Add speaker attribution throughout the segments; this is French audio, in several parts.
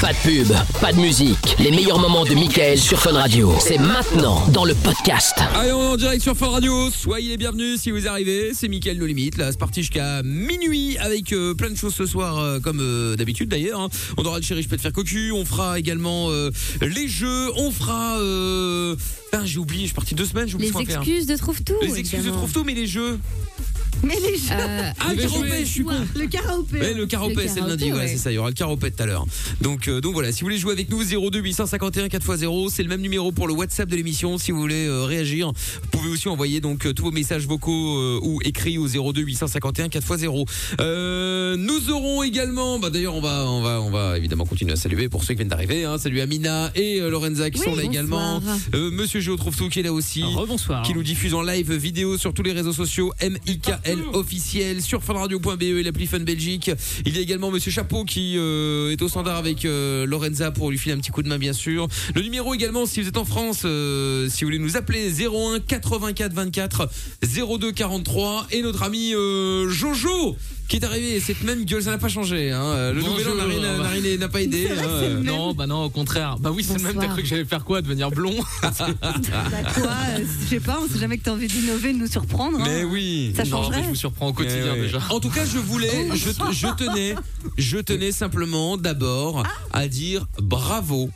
Speaker 1: Pas de pub, pas de musique. Les meilleurs moments de Michael sur Fun Radio. C'est maintenant dans le podcast.
Speaker 2: Allez, on est en direct sur Fun Radio. Soyez les bienvenus si vous arrivez. C'est Mickaël No Limite. Là, c'est parti jusqu'à minuit avec euh, plein de choses ce soir, euh, comme euh, d'habitude d'ailleurs. hein. On aura le chéri, je peux te faire cocu. On fera également euh, les jeux. On fera. Euh... putain, j'ai oublié, je suis parti deux semaines, j'ai oublié
Speaker 3: Les
Speaker 2: ce qu'on va faire.
Speaker 3: excuses de trouve tout.
Speaker 2: Les excuses de trouve tout, mais les jeux.
Speaker 3: Mais les jeux.
Speaker 2: Ah, le karaopé, je suis con.
Speaker 3: Le karaopé.
Speaker 2: Ouais, le karaopé, c'est le lundi, ouais, c'est ça, il y aura le karaopé tout à l'heure. Donc, euh, donc voilà, si vous voulez jouer avec nous, 02 851 4x0, c'est le même numéro pour le WhatsApp de l'émission. Si vous voulez euh, réagir, vous pouvez aussi envoyer donc euh, tous vos messages vocaux euh, ou écrits au 02 851 4x0. Euh, nous aurons également, bah d'ailleurs on va, on va, on va évidemment continuer à saluer pour ceux qui viennent d'arriver. Hein, salut Amina et euh, Lorenza qui sont là également. Euh, Monsieur Géo trouve tout qui est là aussi.
Speaker 4: Ah, Rebonsoir.
Speaker 2: Qui nous diffuse en live vidéo sur tous les réseaux sociaux MIKL officiel sur funradio.be E et l'appli Fun Belgique. Il y a également monsieur Chapeau qui euh, est au standard avec euh, Lorenza pour lui filer un petit coup de main bien sûr. Le numéro également si vous êtes en France euh, si vous voulez nous appeler 01 84 24 02 43 et notre ami euh, Jojo qui est arrivé cette même gueule ça n'a pas changé hein. Euh, Le
Speaker 4: Bonjour,
Speaker 2: nouvel an n'a rien-
Speaker 4: bah.
Speaker 2: n'a rien- n'a pas aidé. hein.
Speaker 4: Non, bah non, au contraire. Bah oui, c'est le même. T'as
Speaker 5: Bonsoir.
Speaker 4: cru que j'allais faire quoi Devenir blond
Speaker 5: Bah quoi euh, Je sais pas, on sait jamais que t'as envie d'innover, de nous surprendre. hein.
Speaker 2: Mais oui.
Speaker 5: Ça
Speaker 4: Non,
Speaker 5: changerait.
Speaker 4: mais je vous surprends au quotidien Oh.
Speaker 2: Eh ouais.
Speaker 4: déjà.
Speaker 2: En tout cas, je voulais, je, te- je tenais, je tenais simplement d'abord à dire bravo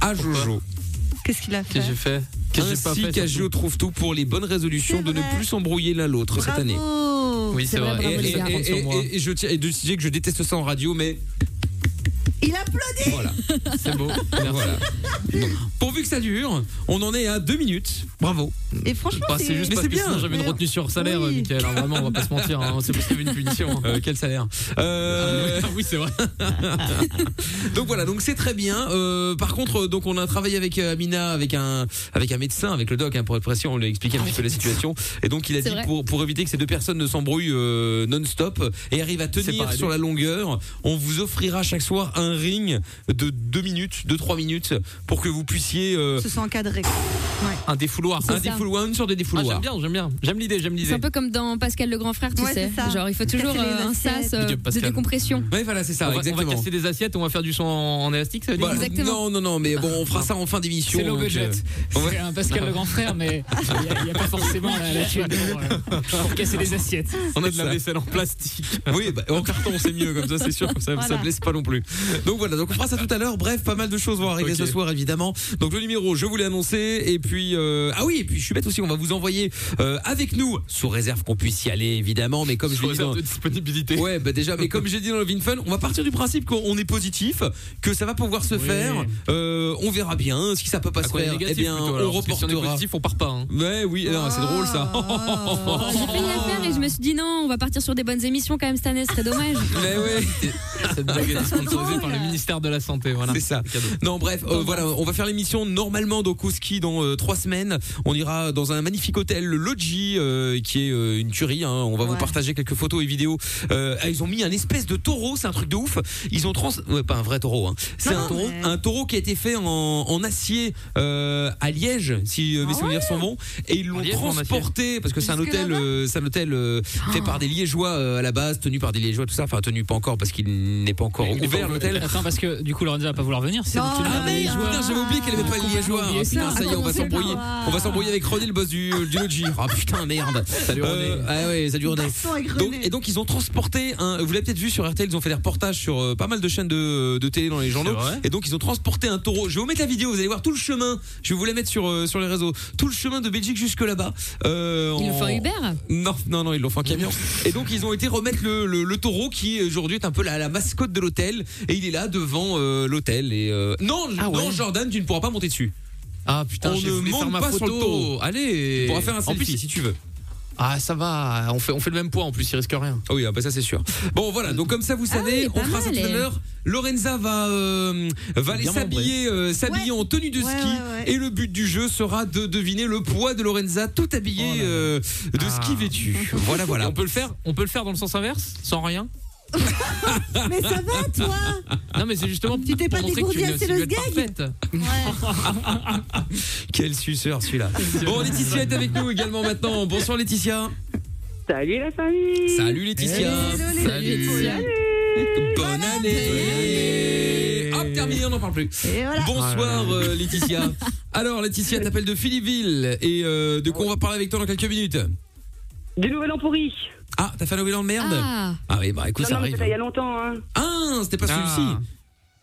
Speaker 2: à Jojo,
Speaker 5: Qu'est-ce qu'il a fait
Speaker 4: Qu'est-ce que j'ai fait Qu'est-ce que j'ai pas
Speaker 2: ainsi
Speaker 4: fait
Speaker 2: qu'à
Speaker 4: surtout
Speaker 2: Géo trouve tout pour les bonnes résolutions
Speaker 5: C'est
Speaker 2: de ne
Speaker 5: vrai.
Speaker 2: plus s'embrouiller l'un l'autre cette
Speaker 5: Bravo
Speaker 2: année.
Speaker 4: Oui, c'est
Speaker 3: C'est vrai,
Speaker 4: vrai.
Speaker 2: Et,
Speaker 3: bravo,
Speaker 4: Et-
Speaker 3: les
Speaker 2: et-
Speaker 3: gars.
Speaker 4: et-
Speaker 2: et-
Speaker 4: et-
Speaker 2: et- et je tiens et de je dis que je déteste ça en radio, mais
Speaker 5: Il applaudit
Speaker 2: voilà,
Speaker 4: et- C'est beau.
Speaker 2: voilà. Donc, pourvu que ça dure, on en est à deux minutes. Bravo.
Speaker 5: Et franchement,
Speaker 4: Bah, c'est juste
Speaker 2: Mais
Speaker 4: parce
Speaker 2: c'est
Speaker 4: que
Speaker 2: bien.
Speaker 4: sinon j'avais une
Speaker 5: Merde.
Speaker 4: retenue sur salaire,
Speaker 5: Oui.
Speaker 4: euh, Mickaël. hein, vraiment, on va pas se mentir. hein, C'est parce qu'il y avait une punition.
Speaker 2: Euh, quel salaire. Euh,
Speaker 4: Ah oui, c'est vrai.
Speaker 2: Donc voilà, donc c'est très bien. Euh, par contre, euh, donc on a travaillé avec euh, Amina, avec un avec un médecin, avec le doc, hein, pour être précis, on lui a expliqué un petit peu la situation. Et donc il a
Speaker 3: C'est
Speaker 2: dit
Speaker 3: vrai.
Speaker 2: pour, pour éviter que ces deux personnes ne s'embrouillent euh, non-stop et arrivent à tenir
Speaker 4: pareil.
Speaker 2: sur la longueur, on vous offrira chaque soir un ring de deux minutes, de trois minutes, pour que vous puissiez euh,
Speaker 5: se sont encadrés.
Speaker 4: Un défouloir.
Speaker 2: un
Speaker 3: ça.
Speaker 2: défouloir, une sorte de
Speaker 4: Ah,
Speaker 2: défouloir.
Speaker 4: j'aime bien, j'aime bien. J'aime l'idée, j'aime
Speaker 3: C'est
Speaker 4: l'idée.
Speaker 3: un peu comme dans Pascal le grand frère, tu
Speaker 5: Ouais,
Speaker 3: sais.
Speaker 5: c'est ça.
Speaker 3: Genre, il faut toujours
Speaker 5: Casser les
Speaker 3: euh, un
Speaker 5: assiettes.
Speaker 3: sas euh,
Speaker 4: Big up,
Speaker 3: de
Speaker 4: Pascal.
Speaker 3: décompression.
Speaker 2: Ouais, Ben voilà, c'est ça,
Speaker 4: On va, on va
Speaker 2: exactement.
Speaker 4: casser des assiettes, on va faire du son en, en élastique, ça veut dire
Speaker 2: Voilà.
Speaker 3: Exactement.
Speaker 2: Non, non, non, mais bon, on fera ça en fin d'émission.
Speaker 6: C'est low
Speaker 2: donc,
Speaker 6: budget.
Speaker 2: euh,
Speaker 6: C'est
Speaker 2: ouais.
Speaker 6: un Pascal le grand frère, mais il n'y a, pas forcément la, la thune pour, euh, pour casser des assiettes.
Speaker 4: On a de
Speaker 2: C'est
Speaker 4: la
Speaker 2: ça.
Speaker 4: vaisselle en plastique.
Speaker 2: Oui, bah, en carton, c'est mieux, comme ça, c'est sûr, comme ça, ça
Speaker 5: Voilà.
Speaker 2: blesse pas non plus. Donc voilà, donc on fera ça tout à l'heure. Bref, pas mal de choses vont arriver
Speaker 4: Ok.
Speaker 2: ce soir, évidemment. Donc le numéro, je vous l'ai annoncé. Et puis, euh, ah oui, et puis je suis bête aussi, on va vous envoyer euh, avec nous, sous réserve qu'on puisse y aller, évidemment, mais comme je
Speaker 4: Sous
Speaker 2: l'ai dit dans-
Speaker 4: réserve de disponibilité.
Speaker 2: Ouais, bah déjà, mais comme j'ai dit dans le VinFun, on va partir du principe qu'on est positif, que ça va pouvoir se
Speaker 6: Oui.
Speaker 2: faire. Euh, on verra bien. Si ça peut pas
Speaker 4: Ah,
Speaker 2: se
Speaker 4: qu'on est
Speaker 2: faire, eh
Speaker 4: négatif
Speaker 2: bien,
Speaker 4: plutôt,
Speaker 2: on
Speaker 4: alors, parce que Si on est
Speaker 2: reportera.
Speaker 4: positif, on part pas. hein.
Speaker 2: Ouais, oui, non, c'est drôle ça.
Speaker 5: Ah.
Speaker 3: J'ai failli la faire et je me suis dit non, on va partir sur des bonnes émissions quand même cette année, ce serait dommage.
Speaker 2: Mais ouais.
Speaker 4: Cette blague est sponsorisée par le ministère de la Santé. Voilà.
Speaker 2: C'est ça.
Speaker 4: Cadeau.
Speaker 2: Non, bref, euh, voilà, on va faire l'émission normalement donc au ski dans euh, trois semaines. On ira dans un magnifique hôtel, le Lodgy, euh, qui est euh, une tuerie. hein. On va vous
Speaker 5: Ouais.
Speaker 2: partager quelques photos et vidéos. Euh, ah, ils ont mis un espèce de taureau, c'est un truc de ouf. Ils ont trans, ouais, pas un vrai taureau, hein. c'est
Speaker 5: Non,
Speaker 2: un taureau,
Speaker 5: mais-
Speaker 2: un taureau qui a été fait en, en acier euh, à Liège, si euh, mes
Speaker 5: Ah
Speaker 2: souvenirs sont bons, et ils l'ont
Speaker 4: Liège ou en acier
Speaker 2: transporté parce que c'est un
Speaker 5: Jusque
Speaker 2: hôtel,
Speaker 5: là-bas
Speaker 2: euh, c'est un hôtel euh, fait par des Liégeois euh, à la base, tenu par des Liégeois, tout ça. Enfin, tenu pas encore parce qu'il n'est pas encore
Speaker 4: Il n'est pas
Speaker 2: ouvert
Speaker 4: ouvert.
Speaker 2: l'hôtel.
Speaker 6: Attends, parce que du coup, Lorenza va pas vouloir venir. C'est
Speaker 5: Non,
Speaker 6: donc qu'il
Speaker 2: Ah
Speaker 6: a
Speaker 2: mais
Speaker 6: des
Speaker 5: merde,
Speaker 6: joueurs.
Speaker 2: putain, j'avais oublié qu'elle avait pas
Speaker 6: Ah,
Speaker 2: les liégeois. Ah,
Speaker 6: complètement oublié
Speaker 2: putain,
Speaker 6: ça.
Speaker 2: ça y est, on va
Speaker 5: Attends,
Speaker 2: s'embrouiller.
Speaker 5: c'est pas-
Speaker 2: On va s'embrouiller avec René le boss du, du Lodgy. Ah putain, merde.
Speaker 4: Salut, René.
Speaker 2: ah ouais, salut René.
Speaker 5: Baston avec René.
Speaker 2: Donc, et donc ils ont transporté un vous l'avez peut-être vu sur RTL ils ont fait des reportages sur euh, pas mal de chaînes de, de télé dans les journaux
Speaker 4: vrai
Speaker 2: et donc ils ont transporté un taureau je vais vous mettre la vidéo vous allez voir tout le chemin je vais vous la mettre sur euh, sur les réseaux tout le chemin de Belgique jusque là-bas euh,
Speaker 3: Ils le
Speaker 2: en-
Speaker 3: font à Uber
Speaker 2: non, non, non, ils l'ont fait en camion. Et donc ils ont été remettre le, le- le taureau qui aujourd'hui est un peu la, la mascotte de l'hôtel et il est là devant euh, l'hôtel et euh, non,
Speaker 4: Ah ouais.
Speaker 2: non Jordan, tu ne pourras pas monter dessus.
Speaker 4: Ah putain,
Speaker 2: On
Speaker 4: j'ai
Speaker 2: ne
Speaker 4: voulu
Speaker 2: monte
Speaker 4: faire ma
Speaker 2: pas sur
Speaker 4: photo.
Speaker 2: le taureau.
Speaker 4: Allez.
Speaker 2: Tu pourras faire un
Speaker 4: En
Speaker 2: selfie
Speaker 4: plus,
Speaker 2: si tu veux.
Speaker 4: ah ça va, on fait on fait le même poids en plus, il risque rien.
Speaker 2: Ah oui, ah bah ça c'est sûr. Bon voilà, donc comme ça vous
Speaker 4: Ah
Speaker 2: savez,
Speaker 3: oui,
Speaker 2: on
Speaker 3: pas
Speaker 2: fera ça
Speaker 3: mal,
Speaker 4: eh.
Speaker 2: tout à
Speaker 3: elle.
Speaker 2: l'heure. Lorenza va euh, va aller
Speaker 4: Bien
Speaker 2: s'habiller euh, s'habiller en tenue de
Speaker 5: Ouais,
Speaker 2: ski
Speaker 5: ouais, ouais.
Speaker 2: et le but du jeu sera de deviner le poids de Lorenza tout habillée
Speaker 4: Oh là là.
Speaker 2: euh, de
Speaker 4: Ah.
Speaker 2: ski vêtue. Voilà
Speaker 4: Et
Speaker 2: voilà.
Speaker 4: on peut le faire On peut le faire dans le sens inverse Sans rien
Speaker 5: Mais ça va, toi
Speaker 4: Non mais c'est justement
Speaker 5: Tu t'es
Speaker 4: pour
Speaker 5: pas
Speaker 4: montrer que tu
Speaker 5: dégourdi
Speaker 4: es
Speaker 5: à
Speaker 4: une
Speaker 5: Célos
Speaker 4: silhouette
Speaker 5: Gag
Speaker 4: parfaite.
Speaker 2: Quel suceur celui-là. Bon, Laetitia est avec nous également maintenant. Bonsoir Laetitia.
Speaker 7: Salut la famille
Speaker 2: Salut Laetitia.
Speaker 5: Hello, Laetitia.
Speaker 2: Bonne année. terminé, on n'en parle plus.
Speaker 5: Et voilà.
Speaker 2: Bonsoir euh, Laetitia. Alors Laetitia, t'appelles de Philippeville et euh, de quoi on va parler avec toi dans quelques minutes
Speaker 7: Du nouvel an pourri.
Speaker 2: Ah, t'as fait un Nouvel An de merde
Speaker 3: Ah.
Speaker 2: oui, bah écoute,
Speaker 7: Non,
Speaker 2: ça
Speaker 7: non, mais
Speaker 2: arrive.
Speaker 7: c'était il y a longtemps. Hein.
Speaker 2: Ah, c'était pas
Speaker 4: Ah.
Speaker 2: celui-ci.
Speaker 5: Bah,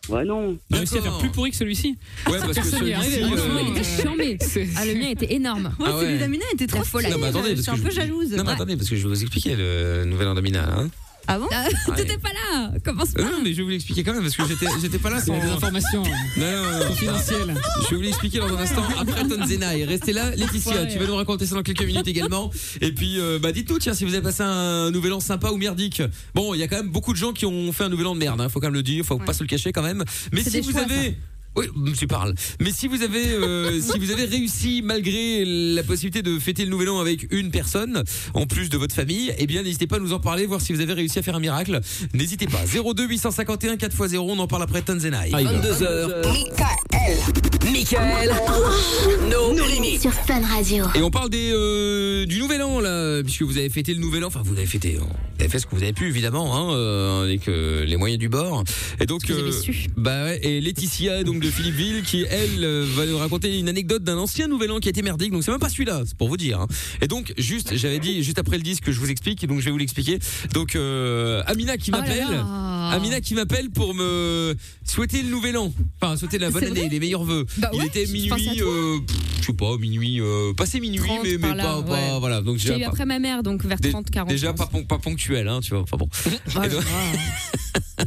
Speaker 7: Ouais, non.
Speaker 4: On a réussi à
Speaker 2: D'accord.
Speaker 4: faire plus pourri que celui-ci.
Speaker 2: Ouais, parce que
Speaker 4: Personne n'y est
Speaker 2: celui-ci.
Speaker 4: arrivé,
Speaker 2: euh,
Speaker 3: Franchement, il était
Speaker 4: euh,
Speaker 3: chambé.
Speaker 4: c'est-
Speaker 3: Ah, le mien était énorme.
Speaker 5: Moi,
Speaker 2: Ah ouais.
Speaker 5: celui d'Amina était trop folle.
Speaker 2: Non, mais attendez,
Speaker 5: Je
Speaker 3: euh,
Speaker 2: parce
Speaker 5: suis
Speaker 2: que
Speaker 5: un peu
Speaker 2: je-
Speaker 5: jalouse.
Speaker 2: Non, mais attendez, parce que je vais vous expliquer le nouvel an d'Amina. Hein.
Speaker 5: Ah bon
Speaker 3: Ah, T'étais pas là. Commence
Speaker 2: Euh,
Speaker 3: pas.
Speaker 2: Non, mais je vais vous l'expliquer quand même, parce que j'étais j'étais pas là
Speaker 4: C'est
Speaker 2: sans.
Speaker 4: des
Speaker 2: Non,
Speaker 4: informations
Speaker 2: non, non.
Speaker 4: confidentielles.
Speaker 2: Je vais vous l'expliquer dans un instant après Tonzenai. Restez là, Laetitia,
Speaker 4: Ouais.
Speaker 2: tu vas nous raconter ça dans quelques minutes également. Et puis, euh, bah, dites-nous, tiens, si vous avez passé un nouvel an sympa ou merdique. Bon, il y a quand même beaucoup de gens qui ont fait un nouvel an de merde, hein, faut quand même le dire, faut pas se le cacher quand même. Mais
Speaker 5: C'est
Speaker 2: si
Speaker 5: des
Speaker 2: vous
Speaker 5: choix,
Speaker 2: avez. Oui, tu parles. Mais si vous avez euh, si vous avez réussi malgré la possibilité de fêter le nouvel an avec une personne en plus de votre famille, eh bien n'hésitez pas à nous en parler, voir si vous avez réussi à faire un miracle. N'hésitez pas. 02 851 4x0, on en parle après Tanzenai.
Speaker 1: 22h.
Speaker 2: Euh,
Speaker 1: Michael. Michael. No, limites.
Speaker 8: Sur Fun Radio.
Speaker 2: Et on parle des euh, du nouvel an là, puisque vous avez fêté le nouvel an. Enfin, vous avez fêté, hein. vous avez fait ce que vous avez pu évidemment, hein, euh, avec euh, les moyens du bord. Et donc,
Speaker 3: que vous avez su.
Speaker 2: bah ouais, et Laetitia donc de Philippeville qui elle euh, va nous raconter une anecdote d'un ancien nouvel an qui a été merdique. Donc c'est même pas celui-là, c'est pour vous dire. hein. Et donc juste, j'avais dit juste après le disque, je vous explique. Donc je vais vous l'expliquer. Donc euh, Amina qui
Speaker 3: Oh là
Speaker 2: m'appelle.
Speaker 3: là.
Speaker 2: Amina qui m'appelle pour me souhaiter le nouvel an. Enfin, souhaiter la bonne
Speaker 3: C'est vrai
Speaker 2: année, les meilleurs vœux.
Speaker 3: Bah
Speaker 2: Il
Speaker 3: ouais,
Speaker 2: était
Speaker 3: je pense à
Speaker 2: minuit,
Speaker 3: toi.
Speaker 2: euh, pff, je sais pas, minuit, euh, passé minuit,
Speaker 3: 30
Speaker 2: mais, mais
Speaker 3: par là,
Speaker 2: pas, pas-
Speaker 3: ouais.
Speaker 2: voilà. Donc,
Speaker 3: J'ai eu
Speaker 2: déjà, pas,
Speaker 3: après ma mère, donc vers
Speaker 2: dé-
Speaker 3: 30, 40.
Speaker 2: déjà
Speaker 3: je
Speaker 2: pas,
Speaker 3: pense.
Speaker 2: pon- pas ponctuel, hein, tu vois. Enfin bon.
Speaker 3: Oh
Speaker 2: Et
Speaker 3: là
Speaker 2: donc-
Speaker 3: là.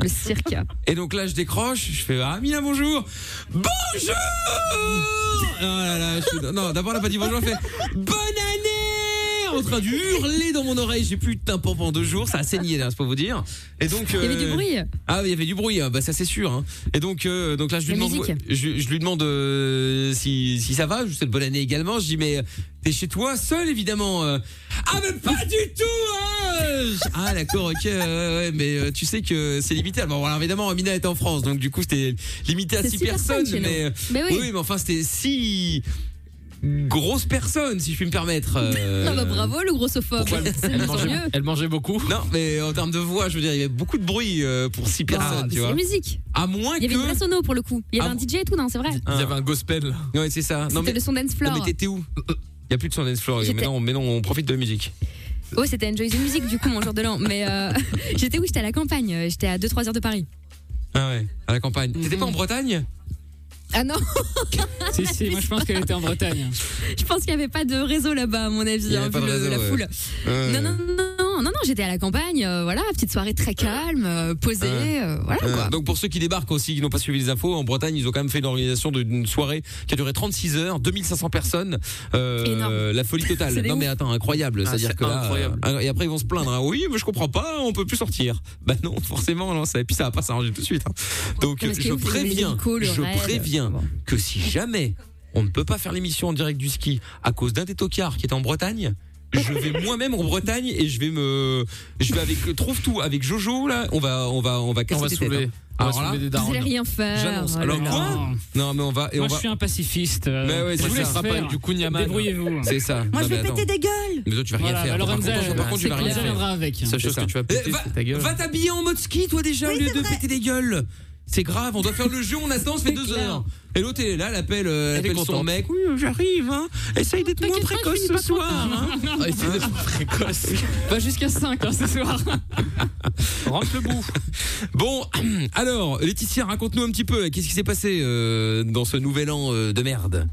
Speaker 3: Le cirque.
Speaker 2: Et donc là, je décroche, je fais Ah, Mila, bonjour Bonjour Oh là là, je suis- Non, d'abord, elle n'a pas dit bonjour, elle fait Bonne année En train de hurler dans mon oreille, j'ai plus de tympan pendant deux jours, ça a saigné, là, c'est pour vous dire. Et donc,
Speaker 3: Il y avait du
Speaker 2: euh,
Speaker 3: bruit.
Speaker 2: Ah, il y avait du bruit, hein. bah, ça c'est sûr. hein. Et donc, euh, donc là, je lui
Speaker 3: La
Speaker 2: demande,
Speaker 3: musique.
Speaker 2: je, je lui demande euh, si, si ça va. Je vous souhaite bonne année également. Je dis mais t'es chez toi, seul évidemment. euh. ah mais pas du tout. hein. Je- ah d'accord, ok, euh, ouais, mais euh, tu sais que c'est limité. Alors, Bon, alors, évidemment, Amina est en France, donc du coup c'était limité à
Speaker 3: C'est
Speaker 2: 6
Speaker 3: six personnes
Speaker 2: personnes,
Speaker 3: chez nous.
Speaker 2: mais euh,
Speaker 3: Mais oui.
Speaker 2: mais enfin c'était six grosses personnes, si je puis me permettre. euh.
Speaker 3: Non, bah bravo, le grossophobe.
Speaker 2: pourquoi elle-
Speaker 3: C'est de
Speaker 4: Elle
Speaker 3: mieux en
Speaker 4: mangeait,
Speaker 3: mieux.
Speaker 4: elle mangeait beaucoup.
Speaker 2: Non, mais en termes de voix, je veux dire, il y avait beaucoup de bruit euh, pour six personnes,
Speaker 3: Ah, mais
Speaker 2: tu
Speaker 3: c'est
Speaker 2: vois.
Speaker 3: la musique.
Speaker 2: À moins
Speaker 3: Il y avait
Speaker 2: que.
Speaker 3: une vraie sono pour le coup. Il y avait
Speaker 2: Ah
Speaker 3: un
Speaker 2: bon
Speaker 3: DJ et tout, non, c'est vrai.
Speaker 2: Ah.
Speaker 4: Il y avait un gospel.
Speaker 2: Ouais, c'est ça. Non
Speaker 3: C'était
Speaker 2: mais,
Speaker 3: le son dance
Speaker 2: non,
Speaker 3: floor.
Speaker 2: mais t'étais où Il y a plus de son dance floor.
Speaker 3: J'étais-
Speaker 2: Mais non, mais non, on profite de la musique.
Speaker 3: Oh, c'était Enjoy the Music, du coup, mon jour de l'an. Mais euh, j'étais où J'étais à la campagne. euh, J'étais à 2-3 heures de Paris.
Speaker 2: Ah ouais, à la campagne. T'étais
Speaker 4: Mhm.
Speaker 2: pas en Bretagne
Speaker 3: Ah non, Ah,
Speaker 4: Si, si, moi je pense qu'elle était en Bretagne.
Speaker 3: je pense qu'il n'y avait pas de réseau là-bas, à mon avis,
Speaker 2: Il y
Speaker 3: hein,
Speaker 2: avait
Speaker 3: vu
Speaker 2: pas de
Speaker 3: le-
Speaker 2: réseau,
Speaker 3: la
Speaker 2: ouais.
Speaker 3: foule.
Speaker 2: Euh,
Speaker 3: Non, non, non, non, non, non, j'étais à la campagne. euh, voilà, petite soirée très calme, euh, posée.
Speaker 2: Ah Ouais.
Speaker 3: euh, voilà
Speaker 2: euh,
Speaker 3: quoi.
Speaker 2: donc pour ceux qui débarquent aussi, qui n'ont pas suivi les infos, en Bretagne, ils ont quand même fait une organisation d'une soirée qui a duré 36 heures, 2500 personnes, euh,
Speaker 3: Énorme.
Speaker 2: la folie totale.
Speaker 3: C'est des
Speaker 2: non mais attends, incroyable,
Speaker 4: Ah,
Speaker 2: c'est-à-dire
Speaker 4: c'est
Speaker 2: que là,
Speaker 4: incroyable.
Speaker 2: euh, et après ils vont se plaindre. hein. Oui, mais je comprends pas, on peut plus sortir. Bah non, forcément, non, ça, et puis ça va pas s'arranger tout de suite. hein. Donc
Speaker 3: Parce que
Speaker 2: je
Speaker 3: vous, vous avez les
Speaker 2: préviens,
Speaker 3: hélicos, le
Speaker 2: je
Speaker 3: raid,
Speaker 2: préviens
Speaker 3: bon.
Speaker 2: que si jamais on ne peut pas faire l'émission en direct du ski à cause d'un des tocards qui est en Bretagne, je vais moi-même en Bretagne et je vais me, je vais avec trouve tout avec Jojo là, on va on va on va
Speaker 4: On
Speaker 2: casser
Speaker 4: va
Speaker 2: tes têtes,
Speaker 4: soulever.
Speaker 2: hein.
Speaker 4: On va
Speaker 2: Alors là,
Speaker 4: soulever des
Speaker 3: Vous allez
Speaker 4: darons.
Speaker 3: rien faire.
Speaker 2: J'annonce.
Speaker 3: euh,
Speaker 2: Alors
Speaker 4: là
Speaker 2: quoi
Speaker 4: là.
Speaker 2: Non mais on va et
Speaker 4: Moi
Speaker 2: on
Speaker 4: je
Speaker 2: va.
Speaker 4: suis un pacifiste. euh,
Speaker 2: Mais ouais,
Speaker 4: moi,
Speaker 2: c'est
Speaker 4: je
Speaker 2: ça.
Speaker 4: laisse
Speaker 2: Rappelle
Speaker 4: faire.
Speaker 2: du Kunyaman.
Speaker 4: Débrouillez-vous.
Speaker 2: C'est ça.
Speaker 5: Moi, je
Speaker 2: Non, mais
Speaker 5: vais
Speaker 2: attends.
Speaker 3: Ah,
Speaker 5: péter des gueules.
Speaker 2: Mais toi tu vas rien
Speaker 4: Voilà,
Speaker 2: faire.
Speaker 4: bah,
Speaker 2: Par contre,
Speaker 4: Lorenza,
Speaker 2: toi, par contre, tu vas
Speaker 3: c'est
Speaker 2: rien
Speaker 4: Lorenza
Speaker 3: clair.
Speaker 2: faire.
Speaker 4: viendra avec.
Speaker 2: C'est
Speaker 4: Seule chose
Speaker 2: ça.
Speaker 4: que tu vas
Speaker 2: Eh,
Speaker 4: péter,
Speaker 2: va-
Speaker 4: c'est ta gueule.
Speaker 2: Va t'habiller en mode ski, toi déjà, au lieu de péter des gueules. C'est grave, on doit faire le jeu, on attend, ça fait deux
Speaker 4: clair.
Speaker 2: heures. Et l'autre elle est là, elle appelle, euh, elle
Speaker 4: Elle est
Speaker 2: appelle son
Speaker 4: contente.
Speaker 2: mec. Oui, j'arrive, hein. Essaye d'être moins
Speaker 3: T'inquiète pas, je
Speaker 2: précoce
Speaker 3: finis
Speaker 2: ce
Speaker 3: pas trop
Speaker 2: soir. hein.
Speaker 4: Ah, essaye d'être précoce. Va jusqu'à 5 hein, ce soir. Rentre le bout.
Speaker 2: Bon, alors, Laetitia, raconte-nous un petit peu, qu'est-ce qui s'est passé euh, dans ce nouvel an euh, de merde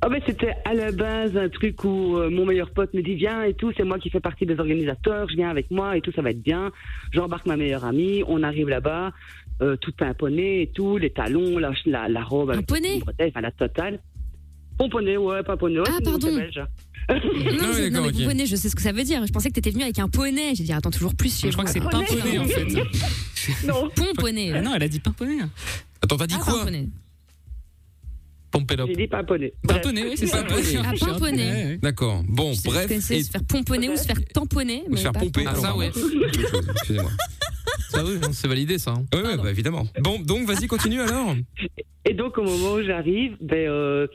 Speaker 7: Ah ben c'était à la base un truc où euh, mon meilleur pote me dit viens et tout, c'est moi qui fais partie des organisateurs, je viens avec moi et tout, ça va être bien. J'embarque ma meilleure amie, on arrive là-bas, euh, tout tamponné et tout, les talons, la, la, la robe, avec
Speaker 3: Tamponné
Speaker 7: les bretelles, enfin la totale. Pomponné, ouais, pomponné, ouais,
Speaker 3: Ah,
Speaker 7: sinon,
Speaker 3: pardon.
Speaker 7: c'est belge.
Speaker 3: Non,
Speaker 2: Ah oui,
Speaker 3: je- non,
Speaker 2: d'accord,
Speaker 3: mais
Speaker 2: ok.
Speaker 3: poney, je sais ce que ça veut dire. Je pensais que t'étais venu avec un poney. J'ai dit, attends, toujours plus.
Speaker 4: Je crois que c'est
Speaker 7: Ah, poney,
Speaker 4: pimponné en fait.
Speaker 7: Non,
Speaker 3: Pomponné.
Speaker 4: Ah non, elle a dit pimponné.
Speaker 2: Attends, t'as dit
Speaker 3: Ah,
Speaker 2: quoi
Speaker 3: pomponné.
Speaker 4: Pompélo.
Speaker 7: j'ai dit pomponné. Bref.
Speaker 4: Pimponné, oui, c'est ça.
Speaker 2: Pimponné.
Speaker 3: Ah, pimponné.
Speaker 4: Ouais,
Speaker 2: D'accord, bon,
Speaker 3: Je sais
Speaker 2: bref,
Speaker 3: pas si c'est
Speaker 2: et
Speaker 3: se faire pomponner ou se faire tamponner.
Speaker 2: ou
Speaker 3: mais
Speaker 2: se faire
Speaker 3: pas
Speaker 2: pomper.
Speaker 4: Ah, ça, ouais.
Speaker 2: Excusez-moi.
Speaker 4: Ça, oui, c'est validé ça. hein.
Speaker 2: Oui, ouais, bah évidemment. Bon, donc vas-y, continue alors.
Speaker 7: Et donc au moment où j'arrive, ben, euh,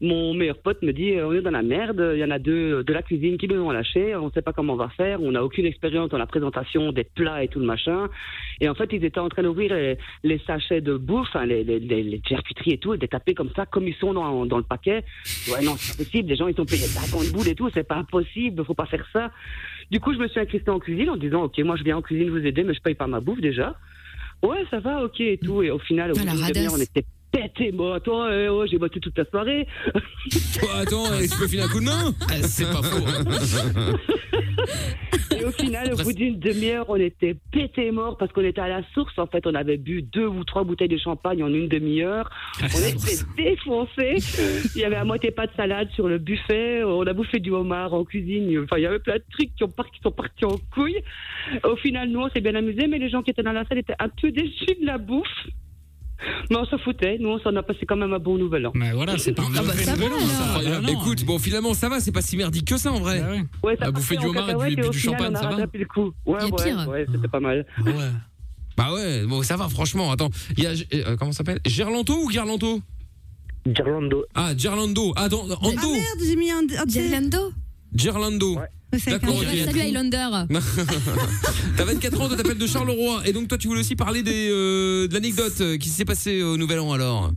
Speaker 7: Mon meilleur pote me dit euh, on est dans la merde, il y en a deux de la cuisine qui nous ont lâchés, on ne sait pas comment on va faire, on n'a aucune expérience dans la présentation des plats et tout le machin. Et en fait, ils étaient en train d'ouvrir les, les sachets de bouffe, hein, les, les- les- les charcuteries et tout, et de les taper comme ça, comme ils sont dans, dans le paquet. Ouais, non, c'est pas possible, les gens ils ont payé 50 boules et tout, c'est pas possible, faut pas faire ça. Du coup, je me suis incrustée en cuisine en disant ok, moi je viens en cuisine vous aider, mais je paye pas ma bouffe déjà. Ouais, ça va, ok et tout. Et au final, au bout
Speaker 8: la
Speaker 7: d'une demi-heure, on
Speaker 8: radasse.
Speaker 7: était pété. Bon, attends, eh, oh, j'ai battu toute la soirée.
Speaker 2: attends, eh, tu peux filer un coup de main C'est pas faux.
Speaker 7: Et au final, au bout d'une demi-heure, on était pété mort parce qu'on était à la source. En fait, on avait bu deux ou trois bouteilles de champagne en une demi-heure. On était défoncés. Il y avait à moitié pas de salade sur le buffet. On a bouffé du homard en cuisine. Enfin, il y avait plein de trucs qui, ont par- qui sont partis en couille. Au final, nous, on s'est bien amusés, mais les gens qui étaient dans la salle étaient un peu déçus de la bouffe. Mais on s'en foutait. Nous, on s'en a passé quand même un bon nouvel an.
Speaker 6: Mais
Speaker 2: Ah,
Speaker 6: voilà, c'est pas un
Speaker 2: bah,
Speaker 6: mauvais nouvel an, ça.
Speaker 2: Incroyable. Ah, Écoute, bon, finalement, ça va, c'est pas si merdique que ça en vrai.
Speaker 7: Ouais,
Speaker 2: ça bouffer du
Speaker 7: en
Speaker 2: homard et
Speaker 7: cacahuètes
Speaker 2: du,
Speaker 7: et
Speaker 2: et
Speaker 7: au
Speaker 2: du
Speaker 7: final,
Speaker 2: champagne,
Speaker 7: on a
Speaker 2: ça va
Speaker 7: rattrapé le coup. Ouais,
Speaker 2: Il y a
Speaker 7: ouais,
Speaker 2: pire.
Speaker 7: ouais, c'était pas mal.
Speaker 2: Bah ouais, bon, ça va, franchement. Attends, il y a. euh, comment ça s'appelle Gerlanto ou Gerlanto
Speaker 9: Gerlando.
Speaker 2: Ah, Gerlando. Ah, dans, dans-
Speaker 5: Ah
Speaker 2: Ando.
Speaker 5: merde, j'ai mis un. Gerlando
Speaker 2: Gerlando. D'accord, ok.
Speaker 3: Salut Highlander.
Speaker 2: T'as 24 ans, toi t'appelles de Charleroi. Et donc, toi, tu voulais aussi parler des, euh, de l'anecdote euh, qui s'est passée au Nouvel An alors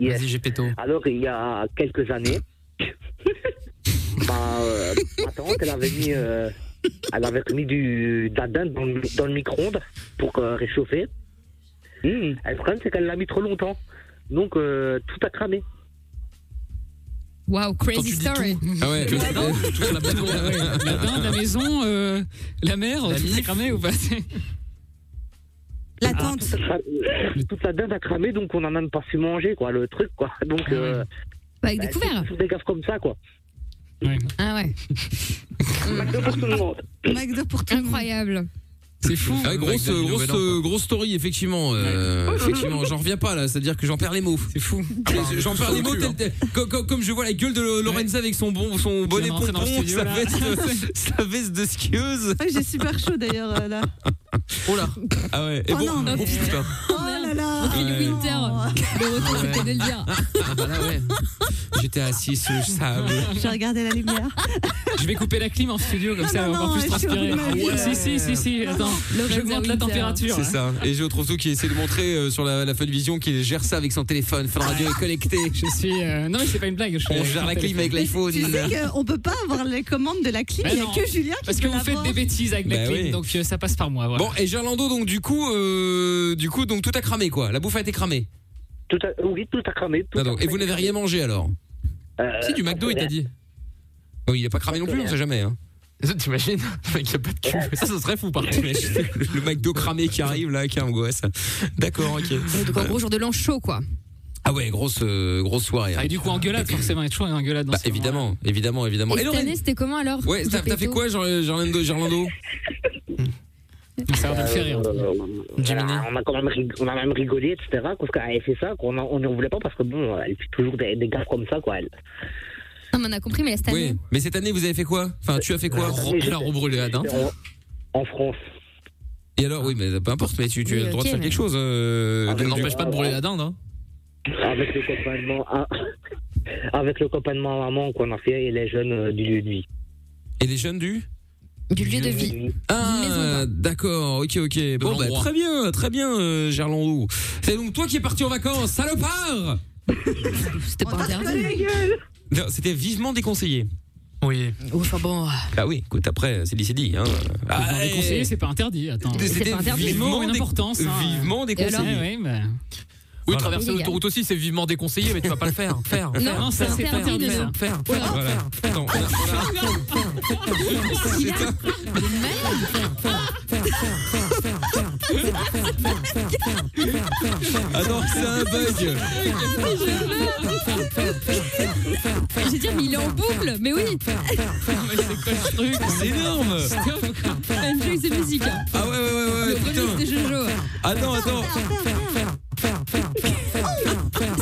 Speaker 9: Yes.
Speaker 2: Vas-y, Gepetto.
Speaker 9: Alors, il y a quelques années, ma, euh, ma tante, elle avait mis, euh, elle avait mis du, de la dinde dans le, dans le micro-ondes pour euh, réchauffer. Mmh. Et Le problème, c'est qu'elle l'a mis trop longtemps. Donc, euh, tout a cramé.
Speaker 3: Wow, crazy story.
Speaker 2: Ah ouais,
Speaker 6: la dinde, la maison, euh, la mer, tout s'est cramé ou pas
Speaker 5: La tente.
Speaker 9: toute, la, toute la dinde a Ah, cramé, donc on n'a même pas su manger, quoi, le truc, quoi. Donc, euh,
Speaker 3: Ah Bah, avec des couverts.
Speaker 9: Des gaffes comme ça, quoi.
Speaker 3: Ah ouais.
Speaker 5: McDo pour tout le monde.
Speaker 3: Incroyable.
Speaker 2: C'est fou. Ah, grosse,
Speaker 6: Nouvel
Speaker 2: grosse,
Speaker 6: An, quoi.
Speaker 2: grosse story, effectivement. euh, effectivement, j'en reviens pas là. C'est-à-dire que j'en perds les mots. C'est fou. J'en perds les mots. tel- tel- Comme, comme- comme je vois la gueule de Lorenza avec son bon, son bonnet
Speaker 6: rentrer dans le
Speaker 2: pompon,
Speaker 6: studio,
Speaker 2: sa
Speaker 6: là.
Speaker 2: veste, sa veste de skieuse.
Speaker 5: Ouais, j'ai super chaud d'ailleurs euh, là.
Speaker 2: Oh là. Ah ouais. Et
Speaker 5: Oh
Speaker 2: bon,
Speaker 5: non, mais-
Speaker 2: oh putain.
Speaker 5: Oh là là
Speaker 3: Et le winter. Le retour,
Speaker 2: Ouais.
Speaker 3: c'était de le dire.
Speaker 2: Ah bah là, ouais. euh, J'étais assis sur le sable.
Speaker 5: J'ai regardé la lumière.
Speaker 6: Je vais couper la clim en studio, comme
Speaker 5: Non,
Speaker 6: ça, elle
Speaker 5: Ah non,
Speaker 6: va encore
Speaker 5: non,
Speaker 6: plus
Speaker 5: je suis euh,
Speaker 6: transpirer.
Speaker 5: horrible.
Speaker 6: Ouais. Si, si, si, si, attends,
Speaker 3: Lorenza
Speaker 6: j'augmente la
Speaker 3: Winter.
Speaker 6: température. hein.
Speaker 2: C'est ça. Et je retrouve tout qui essaie de montrer euh, sur la, la feuille de vision qu'il gère ça avec son téléphone. Fun Radio est connecté.
Speaker 6: Je suis. euh, Non, mais c'est pas une blague. Je suis
Speaker 2: On gère la clim avec l'iPhone.
Speaker 5: Tu sais qu'on peut pas avoir les commandes de la clim,
Speaker 6: Bah
Speaker 5: il y a
Speaker 6: non.
Speaker 5: que Julien qui
Speaker 6: Parce que
Speaker 5: peut
Speaker 6: vous faites
Speaker 5: l'avoir.
Speaker 6: des bêtises avec
Speaker 2: Bah
Speaker 6: la clim,
Speaker 2: oui.
Speaker 6: donc euh, ça passe par moi. Voilà.
Speaker 2: Bon, et Gerlando, donc du coup, euh, du coup, donc tout a cramé quoi. La bouffe a été cramée.
Speaker 9: Tout a- oui, tout a cramé. tout a
Speaker 2: Pardon. Et vous n'avez rien mangé alors
Speaker 9: Euh,
Speaker 2: Si, du McDo, il t'a dit. Oh, il a pas cramé non plus, on sait jamais. Hein. T'imagines Il a pas de cul. Ça, ça serait fou par contre. Le McDo cramé qui arrive là, qui angoisse. D'accord, ok. Euh.
Speaker 3: Donc en gros, jour de l'an chaud, quoi.
Speaker 2: Ah ouais, grosse, euh, grosse soirée. hein.
Speaker 6: Ah, et du coup, engueulade, forcément, il y a toujours une engueulade dans
Speaker 2: Bah,
Speaker 6: ces moments-là.
Speaker 2: évidemment, évidemment, évidemment.
Speaker 3: Et cette
Speaker 2: Lorraine
Speaker 3: année, c'était comment alors
Speaker 2: Ouais, t'as t'as fait
Speaker 3: Gepetto
Speaker 2: quoi, Ger- Gerlando Gerlando
Speaker 6: Ça va me faire rire.
Speaker 9: Euh, voilà, on a quand même rig- on a même rigolé, etc. Parce qu'elle avait fait ça, qu'on en- on ne voulait pas parce que bon, elle fait toujours des, des gaffes comme ça, quoi. Elle.
Speaker 2: Euh,
Speaker 3: Non, mais on a compris, mais là, cette année.
Speaker 2: Oui, mais cette année, vous avez fait quoi Enfin, tu as fait quoi
Speaker 9: Cette année, j'ai
Speaker 2: La
Speaker 9: fait-
Speaker 2: rebrûlade, hein
Speaker 9: En, en France.
Speaker 2: Et alors, oui, mais peu importe, mais tu, tu
Speaker 3: Oui,
Speaker 2: as le droit
Speaker 3: ok,
Speaker 2: de faire
Speaker 3: mais-
Speaker 2: quelque chose. Euh,
Speaker 9: Ah,
Speaker 2: de-
Speaker 9: mais
Speaker 2: n'empêche
Speaker 9: non,
Speaker 2: pas de
Speaker 9: non,
Speaker 2: brûler
Speaker 9: non.
Speaker 2: la dinde, hein
Speaker 9: Avec le copain de ma- ah, avec le copain de ma maman qu'on a fait et les jeunes euh, du lieu de vie.
Speaker 2: Et les jeunes du
Speaker 3: Du lieu de vie. Maison
Speaker 2: Ah, d'accord, ok, ok. Bon, bah,
Speaker 6: l'endroit.
Speaker 2: très bien, très bien, euh, Gerlandou. C'est donc toi qui es parti en vacances, salopard
Speaker 3: C'était pas
Speaker 5: On t'a reconnu
Speaker 3: interdit.
Speaker 5: la gueule.
Speaker 2: Non, C'était vivement déconseillé.
Speaker 6: Oui.
Speaker 3: Enfin ah bon.
Speaker 2: Bah oui, écoute, après, c'est dit, c'est dit. Hein. Ah,
Speaker 6: Dans les conseillers, c'est pas interdit. Attends.
Speaker 2: eh, c'était
Speaker 3: pas interdit.
Speaker 6: Les mots ont
Speaker 2: vivement,
Speaker 6: une
Speaker 2: déconseillé.
Speaker 6: importance, hein.
Speaker 2: vivement
Speaker 6: Et alors
Speaker 2: déconseillé.
Speaker 6: Ouais, ouais, bah.
Speaker 2: Oui,
Speaker 6: Voilà.
Speaker 2: traverser
Speaker 3: Illégal.
Speaker 2: l'autoroute aussi, c'est vivement déconseillé, mais tu vas pas le faire. Faire,
Speaker 3: Non,
Speaker 6: Non, ça,
Speaker 3: c'est
Speaker 6: c'est
Speaker 2: faire,
Speaker 3: interdit de
Speaker 2: faire,
Speaker 3: ça.
Speaker 2: faire, faire,
Speaker 3: Voilà.
Speaker 2: faire, faire. Attends, on a-
Speaker 3: Il a-
Speaker 2: Attends, Ah c'est un bug.
Speaker 3: Je veux dire, mais il est en boucle. Mais oui,
Speaker 6: Mais c'est quoi ce truc
Speaker 2: C'est énorme.
Speaker 3: même jeu, c'est musique. hein.
Speaker 2: Ah ouais, ouais, ouais, ouais,
Speaker 3: Le remix
Speaker 2: putain.
Speaker 3: de Jojo.
Speaker 2: Attends, attends,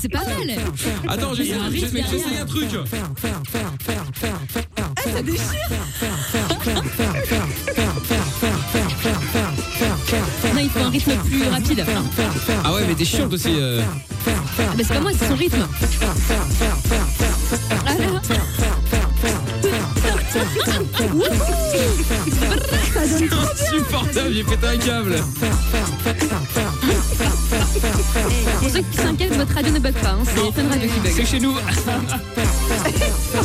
Speaker 3: C'est pas mal.
Speaker 2: attends, j'ai
Speaker 3: Il y a un
Speaker 2: j'ai-
Speaker 3: rythme
Speaker 2: mec, j'ai essayé
Speaker 3: derrière. Ah,
Speaker 2: un truc.
Speaker 3: Non, il faut un rythme plus rapide.
Speaker 2: Ah ouais, mais t'es chiante aussi. euh.
Speaker 3: Ah, bah, c'est pas moi, c'est son rythme. Ah,
Speaker 2: Insupportable, j'ai pété un câble.
Speaker 3: Pour ceux qui s'inquiètent, votre radio ne bug pas. hein, C'est Fun Radio qui bug.
Speaker 6: C'est chez nous.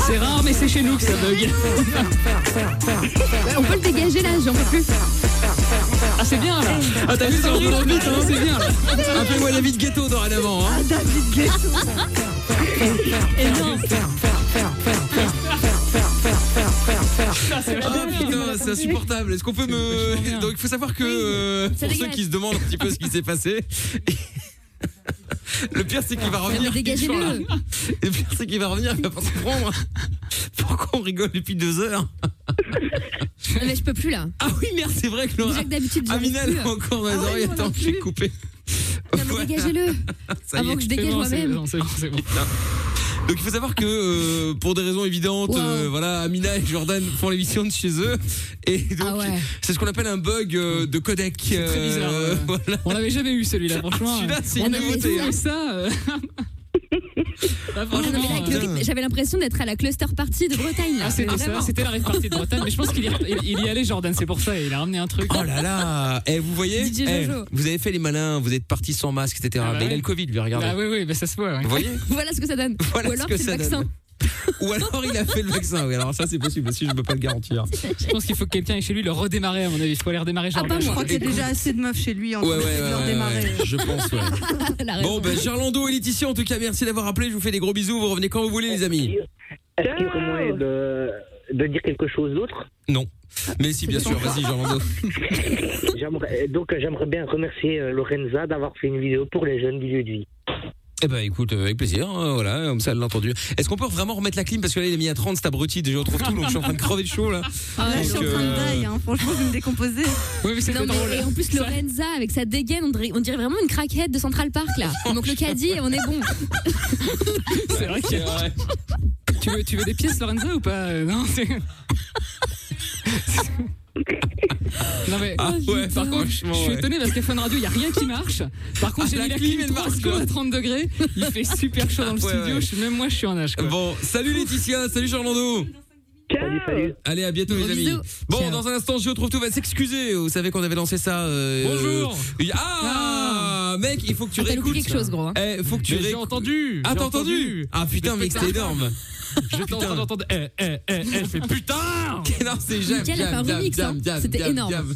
Speaker 6: C'est rare, mais c'est chez nous que ça bug.
Speaker 3: On peut le dégager là, j'en peux plus.
Speaker 6: Ah, c'est bien là.
Speaker 2: Ah, t'as vu, c'est revenu en vite, hein, c'est bien.
Speaker 3: Ah,
Speaker 2: Appelez-moi David Ghetto dorénavant. Hein. Ah putain, c'est insupportable. Est-ce qu'on peut me. Donc, il faut savoir que euh,
Speaker 3: Ça
Speaker 2: pour ceux
Speaker 3: dégage.
Speaker 2: qui se demandent un petit peu ce qui s'est passé. Le pire, c'est qu'il va
Speaker 3: Non, mais
Speaker 2: revenir.
Speaker 3: dégagez-le.
Speaker 2: Le pire, c'est qu'il va revenir, il va pas se prendre. Pourquoi on rigole depuis deux heures
Speaker 3: Non, Mais je peux plus là.
Speaker 2: Ah oui, merde, c'est vrai que Laura.
Speaker 3: Déjà que d'habitude, j'en
Speaker 2: Amina,
Speaker 3: ai
Speaker 2: elle est
Speaker 3: plus. Non,
Speaker 2: encore dans les
Speaker 3: Ah ouais,
Speaker 2: oreilles.
Speaker 3: moi
Speaker 2: Attends,
Speaker 3: non
Speaker 2: je vais
Speaker 3: plus.
Speaker 2: couper.
Speaker 3: mais
Speaker 6: Ah,
Speaker 2: Voilà,
Speaker 3: dégagez-le.
Speaker 2: ça y est.
Speaker 3: Avant que je dégage
Speaker 6: Non, c'est
Speaker 3: moi-même.
Speaker 6: bon, c'est bon, c'est bon.
Speaker 2: Donc il faut savoir que euh, pour des raisons évidentes,
Speaker 3: Wow.
Speaker 2: euh, voilà, Amina et Jordan font l'émission de chez eux et donc
Speaker 3: Ah ouais.
Speaker 2: c'est ce qu'on appelle un bug euh, de codec.
Speaker 6: C'est très bizarre, ouais.
Speaker 2: voilà.
Speaker 6: On l'avait jamais eu celui-là, franchement.
Speaker 2: Ah, Celui-là, c'est
Speaker 6: on
Speaker 2: une
Speaker 6: avait
Speaker 3: nouveauté,
Speaker 6: tout
Speaker 3: hein.
Speaker 6: ça. euh. Bah,
Speaker 3: Ah, non, mais là,
Speaker 6: franchement,
Speaker 3: avec le
Speaker 6: euh,
Speaker 3: rythme, J'avais l'impression d'être à la cluster party de Bretagne. là.
Speaker 6: ah, c'était ça,
Speaker 3: Vraiment.
Speaker 6: c'était la rave party de Bretagne, mais je pense qu'il y, il- il y allait Jordan, c'est pour ça, et il a ramené un truc.
Speaker 2: Oh là là Et vous voyez
Speaker 3: DJ
Speaker 2: Eh,
Speaker 3: Jojo.
Speaker 2: Vous avez fait les malins, vous êtes partis sans masque, etc.
Speaker 6: Ah bah
Speaker 2: Mais il a
Speaker 6: ouais.
Speaker 2: le Covid, lui, regardez.
Speaker 6: Ah oui, oui, bah, ça se voit. ouais.
Speaker 2: Vous voyez
Speaker 3: Voilà ce que ça donne.
Speaker 2: Voilà
Speaker 3: Ou alors
Speaker 2: ce que
Speaker 3: c'est
Speaker 2: ça
Speaker 3: le vaccin.
Speaker 2: donne. Ou alors il a fait le vaccin. Oui, alors ça c'est possible aussi, je peux pas le garantir.
Speaker 6: Je pense qu'il faut que quelqu'un aille chez lui le redémarrer, à mon avis. Il faut aller redémarrer
Speaker 3: Ah,
Speaker 6: Jordan.
Speaker 7: bah,
Speaker 3: pas
Speaker 5: bah, Je crois
Speaker 3: moi.
Speaker 5: qu'il y a déjà assez de meufs chez lui en
Speaker 2: Ouais, ouais,
Speaker 5: fait,
Speaker 2: ouais,
Speaker 5: de leur
Speaker 2: ouais,
Speaker 5: démarrer.
Speaker 2: ouais, je pense. Ouais.
Speaker 3: Elle
Speaker 9: Ah
Speaker 3: a
Speaker 2: Bon,
Speaker 3: raison.
Speaker 2: ben Gerlando et Laetitia, en tout cas, merci d'avoir appelé. Je vous fais des gros bisous. Vous revenez quand vous voulez, les amis.
Speaker 9: Est-ce qu'il y aurait moyen de, de dire quelque chose d'autre
Speaker 2: Non. Mais si, bien sûr. Vas-y, Gerlando.
Speaker 9: J'aimerais- Donc, euh, j'aimerais bien remercier euh, Lorenza d'avoir fait une vidéo pour les jeunes du lieu de vie.
Speaker 2: Eh ben écoute, euh, avec plaisir, hein, voilà, comme ça elle l'a entendu. Est-ce qu'on peut vraiment remettre la clim parce que là il est mis à 30, cet abruti, déjà on trouve tout, donc je suis en train de crever de chaud là.
Speaker 5: Ah, là, je suis en
Speaker 2: Donc,
Speaker 5: train de
Speaker 2: euh,
Speaker 5: die, hein. franchement, vous me décomposez.
Speaker 6: Oui, mais c'était
Speaker 3: Non,
Speaker 6: drôle.
Speaker 3: mais et en plus, Lorenza, avec sa dégaine, on dirait, on dirait vraiment une craquette de Central Park là. Il manque le caddie et on est bon.
Speaker 6: C'est vrai qu'il y a- Tu veux, tu veux des pièces, Lorenzo, ou pas Euh, Non, c'est. Non mais
Speaker 2: Ah ouais,
Speaker 6: par contre, je
Speaker 2: franchement,
Speaker 6: suis
Speaker 2: ouais.
Speaker 6: étonné parce qu'à Fun Radio, il n'y a rien qui marche. Par contre,
Speaker 2: Ah,
Speaker 6: j'ai
Speaker 2: la
Speaker 6: mis la
Speaker 2: clim,
Speaker 6: clim
Speaker 2: elle
Speaker 6: elle
Speaker 2: marche, quoi.
Speaker 6: à 30 degrés. Il fait super chaud dans le
Speaker 2: Ouais,
Speaker 6: studio.
Speaker 2: ouais.
Speaker 6: Je suis- même moi, je suis en âge. Quoi.
Speaker 2: Bon, salut Laetitia, salut Gerlando.
Speaker 9: Salut, salut.
Speaker 2: Allez, à bientôt
Speaker 3: Gros
Speaker 2: les amis.
Speaker 3: bisous.
Speaker 2: Bon,
Speaker 6: Ciao.
Speaker 2: dans un instant, je retrouve tout, va s'excuser. Vous savez qu'on avait lancé ça. euh,
Speaker 6: Bonjour.
Speaker 2: euh, Ah, mec, il faut que tu
Speaker 3: T'as loupé
Speaker 2: réécoutes.
Speaker 3: quelque chose, gros. hein.
Speaker 2: Eh, faut que tu
Speaker 6: Mais J'ai
Speaker 2: réécoutes.
Speaker 6: entendu.
Speaker 2: Ah,
Speaker 6: j'ai
Speaker 2: t'as entendu Ah putain,
Speaker 6: Mais
Speaker 2: mec, c'est énorme.
Speaker 6: Je t'ai entendu. entendre- Eh, eh, eh, eh, je fais putain.
Speaker 2: non, c'est jam,
Speaker 3: Mickaël a fait un
Speaker 2: jam, jam,
Speaker 3: remix, hein.
Speaker 2: jam, jam,
Speaker 3: C'était
Speaker 2: jam,
Speaker 3: énorme.
Speaker 2: jam.
Speaker 6: hein.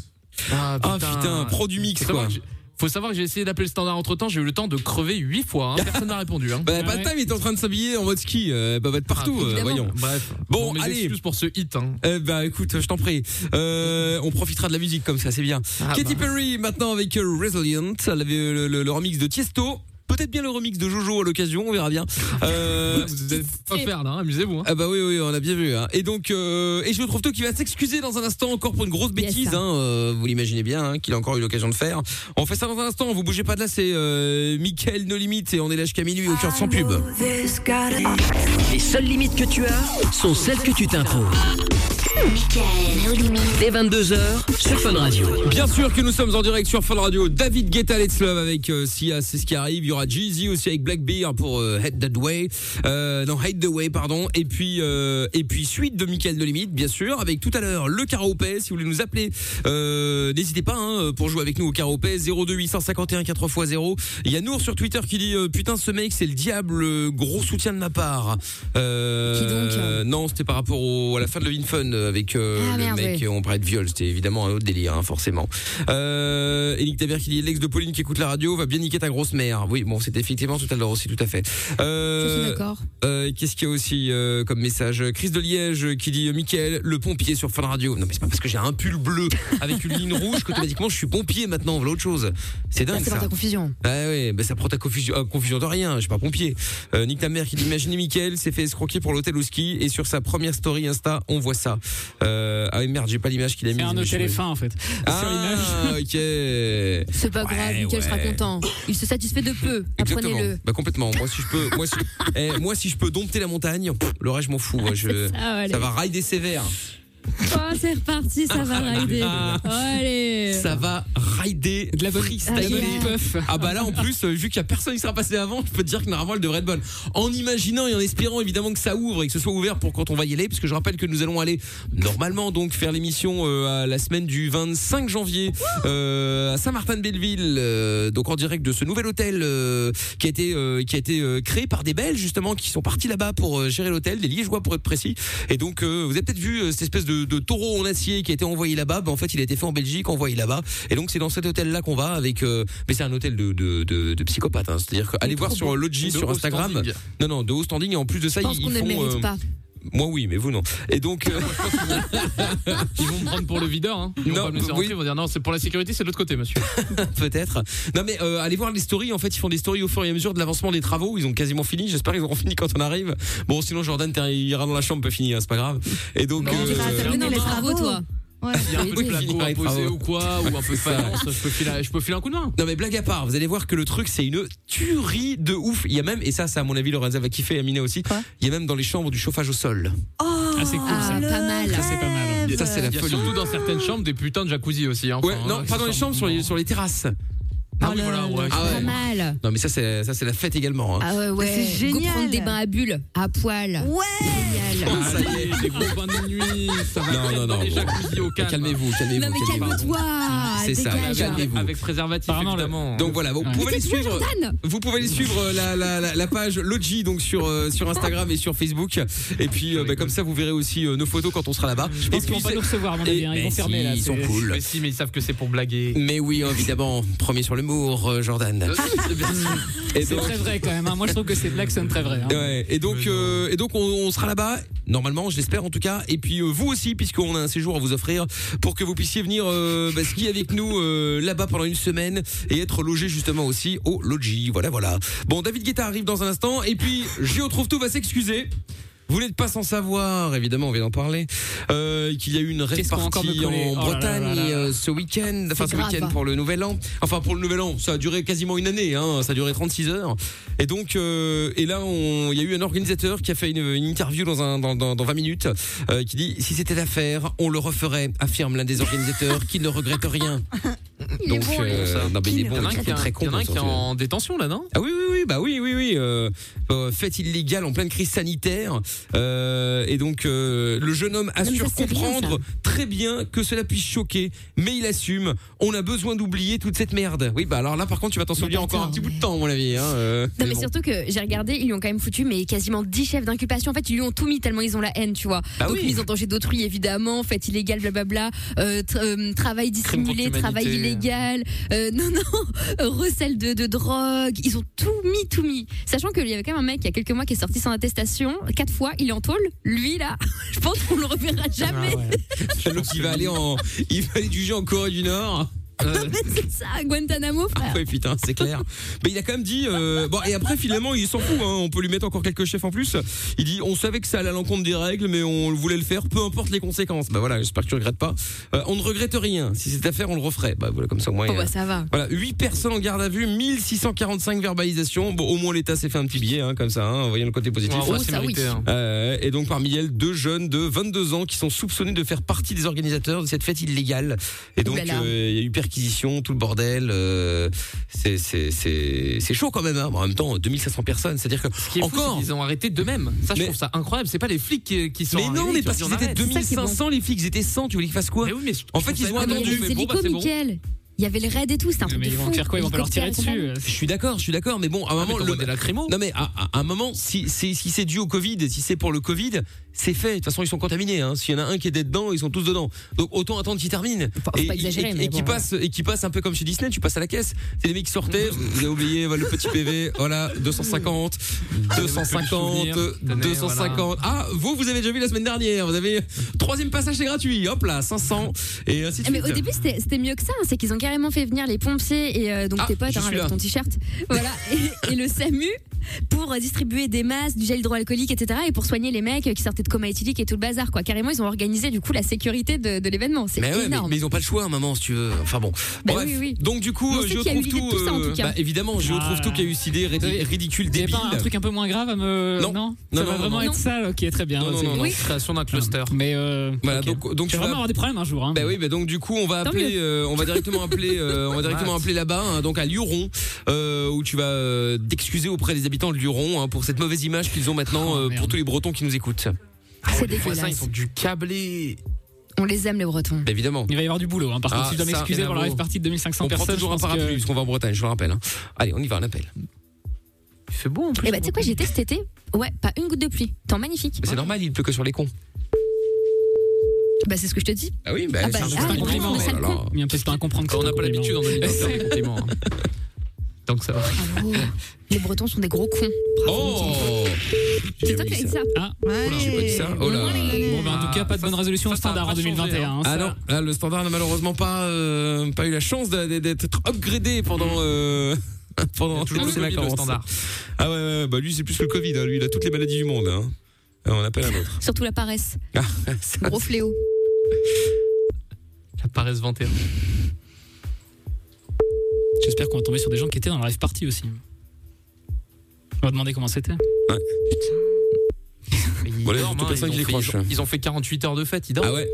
Speaker 4: Ah
Speaker 2: Ah putain, pro du mix
Speaker 4: Faut savoir
Speaker 2: quoi.
Speaker 4: que j'ai- Faut savoir que j'ai essayé d'appeler le standard entre temps, j'ai eu le temps de crever 8 fois, hein.
Speaker 2: Ah,
Speaker 4: personne n'a répondu. Hein. Ah,
Speaker 2: Bah, pas de
Speaker 6: Ouais.
Speaker 2: time, il est en train de s'habiller en mode ski. Euh, bah, va être partout, euh,
Speaker 3: évidemment.
Speaker 2: voyons.
Speaker 4: Bref,
Speaker 2: Bon,
Speaker 4: mes
Speaker 2: allez.
Speaker 4: excuses pour ce hit. Hein.
Speaker 2: Eh bah écoute, je t'en prie. Euh, on profitera de la musique comme ça, c'est bien.
Speaker 4: Ah bah.
Speaker 2: Katy Perry maintenant avec euh, Resilient, le, le- le- le remix de Tiesto. Peut-être bien le remix de Jojo à l'occasion, on verra bien. Euh,
Speaker 4: Vous allez pas faire là, hein, amusez-vous. Hein.
Speaker 2: Ah bah oui oui on a bien vu hein. et donc euh, et je trouve tout qui va s'excuser dans un instant encore pour une grosse
Speaker 3: Yes,
Speaker 2: bêtise
Speaker 3: sir.
Speaker 2: hein, euh, vous l'imaginez bien hein, qu'il a encore eu l'occasion de faire on fait ça dans un instant vous bougez pas de là c'est euh, Michael No Limit et on est là jusqu'à minuit au cœur sans pub
Speaker 1: Les seules limites que tu as sont celles que tu t'imposes. Dès 22h sur Fun Radio.
Speaker 2: Bien sûr que nous sommes en direct sur Fun Radio. David Guetta Let's Love avec euh, Sia, c'est ce qui arrive. Il y aura Jeezy aussi avec Black Bear pour euh, Head That Way. Euh, non, Head The Way, pardon. Et puis, euh, et puis suite de Michael No Limite, bien sûr, avec tout à l'heure le karaopé. Si vous voulez nous appeler, euh, n'hésitez pas hein, pour jouer avec nous au karaopé 02851 4x0. Il y a Nour sur Twitter qui dit euh, Putain, ce mec, c'est le diable. euh, Gros soutien de ma part. Euh,
Speaker 3: Qui donc, hein
Speaker 2: Non, c'était par rapport au- à la fin de Love in Fun euh, avec euh,
Speaker 3: Ah,
Speaker 2: le
Speaker 3: merde,
Speaker 2: mec,
Speaker 3: ouais.
Speaker 2: on parlait de viol, c'était évidemment un autre délire, hein, forcément. Euh, Éric Taber qui dit l'ex de Pauline qui écoute la radio va bien niquer ta grosse mère. Oui, bon, c'était effectivement tout à l'heure aussi, tout à fait.
Speaker 3: Je suis
Speaker 2: Euh,
Speaker 3: d'accord.
Speaker 2: euh, Qu'est-ce qu'il y a aussi euh, comme message Chris de Liège qui dit euh, Michael, le pompier sur Fun Radio. Non, mais c'est pas parce que j'ai un pull bleu avec une ligne rouge qu'automatiquement je suis pompier maintenant, voilà autre chose. C'est
Speaker 3: Ah,
Speaker 2: dingue
Speaker 3: C'est
Speaker 2: ça.
Speaker 3: par ta confusion.
Speaker 2: Ah ouais, bah ça prend ta confusion, ah, confusion de rien, je suis pas pompier. Euh, Nick ta mère qui dit imaginez Mickaël s'est fait escroquer pour l'hôtel au ski et sur sa première story Insta, on voit ça. Euh, ah oui, merde, j'ai pas l'image qu'il a
Speaker 6: C'est
Speaker 2: mise.
Speaker 6: un
Speaker 2: mais je
Speaker 6: hôtel
Speaker 2: suis-
Speaker 6: et fin en fait. Sur l'image.
Speaker 2: Ah, ok.
Speaker 3: C'est pas grave,
Speaker 2: Ouais,
Speaker 3: Mickaël sera
Speaker 2: ouais.
Speaker 3: content. Il se satisfait de peu.
Speaker 2: Exactement.
Speaker 3: Apprenez-le.
Speaker 2: Bah complètement. Moi si je peux, moi si, eh, moi si je peux dompter la montagne, pff, le reste je m'en fous. moi, je,
Speaker 3: ça, allez.
Speaker 2: va rider sévère.
Speaker 3: Oh, c'est reparti, ça va rider. Oh, allez.
Speaker 2: Ça va rider de la bonne freestyle. Ah bah là en plus euh, vu qu'il y a personne qui sera passé avant, je peux te dire que normalement elle devrait être bonne. En imaginant et en espérant évidemment que ça ouvre et que ce soit ouvert pour quand on va y aller parce que je rappelle que nous allons aller normalement donc faire l'émission euh, à la semaine du 25 janvier euh, à Saint-Martin-de-Belleville euh, donc en direct de ce nouvel hôtel euh, qui a été euh, qui a été euh, créé par des Belges justement qui sont partis là-bas pour euh, gérer l'hôtel des Liégeois pour être précis et donc euh, vous avez peut-être vu euh, cette espèce de, de taureau en acier qui a été envoyé là-bas Bah, en fait il a été fait en Belgique envoyé là-bas et donc c'est dans cet hôtel là qu'on va avec euh, mais c'est un hôtel de de, de, de psychopathes hein. c'est-à-dire que allez voir sur Lodgy sur Instagram non non de haut standing et en plus de ça
Speaker 3: Je pense
Speaker 2: ils,
Speaker 3: qu'on
Speaker 2: ils
Speaker 3: ne le
Speaker 2: font,
Speaker 3: mérite
Speaker 2: euh,
Speaker 3: pas.
Speaker 2: moi oui mais vous non et donc euh,
Speaker 4: Ils vont me prendre pour le videur. Hein. Ils vont
Speaker 2: Non,
Speaker 4: pas me laisser
Speaker 2: oui.
Speaker 4: rentrer, ils vont dire non, c'est pour la sécurité, c'est de l'autre côté, monsieur.
Speaker 2: peut-être. Non mais euh, allez voir les stories. En fait, ils font des stories au fur et à mesure de l'avancement des travaux. Ils ont quasiment fini. J'espère qu'ils auront fini quand on arrive. Bon, sinon Jordan t'as- il ira dans la chambre, peut finir, hein, c'est pas grave. Et donc,
Speaker 5: tu vas
Speaker 4: euh,
Speaker 5: terminer
Speaker 3: Non,
Speaker 5: les
Speaker 3: mais bravo,
Speaker 5: travaux.
Speaker 3: toi.
Speaker 5: Ouais.
Speaker 4: Il y a un peu de
Speaker 2: Oui,
Speaker 4: placo
Speaker 2: oui.
Speaker 4: à poser ou quoi, ou un peu de
Speaker 2: Ça.
Speaker 4: faïence, je peux filer, je peux filer un coup de main.
Speaker 2: non mais blague à part, vous allez voir que le truc c'est une tuerie de ouf. Il y a même et ça, ça à mon avis Lorenza va kiffer, Amina aussi.
Speaker 5: Quoi
Speaker 2: il y a même dans les chambres du chauffage au sol.
Speaker 5: Oh,
Speaker 6: Ah, c'est cool,
Speaker 3: ça.
Speaker 5: le
Speaker 3: Pas mal.
Speaker 6: Ça, c'est pas mal.
Speaker 5: rêve.
Speaker 2: Ça c'est la
Speaker 4: Il y a
Speaker 2: folie.
Speaker 4: surtout dans certaines chambres des putains de jacuzzi aussi. hein. Enfin,
Speaker 2: Ouais,
Speaker 4: hein,
Speaker 2: non, pas dans les
Speaker 4: ça,
Speaker 2: chambres, sur les, sur les terrasses.
Speaker 4: Ah oui, voilà, ouais.
Speaker 2: Ah
Speaker 3: Pas
Speaker 2: ouais.
Speaker 3: mal.
Speaker 2: Non mais ça c'est ça c'est la fête également. hein.
Speaker 3: Ah ouais, ouais.
Speaker 5: C'est génial.
Speaker 3: Go prendre des bains à bulles, à poil.
Speaker 5: Ouais.
Speaker 3: Génial.
Speaker 2: Ah, ça y est.
Speaker 4: Allez, les gros bains de nuit, ça va.
Speaker 2: Non, non, non,
Speaker 4: Les
Speaker 2: bon.
Speaker 4: jacuzzi au calme.
Speaker 2: Calmez-vous, calmez-vous.
Speaker 3: Non, mais
Speaker 2: calmez-vous. Ah,
Speaker 3: calme-toi.
Speaker 2: C'est ça,
Speaker 3: Dégage.
Speaker 2: calmez-vous.
Speaker 4: Avec préservatif,
Speaker 6: Apparemment,
Speaker 4: évidemment.
Speaker 2: Donc voilà, vous
Speaker 6: Ouais.
Speaker 2: pouvez les
Speaker 3: Dis-moi,
Speaker 2: suivre.
Speaker 3: Jordan.
Speaker 2: Vous pouvez les suivre euh, la, la, la, la page Logi donc sur euh, sur Instagram et sur Facebook et puis euh, bah, comme ça vous verrez aussi euh, nos photos quand on sera là-bas.
Speaker 6: Je
Speaker 2: Et
Speaker 6: pense
Speaker 2: puis
Speaker 6: qu'ils vont pas
Speaker 2: c'est-
Speaker 6: nous recevoir, à mon
Speaker 2: et-
Speaker 6: avis. hein. Ils
Speaker 2: mais
Speaker 6: vont
Speaker 2: si,
Speaker 6: fermer, là.
Speaker 2: ils
Speaker 6: c'est-
Speaker 2: sont cool.
Speaker 4: Mais si, mais ils savent que c'est pour blaguer.
Speaker 2: Mais oui, évidemment, premier sur l'humour euh, Jordan. Et
Speaker 6: C'est
Speaker 2: donc,
Speaker 6: très vrai, quand même. hein. Moi, je trouve que ces blagues sonnent très vraies. hein.
Speaker 2: Ouais, et donc, euh, et donc on, on sera là-bas, normalement, je l'espère en tout cas. Et puis euh, vous aussi, puisqu'on a un séjour à vous offrir, pour que vous puissiez venir euh, bah, skier avec nous euh, là-bas pendant une semaine et être logé justement aussi au Logi. Voilà, voilà. Bon, David Guetta arrive dans un instant, et puis Gio trouve tout va s'excuser. Vous n'êtes pas sans savoir, évidemment, on vient d'en parler, euh, qu'il y a eu une
Speaker 6: Qu'est-ce qu'on va encore me
Speaker 2: répartie
Speaker 6: coller
Speaker 2: en
Speaker 6: Oh là
Speaker 2: Bretagne
Speaker 6: là là là là.
Speaker 2: euh, ce week-end, enfin ce
Speaker 3: grave.
Speaker 2: week-end pour le Nouvel An. Enfin pour le Nouvel An, ça a duré quasiment une année, hein, ça a duré 36 heures. Et donc, euh, et là, on- il y a eu un organisateur qui a fait une, une interview dans, un, dans, dans, dans 20 minutes, euh, qui dit si c'était à faire, on le referait, affirme l'un des organisateurs, qui ne regrette rien. donc, euh, non, mais il est
Speaker 4: Il y
Speaker 2: bon,
Speaker 4: en a un
Speaker 2: il est
Speaker 4: qui est-
Speaker 2: très
Speaker 4: il
Speaker 2: con.
Speaker 4: y en a un qui est
Speaker 2: surtout.
Speaker 4: en détention là, non
Speaker 2: Ah oui, oui, oui, bah oui, oui, oui. Euh, euh, fête illégale en pleine crise sanitaire. Euh, et donc, euh, le jeune homme
Speaker 3: mais ça,
Speaker 2: assure
Speaker 3: c'est rien,
Speaker 2: comprendre très bien que cela puisse choquer, mais il assume. On a besoin d'oublier toute cette merde. Oui, bah alors là, par contre, tu vas t'en souvenir
Speaker 3: bah,
Speaker 2: encore un
Speaker 3: attends,
Speaker 2: petit bout de
Speaker 3: mais-
Speaker 2: temps, à mon avis. Hein, euh,
Speaker 3: Non,
Speaker 2: mais
Speaker 3: mais
Speaker 2: bon.
Speaker 3: surtout que j'ai regardé, ils lui ont quand même foutu, mais quasiment 10 chefs d'inculpation. En fait, ils lui ont tout mis tellement ils ont la haine, tu vois.
Speaker 2: Bah
Speaker 3: Donc,
Speaker 2: oui.
Speaker 3: mise en danger d'autrui, évidemment, fête illégale, blablabla, euh, tra- euh, travail dissimulé,
Speaker 4: contre
Speaker 3: travail
Speaker 4: l'humanité.
Speaker 3: illégal, euh, non, non, euh, recel de, de drogue. Ils ont tout mis, tout mis. Sachant qu'il y avait quand même un mec il y a quelques mois qui est sorti sans attestation, quatre fois, il est en tôle. Lui, là, je pense qu'on le reverra
Speaker 6: Ah,
Speaker 3: jamais.
Speaker 6: ouais.
Speaker 2: L'autre, il va aller en, il va aller juger en Corée du Nord. Euh,
Speaker 3: Mais c'est ça, à Guantanamo, frère.
Speaker 2: ouais, putain, c'est clair. Mais il a quand même dit. euh, bon, et après, finalement, il s'en fout. hein, on peut lui mettre encore quelques chefs en plus. Il dit on savait que ça allait à l'encontre des règles, mais on voulait le faire, peu importe les conséquences. Bah voilà, j'espère que tu regrettes pas. Euh, on ne regrette rien. Si c'était à faire, on le referait. Bah voilà, comme ça, au moins.
Speaker 3: Bon,
Speaker 2: il y a-
Speaker 3: bah, ça va.
Speaker 2: Voilà, 8 personnes en garde à vue, 1645 verbalisations. Bon, au moins l'État s'est fait un petit billet, hein, comme ça, hein, voyons le côté positif.
Speaker 4: Ouais,
Speaker 3: Oh,
Speaker 4: c'est
Speaker 3: ça, oui.
Speaker 4: mérité, hein.
Speaker 2: Euh, et donc parmi elles deux jeunes de 22 ans qui sont soupçonnés de faire partie des organisateurs de cette fête illégale. Et donc euh,
Speaker 3: Ouh
Speaker 2: il
Speaker 3: là là.
Speaker 2: y a eu perquisition, tout le bordel. euh, c'est c'est c'est c'est chaud quand même. Hein. Bon, en même temps, 2500 personnes, c'est-à-dire que
Speaker 4: Ce qui est fou,
Speaker 2: encore.
Speaker 4: c'est qu'ils ont arrêté d'eux-mêmes. Ça, je
Speaker 2: Mais-
Speaker 4: trouve ça incroyable. C'est pas les flics qui, qui sont.
Speaker 2: mais non,
Speaker 4: arrivés,
Speaker 2: mais
Speaker 4: qui
Speaker 2: parce
Speaker 4: ont
Speaker 2: qu'ils
Speaker 4: dit, on
Speaker 2: étaient
Speaker 4: arrête.
Speaker 2: 2500, les flics, ils étaient 100. Tu voulais qu'ils fassent quoi
Speaker 4: Mais oui, mais je-
Speaker 2: En fait,
Speaker 4: je
Speaker 2: ils ont
Speaker 4: savais
Speaker 3: Ah,
Speaker 4: pas
Speaker 3: mais
Speaker 2: attendu,
Speaker 3: il y
Speaker 4: non
Speaker 3: avait
Speaker 4: plus,
Speaker 3: les
Speaker 4: mais bon,
Speaker 3: hélicos,
Speaker 4: bah, c'est bon.
Speaker 3: Mickaël. Il y avait les raids et tout, c'est un truc
Speaker 6: Mais
Speaker 3: de
Speaker 6: ils vont
Speaker 3: fou.
Speaker 6: faire quoi Ils vont pas leur tirer
Speaker 3: Hélicoptère,
Speaker 6: dessus. euh,
Speaker 2: Je suis d'accord, je suis d'accord, mais bon, à un
Speaker 4: Ah, mais
Speaker 2: moment,
Speaker 4: t'envoies
Speaker 2: le,
Speaker 4: des lacrymos.
Speaker 2: Non mais à, à- à un moment, si, si, si c'est dû au Covid, si c'est pour le Covid, c'est fait. De toute façon, ils sont contaminés. Hein. S'il y en a un qui est dedans, ils sont tous dedans. Donc autant attendre qu'ils terminent.
Speaker 3: faut pas exagérer, mais
Speaker 2: qui
Speaker 3: bon,
Speaker 2: passe et qui passe un peu comme chez Disney, tu passes à la caisse. C'est les mecs qui sortaient, vous avez oublié voilà, le petit PV, voilà 250,
Speaker 6: Ah,
Speaker 2: 250,
Speaker 4: Vous avez plus de souvenirs. Tenez,
Speaker 2: 250. Ah vous vous avez déjà vu la semaine dernière, vous avez euh, troisième passage c'est gratuit. Hop là 500 et ainsi de
Speaker 3: Eh, Mais
Speaker 2: suite.
Speaker 3: au début, c'était c'était mieux que ça. hein. C'est qu'ils ont carrément fait venir les pompiers et euh, donc
Speaker 2: Ah,
Speaker 3: tes potes
Speaker 2: je
Speaker 3: hein,
Speaker 2: suis
Speaker 3: avec
Speaker 2: là.
Speaker 3: ton t-shirt. Voilà. Et, et le SAMU pour euh, distribuer des masques, du gel hydroalcoolique, etc. et pour soigner les mecs euh, qui sortaient de coma éthylique et tout le bazar, quoi. Carrément, ils ont organisé du coup la sécurité de, de l'événement. C'est
Speaker 2: Mais ouais, mais,
Speaker 3: énorme.
Speaker 2: mais ils ont pas le choix, maman, si tu veux. Enfin bon.
Speaker 3: Bah
Speaker 6: Ben
Speaker 2: Bref.
Speaker 3: oui, oui.
Speaker 2: Donc du coup,
Speaker 3: Mais on
Speaker 2: euh,
Speaker 3: sait
Speaker 2: je
Speaker 3: qui a eu
Speaker 2: trouve
Speaker 3: l'idée de
Speaker 2: tout.
Speaker 3: tout ça, en
Speaker 2: euh,
Speaker 3: tout cas.
Speaker 2: bah, évidemment, je
Speaker 6: Ah.
Speaker 2: trouve tout qui a eu cette idée ridi- ridicule,
Speaker 6: Il y a
Speaker 2: débile.
Speaker 6: pas un truc un peu moins grave à me.
Speaker 2: Non. Non,
Speaker 6: Ça
Speaker 2: non,
Speaker 6: va
Speaker 2: non,
Speaker 6: vraiment
Speaker 2: non.
Speaker 6: être ça, ok, très bien.
Speaker 2: Non, non,
Speaker 6: c'est-
Speaker 2: non, non.
Speaker 3: Oui.
Speaker 4: Création d'un cluster.
Speaker 6: Mais euh,
Speaker 2: Voilà,
Speaker 6: ok.
Speaker 2: donc, donc tu
Speaker 6: je vais
Speaker 2: vas
Speaker 6: vraiment avoir des problèmes un jour. Hein.
Speaker 2: Bah oui, bah donc du coup, on va
Speaker 3: Tant
Speaker 2: appeler, euh, on va directement appeler, euh, on va directement appeler là-bas, hein, donc à Luron, euh, où tu vas euh, t'excuser auprès des habitants de Luron hein, pour cette mauvaise image qu'ils ont maintenant
Speaker 6: Oh,
Speaker 2: euh, pour
Speaker 6: merde.
Speaker 2: tous les Bretons qui nous écoutent.
Speaker 3: C'est
Speaker 4: Les voisins, ils
Speaker 3: dégueulasse.
Speaker 4: ont dû câbler.
Speaker 3: On les aime les Bretons.
Speaker 2: Bah, évidemment.
Speaker 6: Il va y avoir du boulot. Hein. Par
Speaker 2: Ah,
Speaker 6: contre, si je dois
Speaker 2: ça,
Speaker 6: m'excuser
Speaker 2: énorme.
Speaker 6: pour la live partie de 2500
Speaker 2: On prend
Speaker 6: personnes.
Speaker 2: toujours un
Speaker 6: je pense que-
Speaker 2: parapluie puisqu'on va en Bretagne, je le rappelle. hein. Allez, on y va, on appelle.
Speaker 4: Il fait beau en plus.
Speaker 3: Et bah tu sais quoi, j'étais cet été. Ouais, pas une goutte de pluie. Temps magnifique.
Speaker 6: Ah.
Speaker 2: Mais c'est normal, il pleut que sur les cons.
Speaker 3: Bah c'est ce que je te dis.
Speaker 2: Ah oui, bah,
Speaker 3: Ah bah,
Speaker 2: c'est
Speaker 3: ah,
Speaker 2: un
Speaker 3: mais
Speaker 2: compliment.
Speaker 3: bon, mais ça
Speaker 2: Oh là
Speaker 3: le
Speaker 2: là.
Speaker 6: Mais un peu, c'est pas un comprendre
Speaker 4: Quand on n'a pas l'habitude, on a
Speaker 6: C'est-
Speaker 4: des compliments. hein. Donc ça va.
Speaker 3: Bravo. les Bretons sont des gros cons. Ah.
Speaker 2: Oh
Speaker 3: C'est toi qui as dit ça.
Speaker 2: Oula, j'ai pas dit ça. Oh là.
Speaker 6: Bon, bah, en tout cas, pas de bonne résolution au
Speaker 4: ça, ça a
Speaker 6: standard
Speaker 4: pas
Speaker 6: en 2021. hein,
Speaker 2: Ah
Speaker 6: ça.
Speaker 2: non, ah, le standard n'a malheureusement pas, euh, pas eu la chance d'a- d'a- d'être upgradé
Speaker 6: Mm.
Speaker 2: pendant, euh, pendant
Speaker 4: Toujours
Speaker 2: pendant
Speaker 4: le
Speaker 2: ses
Speaker 4: Covid, le
Speaker 2: vacances.
Speaker 4: standard.
Speaker 2: Ah ouais, ouais, bah lui c'est plus que le Covid, hein. lui il a toutes les maladies du monde. hein. Ah, on appelle un autre.
Speaker 3: Surtout la paresse.
Speaker 2: Ah, ça,
Speaker 3: Gros fléau.
Speaker 2: hein.
Speaker 4: La paresse 21.
Speaker 6: J'espère qu'on va tomber sur des gens qui étaient dans la live party aussi. On va demander comment c'était.
Speaker 4: Ils
Speaker 2: Bon, là, il y a
Speaker 4: dorment,
Speaker 2: surtout
Speaker 4: hein,
Speaker 2: personne
Speaker 4: ils
Speaker 2: qui
Speaker 4: ont fait-
Speaker 2: décroche.
Speaker 4: ils ont- Ils ont fait 48 heures de fête, ils
Speaker 2: ah
Speaker 4: dorment.
Speaker 2: ouais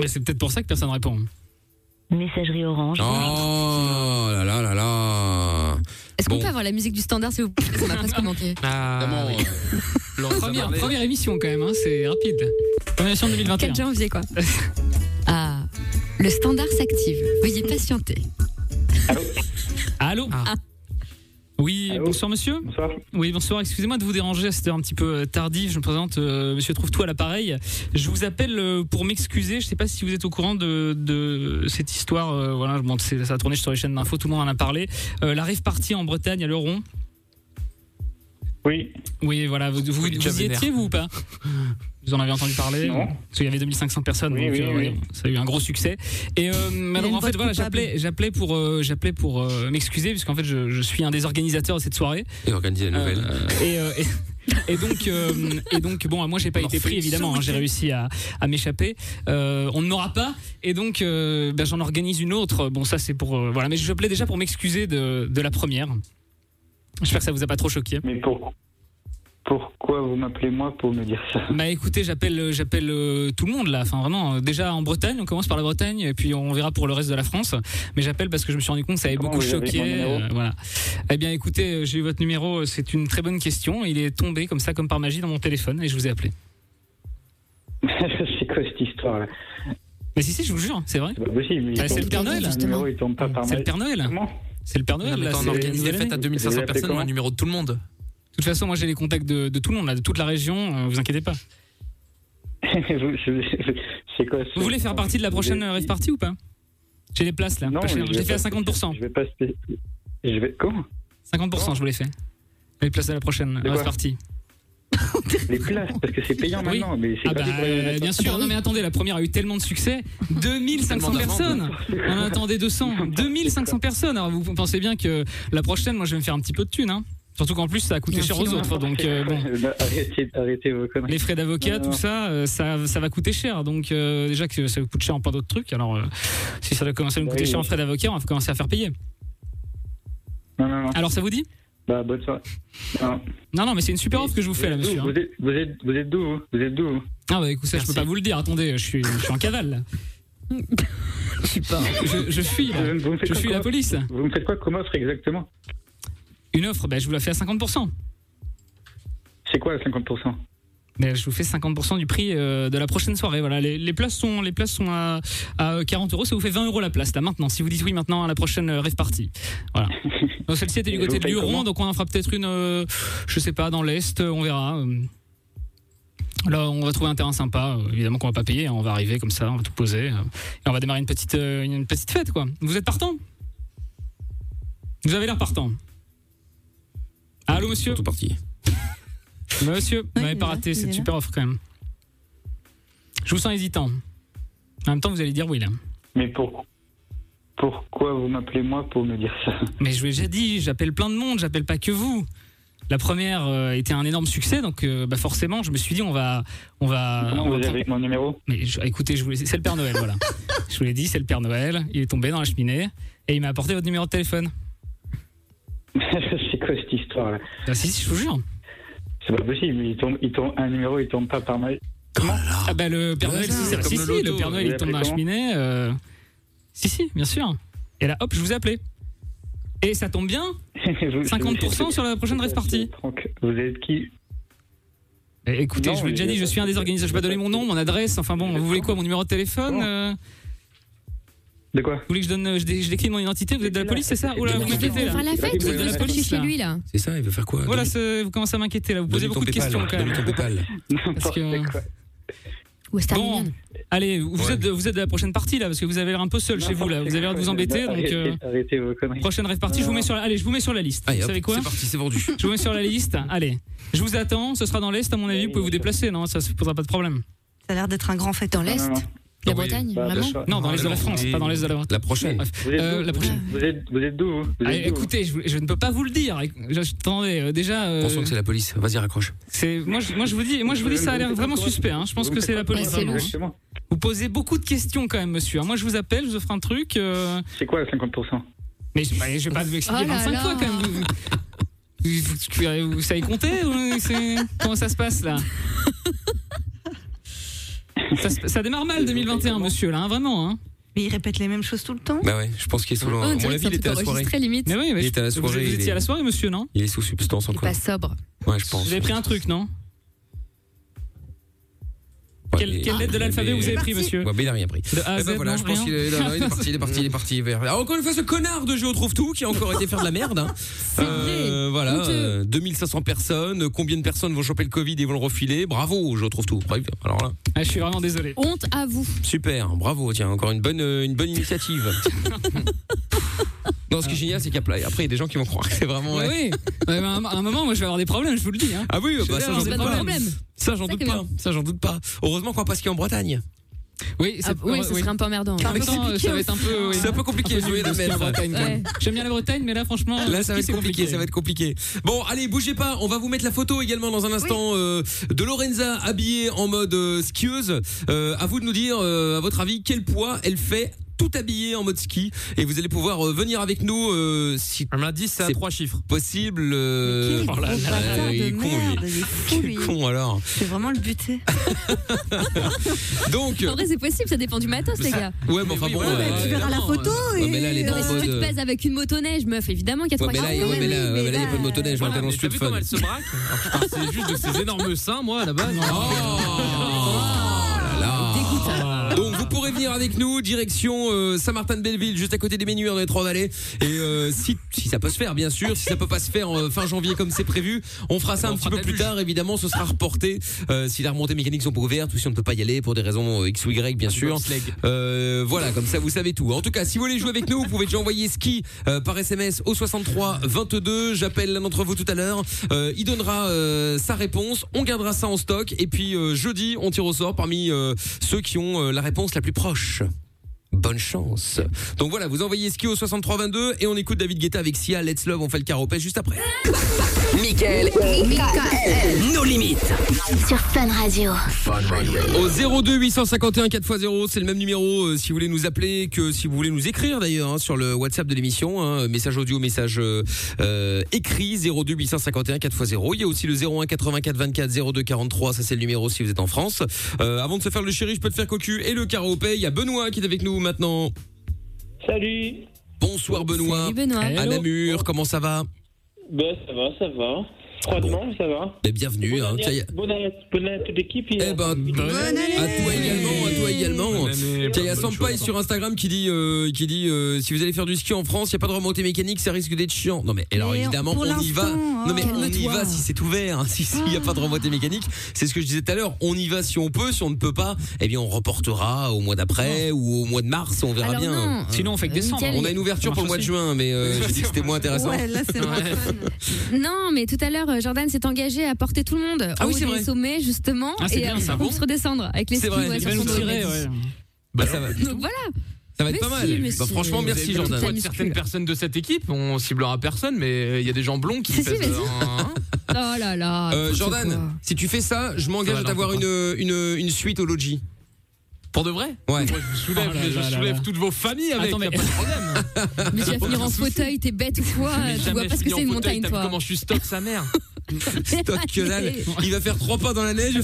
Speaker 6: Mais c'est peut-être pour ça que personne répond.
Speaker 8: Messagerie Orange.
Speaker 2: Oh là là là là
Speaker 3: Est-ce qu'on
Speaker 2: Bon.
Speaker 3: peut avoir la musique du standard s'il vous plaît Parce qu'on a presque manqué.
Speaker 4: Ah,
Speaker 2: euh,
Speaker 4: oui. Laurent
Speaker 6: Première,
Speaker 4: Sabardet.
Speaker 6: première émission quand même, hein, c'est rapide. Première émission de 2021.
Speaker 3: Quel genre vous faisiez quoi Ah, le standard s'active. Veuillez patienter.
Speaker 6: Allô
Speaker 4: Ah.
Speaker 6: Oui,
Speaker 10: Allô
Speaker 6: bonsoir monsieur.
Speaker 10: Bonsoir.
Speaker 6: Oui, bonsoir. Excusez-moi de vous déranger, c'était un petit peu euh, tardif. Je me présente, euh, monsieur Trouve-Tout à l'appareil. Je vous appelle euh, pour m'excuser. Je ne sais pas si vous êtes au courant de, de cette histoire. euh, voilà, bon, c'est- ça a tourné sur les chaînes d'infos, tout le monde en a parlé. Euh, la rive partie en Bretagne, à Leron.
Speaker 10: Oui.
Speaker 6: Oui, voilà. Vous, vous,
Speaker 4: Oui,
Speaker 6: vous
Speaker 4: déjà
Speaker 6: y
Speaker 4: vénère.
Speaker 6: étiez, vous ou pas Vous en avez entendu parler
Speaker 10: Non.
Speaker 6: Parce qu'il y avait 2500 personnes.
Speaker 10: Oui,
Speaker 6: donc, euh,
Speaker 10: oui, oui.
Speaker 6: ouais, Ça a eu un gros succès. Et euh, alors,
Speaker 5: une
Speaker 6: en fait,
Speaker 5: boîte
Speaker 6: voilà,
Speaker 5: coupable.
Speaker 6: j'appelais j'appelais pour, euh, j'appelais pour euh, m'excuser, puisqu'en fait, je, je suis un des organisateurs de cette soirée.
Speaker 2: Et organiser la nouvelle.
Speaker 6: Euh, et, euh, et- et donc, euh, et donc, bon, moi j'ai pas
Speaker 2: On en
Speaker 6: été
Speaker 2: fait
Speaker 6: pris
Speaker 2: une
Speaker 6: évidemment. hein, j'ai réussi à, à m'échapper. Euh, on ne m'aura pas. Et donc, euh, ben, j'en organise une autre. Bon, ça c'est pour euh, voilà. Mais je plaide déjà pour m'excuser de, de la première. J'espère que ça vous a pas trop choqué.
Speaker 10: Mais pour... pourquoi vous m'appelez moi pour me dire ça
Speaker 6: Bah écoutez, j'appelle, euh, j'appelle euh, tout le monde là. Enfin vraiment, euh, déjà en Bretagne, on commence par la Bretagne et puis on verra pour le reste de la France. Mais j'appelle parce que je me suis rendu compte que ça avait
Speaker 10: Comment
Speaker 6: beaucoup
Speaker 10: vous avez
Speaker 6: choqué.
Speaker 10: mon numéro
Speaker 6: voilà. Eh bien écoutez, euh, j'ai eu votre numéro. euh, C'est une très bonne question. Il est tombé comme ça, comme par magie, dans mon téléphone et je vous ai appelé.
Speaker 10: C'est quoi cette histoire là
Speaker 6: Mais si si, je vous jure, c'est vrai.
Speaker 10: C'est pas possible. il
Speaker 6: Ah, c'est
Speaker 10: tombe-
Speaker 6: le Père Noël, Ah,
Speaker 10: Le numéro il tombe pas par
Speaker 6: C'est le
Speaker 10: mail.
Speaker 6: Père Noël.
Speaker 10: Comment
Speaker 6: C'est le Père Noël.
Speaker 4: Non, mais
Speaker 6: là,
Speaker 4: quand on
Speaker 6: c'est
Speaker 4: organise
Speaker 6: la
Speaker 4: des
Speaker 6: nouvelle
Speaker 4: fêtes à
Speaker 6: année.
Speaker 4: 2500
Speaker 10: Vous avez
Speaker 4: personnes, on a le
Speaker 10: appelé
Speaker 4: numéro de tout le monde.
Speaker 6: De toute façon, moi j'ai les contacts de, de tout le monde, là, de toute la région. euh, vous inquiétez pas.
Speaker 10: Vous- je- C'est quoi ce-
Speaker 6: Vous voulez faire partie de la prochaine
Speaker 10: Vous
Speaker 6: euh,
Speaker 10: avez-
Speaker 6: rave party ou pas J'ai les places là.
Speaker 10: Non,
Speaker 6: Pas cher.
Speaker 10: mais
Speaker 6: je
Speaker 10: vais
Speaker 6: l'ai fait
Speaker 10: pas-
Speaker 6: à 50%.
Speaker 10: Je vais pas. spé- Je vais. Comment
Speaker 6: 50%, je vous l'ai fait. Les places à la prochaine
Speaker 10: De
Speaker 6: rave
Speaker 10: quoi
Speaker 6: party.
Speaker 10: Les places, parce que c'est payant
Speaker 6: Oui.
Speaker 10: maintenant, mais c'est
Speaker 6: Ah
Speaker 10: pas
Speaker 6: bah
Speaker 10: des
Speaker 6: euh, bien sûr, non mais attendez, la première a eu tellement de succès, 2500
Speaker 4: Tellement d'avant.
Speaker 6: personnes. On en attendait 200, 2500 personnes. Alors vous pensez bien que la prochaine, moi je vais me faire un petit peu de thune hein. Surtout qu'en plus ça a coûté cher
Speaker 10: hein.
Speaker 6: aux autres donc euh, bon.
Speaker 10: Bah, Arrêtez, arrêtez vos conneries.
Speaker 6: Les frais d'avocat,
Speaker 10: Non, non,
Speaker 6: tout
Speaker 10: non.
Speaker 6: ça, euh, ça, ça va coûter cher. Donc euh, déjà que ça coûte cher en plein d'autres trucs. Alors euh, si ça doit commencer à nous
Speaker 10: Bah
Speaker 6: coûter
Speaker 10: oui,
Speaker 6: cher en
Speaker 10: oui.
Speaker 6: frais d'avocat, on va commencer à faire payer.
Speaker 10: Non, non, non.
Speaker 6: Alors ça vous dit
Speaker 10: Bah, bonne soirée. Non.
Speaker 6: Non non, mais c'est une super offre que je vous fais là,
Speaker 10: Vous êtes
Speaker 6: monsieur.
Speaker 10: d'où,
Speaker 6: hein.
Speaker 10: Vous êtes, vous êtes, vous êtes d'où vous Vous êtes d'où vous
Speaker 6: Ah bah écoute, ça je
Speaker 4: Merci.
Speaker 6: peux pas vous le dire. Attendez, je suis, je suis en cavale. là.
Speaker 4: Je suis pas.
Speaker 6: Je, je fuis là.
Speaker 10: Vous me faites
Speaker 6: Je
Speaker 10: quoi
Speaker 6: fuis la
Speaker 10: comme-
Speaker 6: police.
Speaker 10: Vous me faites quoi comme offre exactement
Speaker 6: Une offre, bah, je vous la fais à 50%.
Speaker 10: C'est quoi 50%
Speaker 6: Mais je vous fais 50% du prix euh, de la prochaine soirée. Voilà, les, les places sont, les places sont à, à 40 euros. Ça vous fait 20 euros la place là maintenant. Si vous dites oui maintenant à la prochaine euh, rave party. Voilà. Donc, Celle-ci était du
Speaker 10: Et
Speaker 6: côté
Speaker 10: vous
Speaker 6: de
Speaker 10: payez
Speaker 6: Luron,
Speaker 10: comment
Speaker 6: donc on en fera peut-être une, euh, je sais pas, dans l'est. euh, On verra. euh. Là, on va trouver un terrain sympa. euh, Évidemment qu'on va pas payer. hein, On va arriver comme ça, on va tout poser. euh, Et on va démarrer une petite, euh, une, une petite fête quoi. Vous êtes partant Vous avez l'air partant. Allô monsieur.
Speaker 2: Tout parti.
Speaker 6: Monsieur, vous
Speaker 5: Oui,
Speaker 6: m'avez
Speaker 5: il
Speaker 6: pas
Speaker 5: est là,
Speaker 6: raté
Speaker 5: il est
Speaker 6: cette
Speaker 5: là.
Speaker 6: super offre quand même. Je vous sens hésitant. En même temps, vous allez dire oui là.
Speaker 10: Mais pour, pourquoi vous m'appelez moi pour me dire ça
Speaker 6: Mais je vous ai déjà dit, j'appelle plein de monde, j'appelle pas que vous. La première euh, était un énorme succès, donc euh, bah, forcément, je me suis dit, on va. On va
Speaker 10: Comment
Speaker 6: on va
Speaker 10: vous avez
Speaker 6: prendre-
Speaker 10: avec mon numéro
Speaker 6: Mais je- écoutez, je vous l'ai- c'est le Père Noël, voilà. je vous l'ai dit, c'est le Père Noël. Il est tombé dans la cheminée et il m'a apporté votre numéro de téléphone.
Speaker 10: C'est quoi cette histoire là
Speaker 6: Ah si, si, je vous jure.
Speaker 10: C'est pas possible, il tombe, il tombe, un numéro il tombe pas par mail.
Speaker 6: Ah bah le Père
Speaker 10: Ouais,
Speaker 6: Noël,
Speaker 10: ça, c'est
Speaker 6: si, si,
Speaker 10: comme le
Speaker 6: si,
Speaker 10: loto. euh,
Speaker 6: le Père Noël,
Speaker 10: Vous
Speaker 6: il tombe dans la
Speaker 10: l'appelez
Speaker 6: cheminée. euh, Si, si, bien sûr. Et là, hop, je vous ai appelé. Et ça tombe bien,
Speaker 10: Vous-
Speaker 6: 50% sur la prochaine rêve partie.
Speaker 10: Franck, vous êtes qui
Speaker 6: Eh, Écoutez,
Speaker 10: Non,
Speaker 6: je vous l'ai déjà
Speaker 10: mais- euh,
Speaker 6: dit, je suis un des organisateurs. Je vais pas donner mon nom, mon adresse. Enfin bon, vous voulez quoi Mon numéro de téléphone euh
Speaker 10: De quoi Vous
Speaker 6: voulez que je donne, euh, je, dé- je décris mon identité Vous êtes de la police, c'est ça Oula, vous m'inquiétez
Speaker 3: On
Speaker 6: là.
Speaker 3: fera la fête,
Speaker 6: Vous
Speaker 3: il
Speaker 6: êtes de
Speaker 3: veut
Speaker 6: la
Speaker 3: se coucher
Speaker 6: police
Speaker 3: chez
Speaker 6: là.
Speaker 3: lui là.
Speaker 2: C'est ça, il veut faire quoi
Speaker 6: Voilà, c'est- vous commencez à m'inquiéter là. Vous posez
Speaker 2: Donnez ton
Speaker 6: beaucoup de
Speaker 2: PayPal,
Speaker 6: questions quand même.
Speaker 2: donnez ton PayPal.
Speaker 6: Parce que- Bon, allez, vous êtes vous êtes de la prochaine partie là, parce que vous avez l'air un peu seul chez vous là. Euh, Vous avez l'air de vous embêter, donc.
Speaker 10: Arrêtez,
Speaker 6: euh,
Speaker 10: arrêtez vos conneries.
Speaker 6: Prochaine rêve partie, je vous mets sur la... allez, je vous mets sur la liste.
Speaker 2: Allez,
Speaker 6: vous
Speaker 2: hop,
Speaker 6: savez quoi
Speaker 2: c'est parti, c'est vendu.
Speaker 6: Je vous mets sur la liste. Allez, je vous attends. Ce sera dans l'est à mon avis. Vous pouvez vous déplacer, non Ça ne posera pas de problème.
Speaker 5: Ça a l'air d'être un grand fête. Dans
Speaker 6: l'Est
Speaker 5: De la Bretagne,
Speaker 6: Bah,
Speaker 5: vraiment
Speaker 6: Non, dans l'est de la France, pas dans l'est de la Bretagne.
Speaker 2: La prochaine.
Speaker 6: Bref,
Speaker 10: Bah, Vous êtes
Speaker 6: euh,
Speaker 10: d'où
Speaker 6: la prochaine.
Speaker 10: Vous êtes, vous êtes d'où vous Vous
Speaker 6: Allez,
Speaker 10: êtes d'où, vous
Speaker 6: écoutez, je, je ne peux pas vous le dire. Je- je- Attendez, euh, déjà. euh,
Speaker 2: Pensons que c'est la police. Vas-y, raccroche.
Speaker 6: c'est moi, je, moi, je vous dis, moi, je vous dis, ça a l'air vraiment suspect. hein. Je pense que c'est la police. vraiment, hein.
Speaker 10: Exactement.
Speaker 6: Vous posez beaucoup de questions quand même, monsieur. hein. Moi, je vous appelle, je vous offre un truc. euh,
Speaker 10: C'est quoi 50%
Speaker 6: Mais je, bah, je vais pas vous expliquer
Speaker 10: Oh là
Speaker 6: 25
Speaker 10: là.
Speaker 6: fois quand même. Vous, vous- vous- vous savez compter ou c'est- Comment ça se passe là ça, se- ça démarre mal 2021, monsieur, là, hein, vraiment. Hein.
Speaker 5: Mais il répète les mêmes choses tout le temps.
Speaker 2: Bah ouais, je pense qu'il est sous. le-
Speaker 5: Ouais, Oh, on
Speaker 2: à mon
Speaker 5: dirait
Speaker 2: avis,
Speaker 5: que
Speaker 2: il était
Speaker 5: c'est un
Speaker 2: à la
Speaker 5: truc
Speaker 2: soirée.
Speaker 5: enregistré, limite.
Speaker 6: Mais oui, mais
Speaker 2: Il était à la
Speaker 6: vous-
Speaker 2: soirée.
Speaker 6: Vous
Speaker 2: il
Speaker 6: étiez
Speaker 2: est-
Speaker 6: à la soirée, monsieur, non
Speaker 2: Il est sous substance encore.
Speaker 3: Pas sobre.
Speaker 2: Ouais, je pense.
Speaker 6: Vous avez pris un truc, non Quelle, quelle lettre de l'alphabet vous avez pris, monsieur
Speaker 2: Ouais, mais il a rien pris.
Speaker 6: De A à
Speaker 2: Eh ben
Speaker 6: Z,
Speaker 2: voilà,
Speaker 6: non,
Speaker 2: je pense
Speaker 6: rien
Speaker 2: qu'il est, là, là, il est parti, il est parti, il est parti vers. Alors, encore une fois, ce connard de Géo trouve tout qui a encore été faire de la merde. hein. Euh, voilà,
Speaker 6: Honteux.
Speaker 2: euh, 2500 personnes. Combien de personnes vont choper le Covid et vont le refiler Bravo, Géo trouve tout. Bref, Alors là,
Speaker 6: Ah, Je suis vraiment désolé.
Speaker 3: Honte à vous.
Speaker 2: super, bravo. Tiens, encore une bonne, euh, une bonne initiative. non, ce qui est génial, c'est qu'après, il y a des gens qui vont croire que c'est vraiment.
Speaker 6: Ouais,
Speaker 2: ouais.
Speaker 6: oui. Ouais, mais à un- à un moment, moi, je vais avoir des problèmes, je vous le dis. hein.
Speaker 2: Ah oui, bah,
Speaker 6: Je vais
Speaker 2: ça
Speaker 6: avoir
Speaker 2: j'en
Speaker 6: des
Speaker 2: doute pas. Ça j'en
Speaker 3: Ça
Speaker 2: doute
Speaker 3: qui est
Speaker 2: pas.
Speaker 3: bien.
Speaker 2: Ça j'en doute pas. Heureusement qu'on va pas skier en Bretagne.
Speaker 6: Oui,
Speaker 3: Ah, oui, ça serait un peu emmerdant.
Speaker 6: En même temps, euh, ça va être un peu. oui.
Speaker 2: C'est un peu compliqué, je voulais
Speaker 6: de ski en
Speaker 2: l'admettre.
Speaker 6: Bretagne, quand même.
Speaker 2: Ouais.
Speaker 6: J'aime bien la Bretagne, mais là, franchement.
Speaker 2: Là, Ah, ça va
Speaker 6: ski,
Speaker 2: être
Speaker 6: c'est
Speaker 2: compliqué, ça va être compliqué. Bon, allez, bougez pas. On va vous mettre la photo également dans un instant euh, de Lorenza habillée en mode euh, skieuse. Euh, à vous de nous dire, euh, à votre avis, quel poids elle fait tout habillée en mode ski et vous allez pouvoir euh, venir avec nous euh, si on m'a dit ça trois chiffres possible euh, oh là là, il est con,
Speaker 5: Bah,
Speaker 2: lui. Quel con alors
Speaker 5: C'est vraiment le buté.
Speaker 2: donc
Speaker 3: En vrai, c'est possible, ça dépend du matos, les gars.
Speaker 2: ouais mais enfin bon
Speaker 5: voilà,
Speaker 2: euh,
Speaker 5: tu verras la
Speaker 2: non,
Speaker 5: photo
Speaker 2: euh, ouais, mais là, elle est
Speaker 3: Non,
Speaker 2: dans
Speaker 3: mais
Speaker 2: le
Speaker 3: si tu te
Speaker 2: mode-
Speaker 3: pèses avec une motoneige, meuf, évidemment qu'il y a
Speaker 2: Ouais,
Speaker 3: trois
Speaker 2: mais là,
Speaker 3: quarts
Speaker 2: ouais,
Speaker 3: d'heure.
Speaker 2: mais là, ouais, mais là, euh, il n'y a pas de motoneige, on
Speaker 4: Voilà,
Speaker 2: est dans le
Speaker 4: mais t'as
Speaker 2: sud
Speaker 4: vu
Speaker 2: fun.
Speaker 4: comment elle se braque Alors, putain, C'est juste de ses énormes seins, moi, à la base.
Speaker 2: Oh Donc vous pourrez venir avec nous direction euh, Saint-Martin-de-Belleville juste à côté des Ménuires dans les Trois-Vallées et euh, si si ça peut se faire bien sûr si ça peut pas se faire euh, fin janvier comme c'est prévu on fera ça un petit peu plus tard évidemment ce sera reporté euh, si les remontées mécaniques sont pas ouvertes ou si on ne peut pas y aller pour des raisons euh, x ou y bien sûr Euh, voilà comme ça vous savez tout en tout cas si vous voulez jouer avec nous vous pouvez déjà envoyer ski euh, par SMS au 63 22 j'appelle l'un d'entre vous tout à l'heure Euh, il donnera euh, sa réponse on gardera ça en stock et puis euh, jeudi on tire au sort parmi euh, ceux qui ont euh, la réponse la plus proche Bonne chance. Donc voilà, vous envoyez ski au 6322 et on écoute David Guetta avec Sia, Let's Love, on fait le caropet juste après.
Speaker 1: Michael, nos limites.
Speaker 8: Sur Fun Radio.
Speaker 2: Au 02 851 4x0, c'est le même numéro euh, si vous voulez nous appeler que si vous voulez nous écrire d'ailleurs hein, sur le WhatsApp de l'émission, hein, message audio, message euh, euh, écrit 02 851 4x0. Il y a aussi le 01 84 24 02 43, ça c'est le numéro si vous êtes en France. Euh, avant de se faire le chéri, je peux te faire cocu et le caropet. Il y a Benoît qui est avec nous maintenant.
Speaker 11: Salut.
Speaker 2: Bonsoir Benoît.
Speaker 11: Salut, Benoît.
Speaker 2: À
Speaker 11: Hello.
Speaker 2: Namur, comment ça va
Speaker 11: Ben, ça va, ça va. Froidement, ça va.
Speaker 2: Et bienvenue. hein. Tiens, il y a-
Speaker 11: Bonne année, bonne année à toute l'équipe.
Speaker 2: Eh ben, bonne année à toi également, à toi également. Tiens, il y a Sampaï sur Instagram qui dit, euh, qui dit, euh, si vous allez faire du ski en France, il n'y a pas de remontée mécanique, ça risque d'être chiant. Non mais alors
Speaker 11: Mais
Speaker 2: évidemment,
Speaker 11: pour
Speaker 2: on y va.
Speaker 11: l'instant,
Speaker 2: Non mais
Speaker 11: oh.
Speaker 2: on y
Speaker 11: Calme-toi.
Speaker 2: va si c'est ouvert, hein, si s'il n'y a pas de remontée mécanique. C'est ce que je disais tout à l'heure. On y va si on peut, si on ne peut pas, eh bien on reportera au mois d'après ou au mois de mars, on verra
Speaker 6: Alors
Speaker 2: bien.
Speaker 6: non. Sinon, on fait que décembre.
Speaker 2: On a une ouverture pour le mois de juin, mais euh, j'ai dit que c'était moins intéressant.
Speaker 5: Ouais, là, c'est moins
Speaker 3: Non, mais tout à l'heure, euh, Jordan s'est engagé à porter tout le monde
Speaker 2: Ah
Speaker 3: au
Speaker 2: oui,
Speaker 3: haut
Speaker 2: c'est
Speaker 3: des
Speaker 2: vrai.
Speaker 3: sommets, justement,
Speaker 2: Ah, c'est
Speaker 3: et
Speaker 2: bien,
Speaker 3: à
Speaker 2: ça,
Speaker 3: pour
Speaker 2: bon.
Speaker 3: se redescendre avec les
Speaker 2: C'est
Speaker 3: skis.
Speaker 2: vrai,
Speaker 3: ouais,
Speaker 2: il
Speaker 3: sur
Speaker 2: va
Speaker 3: son
Speaker 2: nous
Speaker 3: dos.
Speaker 2: tirer, ouais. Bah, ça va.
Speaker 3: Donc voilà,
Speaker 2: Ça va être pas mal.
Speaker 4: Bah, franchement, merci Jordan.
Speaker 2: Jordan.
Speaker 4: certaines personnes de cette équipe, on ciblera personne, mais il y a des gens blonds qui
Speaker 3: Si, si,
Speaker 4: pèsent
Speaker 3: vas-y.
Speaker 4: un-
Speaker 3: Oh là là.
Speaker 2: Euh,
Speaker 3: n'importe quoi.
Speaker 2: Jordan, si tu fais ça, je
Speaker 4: Ça
Speaker 2: m'engage
Speaker 4: va,
Speaker 2: à t'avoir
Speaker 4: non,
Speaker 2: une, une, une suite au Logi.
Speaker 4: Pour de vrai Moi,
Speaker 2: Ouais.
Speaker 4: je vous soulève,
Speaker 2: Oh là
Speaker 4: mais je
Speaker 2: là là
Speaker 4: soulève
Speaker 2: là.
Speaker 4: toutes vos familles avec.
Speaker 2: Attends,
Speaker 4: y a
Speaker 2: mais-
Speaker 4: pas de problème.
Speaker 3: Mais tu vas finir en fauteuil, t'es bête ou quoi
Speaker 4: Mais
Speaker 3: Tu
Speaker 4: jamais
Speaker 3: vois pas ce que
Speaker 4: finir
Speaker 3: c'est une
Speaker 4: en fauteuil,
Speaker 3: montagne,
Speaker 4: t'as vu
Speaker 3: toi.
Speaker 4: Comment je suis stock sa mère
Speaker 6: Ah,
Speaker 2: Stock que dalle. Il va faire trois pas dans la neige.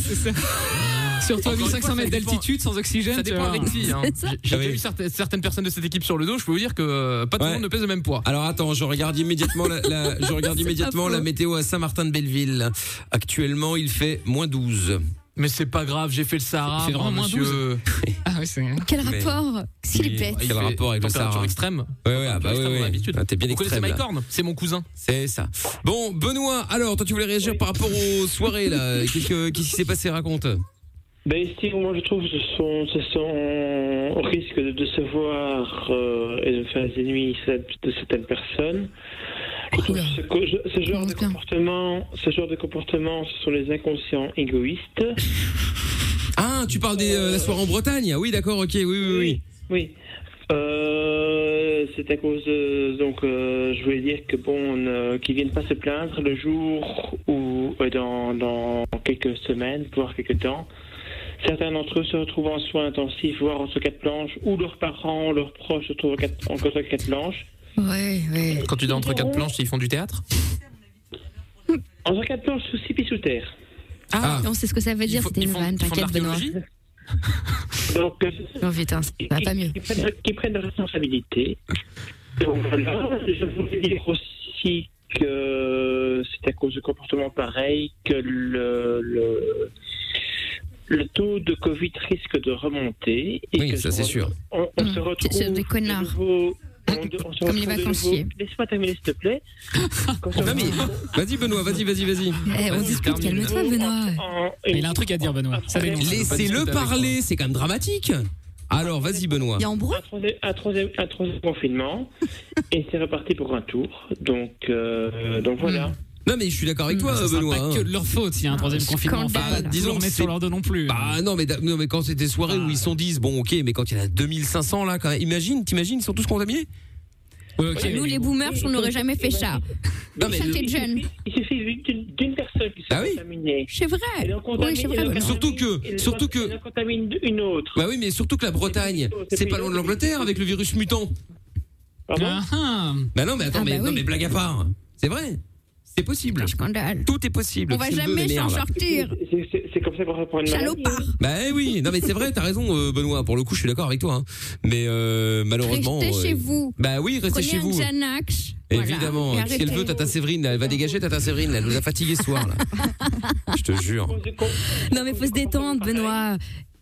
Speaker 6: Surtout
Speaker 4: Encore
Speaker 6: à
Speaker 4: une
Speaker 6: 1500
Speaker 4: fois, ça
Speaker 6: mètres
Speaker 4: dépend.
Speaker 6: d'altitude, sans oxygène.
Speaker 4: Ça
Speaker 6: tu
Speaker 4: dépend
Speaker 6: vois.
Speaker 4: avec qui. hein. J'ai- J'ai déjà eu certaines, certaines personnes de cette équipe sur le dos, je peux vous dire que euh, pas tout le
Speaker 2: Ah Ouais.
Speaker 4: monde ne pèse le même poids.
Speaker 2: Alors attends, je regarde immédiatement la, la- je regarde
Speaker 4: C'est
Speaker 2: immédiatement
Speaker 4: pas
Speaker 2: la
Speaker 4: faux.
Speaker 2: météo à Saint-Martin-de-Belleville. Actuellement, il fait moins 12.
Speaker 4: Mais c'est pas grave, j'ai fait le Sahara.
Speaker 2: Il fait vraiment
Speaker 4: moi,
Speaker 2: moins
Speaker 4: monsieur.
Speaker 6: Ah oui, c'est.
Speaker 3: Quel
Speaker 2: Mais-
Speaker 3: rapport S'il est bête.
Speaker 2: Quel rapport avec le
Speaker 4: température
Speaker 2: Sahara
Speaker 4: extrême.
Speaker 2: Ouais, ouais, ah bah ouais,
Speaker 4: extrême, on a
Speaker 2: ouais.
Speaker 4: l'habitude.
Speaker 2: Ah, T'es bien
Speaker 4: Vous connaissez
Speaker 2: extrême. là.
Speaker 4: Mike Horn C'est mon cousin.
Speaker 2: C'est ça. Bon, Benoît, alors toi tu voulais réagir par rapport aux soirées là. Qu'est-ce que- qu'est-ce qui s'est passé Raconte.
Speaker 11: Ben, Steve, moi je trouve que ce sont, ce sont au risque de décevoir euh, et de faire des ennemis de certaines personnes.
Speaker 6: Ah,
Speaker 11: Je trouve que ce, co- je- ce genre de comportement, ce genre de comportement, ce sont les inconscients égoïstes.
Speaker 2: Ah, tu parles des euh, la soirée en Bretagne. Ah Oui, d'accord, ok, oui, oui, oui.
Speaker 11: Oui. Euh, c'est à cause de- donc euh, je voulais dire que bon ne- qu'ils viennent pas se plaindre le jour où euh, dans, dans quelques semaines voire quelques temps certains d'entre eux se retrouvent en soins intensifs voire entre quatre planches ou leurs parents leurs proches se retrouvent en quatre- entre quatre planches
Speaker 3: Ouais, ouais.
Speaker 4: Quand tu dis entre quatre planches, ils font du théâtre
Speaker 11: entre quatre planches sous six pieds sous terre
Speaker 3: Ah, on sait ce que ça veut dire, c'était une vanne, t'inquiète, Benoît.
Speaker 11: donc euh,
Speaker 3: Non, putain, ça va pas mieux.
Speaker 11: qui prennent, qui prennent leurs responsabilités. Donc voilà, je voulais dire aussi que c'est à cause de comportements pareils que le, le, le taux de Covid risque de remonter. Et
Speaker 2: Oui,
Speaker 11: que
Speaker 2: ça,
Speaker 11: on-
Speaker 2: c'est sûr.
Speaker 11: On, on se retrouve.
Speaker 3: C'est des
Speaker 11: de
Speaker 3: connards.
Speaker 11: nouveau- on de- on se
Speaker 3: Comme les
Speaker 11: retrouve de
Speaker 3: vacanciers.
Speaker 11: nouveau- Laisse-moi terminer, s'il te plaît. Quand on-
Speaker 2: Non, mais- Vas-y Benoît, vas-y, vas-y, vas-y.
Speaker 3: Eh, on discute, calme-toi, Benoît.
Speaker 6: Mais il a un truc à dire, Benoît. Ça dénonce.
Speaker 2: Laissez-le parler, c'est quand même dramatique. Alors, vas-y Benoît.
Speaker 11: Un troisième, un troisième- un troisième confinement. et c'est reparti pour un tour. Donc, euh, donc voilà.
Speaker 2: Non mais je suis d'accord avec toi
Speaker 6: Ça sera
Speaker 2: Benoît.
Speaker 6: pas
Speaker 2: hein.
Speaker 6: que de leur faute s'il y a un troisième confinement. Enfin,
Speaker 2: Bah, disons que
Speaker 6: remettre
Speaker 2: c'est
Speaker 6: sur leur dos non plus. Ah.
Speaker 2: Bah non mais, da- non, mais quand c'est des soirées où ils sont 10 bon OK mais quand il y en a 2500 là quand même, imagine t'imagines ils sont tous contaminés
Speaker 3: Nous, les boomers, on n'aurait jamais fait ça.
Speaker 2: Non, mais-
Speaker 3: Ça, t'es jeune.
Speaker 11: Il suffit d'une- d'une personne qui soit
Speaker 2: Ah oui.
Speaker 11: contaminée.
Speaker 3: C'est vrai.
Speaker 11: Elle en contamine-
Speaker 3: Oui, c'est vrai,
Speaker 11: elle en
Speaker 3: Benoît.
Speaker 11: contamine-
Speaker 2: Surtout que-
Speaker 11: elle en
Speaker 2: surtout
Speaker 11: contamine-
Speaker 2: que-
Speaker 11: elle en contamine une autre.
Speaker 2: Bah oui mais surtout que la Bretagne c'est pas loin de l'Angleterre avec le virus mutant.
Speaker 11: Pardon
Speaker 6: Ah,
Speaker 2: Bah non mais attends
Speaker 3: Ah,
Speaker 2: mais
Speaker 3: bah
Speaker 2: non
Speaker 3: oui.
Speaker 2: mais blague à part. C'est vrai. C'est possible.
Speaker 3: Scandale.
Speaker 2: Tout est possible.
Speaker 3: On va
Speaker 2: C'est le
Speaker 3: jamais
Speaker 2: vœu des
Speaker 3: s'en
Speaker 2: merdes.
Speaker 3: sortir.
Speaker 11: C'est- c'est- C'est comme ça qu'on reprend une maladie.
Speaker 3: Salopard.
Speaker 2: Bah eh oui, non mais c'est vrai, t'as raison euh, Benoît, pour le coup je suis d'accord avec toi. hein. Mais euh, malheureusement...
Speaker 3: Restez
Speaker 2: euh,
Speaker 3: chez vous.
Speaker 2: Bah oui, restez
Speaker 3: Prenez
Speaker 2: chez
Speaker 3: un
Speaker 2: vous.
Speaker 3: Xanax. Voilà.
Speaker 2: Évidemment,
Speaker 3: Et
Speaker 2: si elle
Speaker 3: arrêtez.
Speaker 2: veut, Tata Séverine, là, elle va dégager Tata Séverine, là, elle nous a fatigués ce soir là. Je te jure.
Speaker 3: Non, mais faut se détendre, Benoît.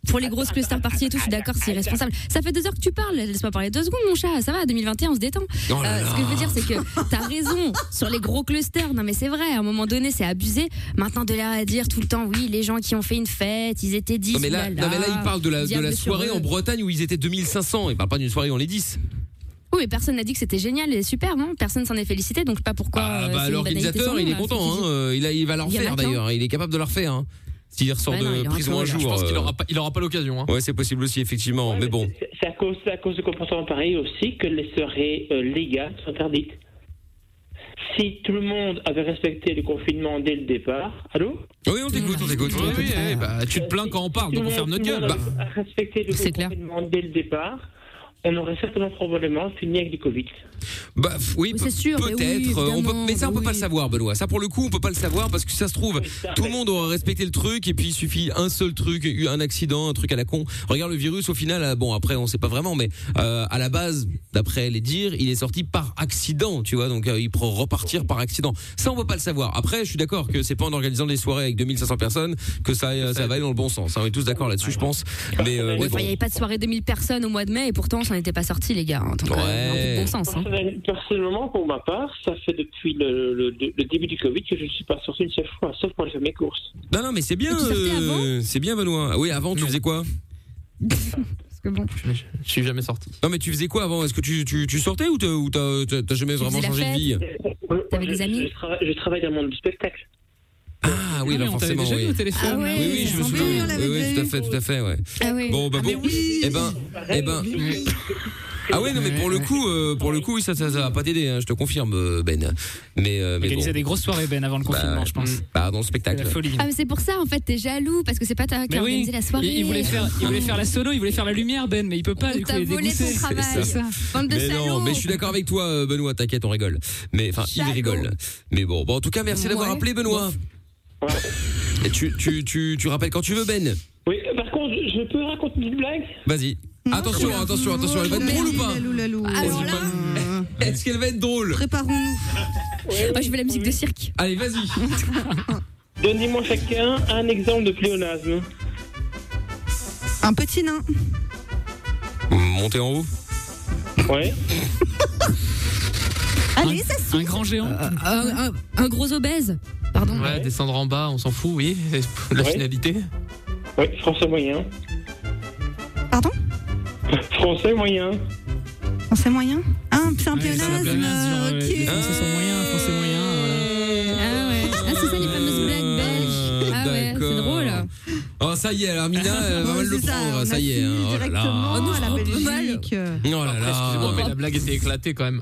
Speaker 3: Pour les grosses cluster parties et tout, je suis d'accord, c'est irresponsable. Ça fait deux heures que tu parles, laisse-moi parler deux secondes, mon chat. Ça va, 2021, on se détend.
Speaker 2: Oh là
Speaker 3: Euh,
Speaker 2: là.
Speaker 3: ce que je veux dire, c'est que t'as raison sur les gros clusters. Non, mais c'est vrai, à un moment donné, c'est abusé. Maintenant, de là à dire tout le temps, oui, les gens qui ont fait une fête, ils étaient 10.
Speaker 2: Non mais là,
Speaker 3: oulala,
Speaker 2: non, mais là il parle de la, de
Speaker 3: diable
Speaker 2: la
Speaker 3: sur
Speaker 2: soirée
Speaker 3: eux.
Speaker 2: en Bretagne où ils étaient 2500. Il parle pas d'une soirée où on est 10.
Speaker 3: Oui, mais personne n'a dit que c'était génial et super, non Personne s'en est félicité, donc je sais pas pourquoi.
Speaker 2: Ah,
Speaker 3: euh,
Speaker 2: bah,
Speaker 3: c'est une banalité sans
Speaker 2: L'organisateur,
Speaker 3: nom,
Speaker 2: il est
Speaker 3: là,
Speaker 2: content.
Speaker 3: c'est
Speaker 2: Hein. euh, Il, a, il va le
Speaker 3: Il y en a
Speaker 2: refaire
Speaker 3: plein.
Speaker 2: d'ailleurs. hein, Il est capable de le refaire. Hein. S'il ressort
Speaker 4: Ah
Speaker 3: Ouais, non, il
Speaker 2: de
Speaker 3: aura
Speaker 2: prison
Speaker 3: toujours
Speaker 2: un
Speaker 3: le
Speaker 2: jour.
Speaker 4: Je pense qu'il
Speaker 2: euh,
Speaker 4: aura pas, il aura pas l'occasion. hein.
Speaker 2: Ouais, c'est possible aussi, effectivement. mais bon.
Speaker 11: C'est- C'est à cause, c'est à cause de comportements pareils aussi que les soirées euh, légales sont interdites. Si tout le monde avait respecté le confinement dès le départ, allô
Speaker 2: Oui, on t'écoute, on t'écoute.
Speaker 4: Oui, oui, oui, bah, tu te plains quand on parle,
Speaker 11: Tout
Speaker 4: donc
Speaker 11: le
Speaker 4: on ferme
Speaker 11: monde-
Speaker 4: notre
Speaker 11: tout le
Speaker 4: gueule.
Speaker 11: monde
Speaker 4: Bah,
Speaker 11: avait respecté le
Speaker 3: C'est clair.
Speaker 11: confinement dès le départ, on aurait certainement probablement fini avec du Covid.
Speaker 2: Bah f-
Speaker 3: Oui,
Speaker 2: oui, pe-
Speaker 3: c'est sûr, mais oui,
Speaker 2: peut-être. euh, on peut-
Speaker 3: évidemment,
Speaker 2: mais ça, on peut
Speaker 3: bah
Speaker 2: pas le
Speaker 3: oui.
Speaker 2: savoir, Benoît. Ça, pour le coup, on peut pas le savoir parce que si ça se trouve, tout le monde aura respecté le truc et puis il suffit un seul truc, eu un accident, un truc à la con. Regarde le virus, au final, euh, bon après, on sait pas vraiment, mais euh, à la base, d'après les dires, il est sorti par accident, tu vois. Donc euh, il peut repartir par accident. Ça, on peut pas le savoir. Après, je suis d'accord que c'est pas en organisant des soirées avec 2500 personnes que ça, euh, ça va aller dans le bon sens. hein. On est tous d'accord là-dessus, je pense. Mais euh,
Speaker 3: Ouais,
Speaker 2: mais
Speaker 3: enfin, Il
Speaker 2: bon.
Speaker 3: n'y avait pas de soirée 2000 personnes au mois de mai et pourtant on s'en était pas sorti les gars. hein. En tant que,
Speaker 2: Ouais.
Speaker 3: un peu de bon sens. hein.
Speaker 11: Personnel- Euh, Personnellement, pour ma part, ça fait depuis le, le- le début du Covid que je ne suis pas sorti une seule fois, sauf pour les faire mes courses.
Speaker 2: Non, non, mais c'est bien.
Speaker 3: Et tu sortais
Speaker 2: euh, c'est bien, Benoît. Oui, avant, tu faisais quoi
Speaker 3: Parce que bon,
Speaker 4: je je suis jamais sorti.
Speaker 2: Non mais tu faisais quoi avant Est-ce que tu, tu, tu sortais ou t'as- ou t'as t'as- t'as jamais
Speaker 3: Tu
Speaker 2: vraiment
Speaker 3: faisais la Euh,
Speaker 2: changé de
Speaker 3: fête.
Speaker 2: vie
Speaker 11: Moi,
Speaker 3: T'avais des
Speaker 11: je,
Speaker 3: amis
Speaker 11: je trava- je travaille dans le monde du spectacle.
Speaker 2: Ah oui,
Speaker 6: Ah,
Speaker 2: bah
Speaker 6: mais on t'avait
Speaker 2: forcément.
Speaker 6: déjà
Speaker 2: oui.
Speaker 6: eu au téléphone. Ah ouais,
Speaker 2: oui, oui, je me
Speaker 6: oui,
Speaker 2: souviens.
Speaker 3: hein.
Speaker 6: on l'avait
Speaker 2: Oui, oui,
Speaker 6: déjà
Speaker 2: tout à
Speaker 6: eu.
Speaker 2: fait, tout à fait, ouais.
Speaker 3: Ah oui.
Speaker 2: Bon, bah
Speaker 6: Ah,
Speaker 2: bon.
Speaker 6: mais oui.
Speaker 2: Eh ben, eh ben. Ah oui, non, mais pour le coup, euh, pour le coup, oui, ça, ça, ça va pas t'aider, hein, je te confirme, euh, Ben. Mais, euh, mais
Speaker 6: Organisait
Speaker 2: bon.
Speaker 6: des grosses soirées, Ben, avant le confinement,
Speaker 2: Bah,
Speaker 6: je pense.
Speaker 2: Bah, dans le spectacle.
Speaker 6: La folie.
Speaker 3: Ah, mais c'est pour ça, en fait, t'es jaloux parce que c'est pas toi qui
Speaker 6: Mais
Speaker 3: a organisé la soirée.
Speaker 6: Il, il voulait faire, il voulait faire la solo, il voulait faire la lumière, Ben, mais il peut pas.
Speaker 3: euh, On
Speaker 6: du coup,
Speaker 3: t'a
Speaker 6: il est
Speaker 3: volé ton
Speaker 6: dégoûté.
Speaker 3: travail.
Speaker 6: C'est ça.
Speaker 3: Bande de
Speaker 2: mais non,
Speaker 3: salauds.
Speaker 2: mais je suis d'accord avec toi, euh, Benoît. T'inquiète, on rigole. Mais enfin, il
Speaker 3: Salaud.
Speaker 2: rigole. Mais bon, bon, en tout cas, merci d'avoir
Speaker 11: Ouais.
Speaker 2: appelé, Benoît. Et tu, tu, tu, tu rappelles quand tu veux, Ben.
Speaker 11: Oui, par contre, je peux raconter une blague
Speaker 2: Vas-y. Attention, attention, attention. Elle va être drôle ou pas
Speaker 5: Alors là,
Speaker 2: Est-ce qu'elle va être drôle
Speaker 5: préparons-nous.
Speaker 3: Moi, Ah, je veux la musique de cirque.
Speaker 2: Allez, vas-y.
Speaker 11: Donnez-moi chacun un exemple de pléonasme.
Speaker 5: Un petit nain.
Speaker 2: Montez en haut.
Speaker 11: Ouais.
Speaker 3: Allez, ça
Speaker 6: Un grand géant.
Speaker 2: Ah,
Speaker 3: un, un gros obèse. Pardon.
Speaker 4: Ouais, descendre en bas, on s'en fout, oui. c'est La
Speaker 11: Ouais.
Speaker 4: finalité.
Speaker 11: Oui, hein. français moyen.
Speaker 5: Pardon
Speaker 11: Français moyen.
Speaker 5: On sait moyen Ah, c'est un pionnier.
Speaker 2: Ah,
Speaker 6: Français moyen.
Speaker 3: Ah ouais. Ah, c'est ça les fameuses blagues belges. Ah ouais, c'est drôle.
Speaker 2: Oh, ça y est, alors Mina, elle va euh, mal le prendre. Ça y est. hein. Oh là là.
Speaker 3: Oh, nous, je comprends pas mal.
Speaker 2: Oh là là.
Speaker 4: Excusez-moi, mais la blague était éclatée quand même.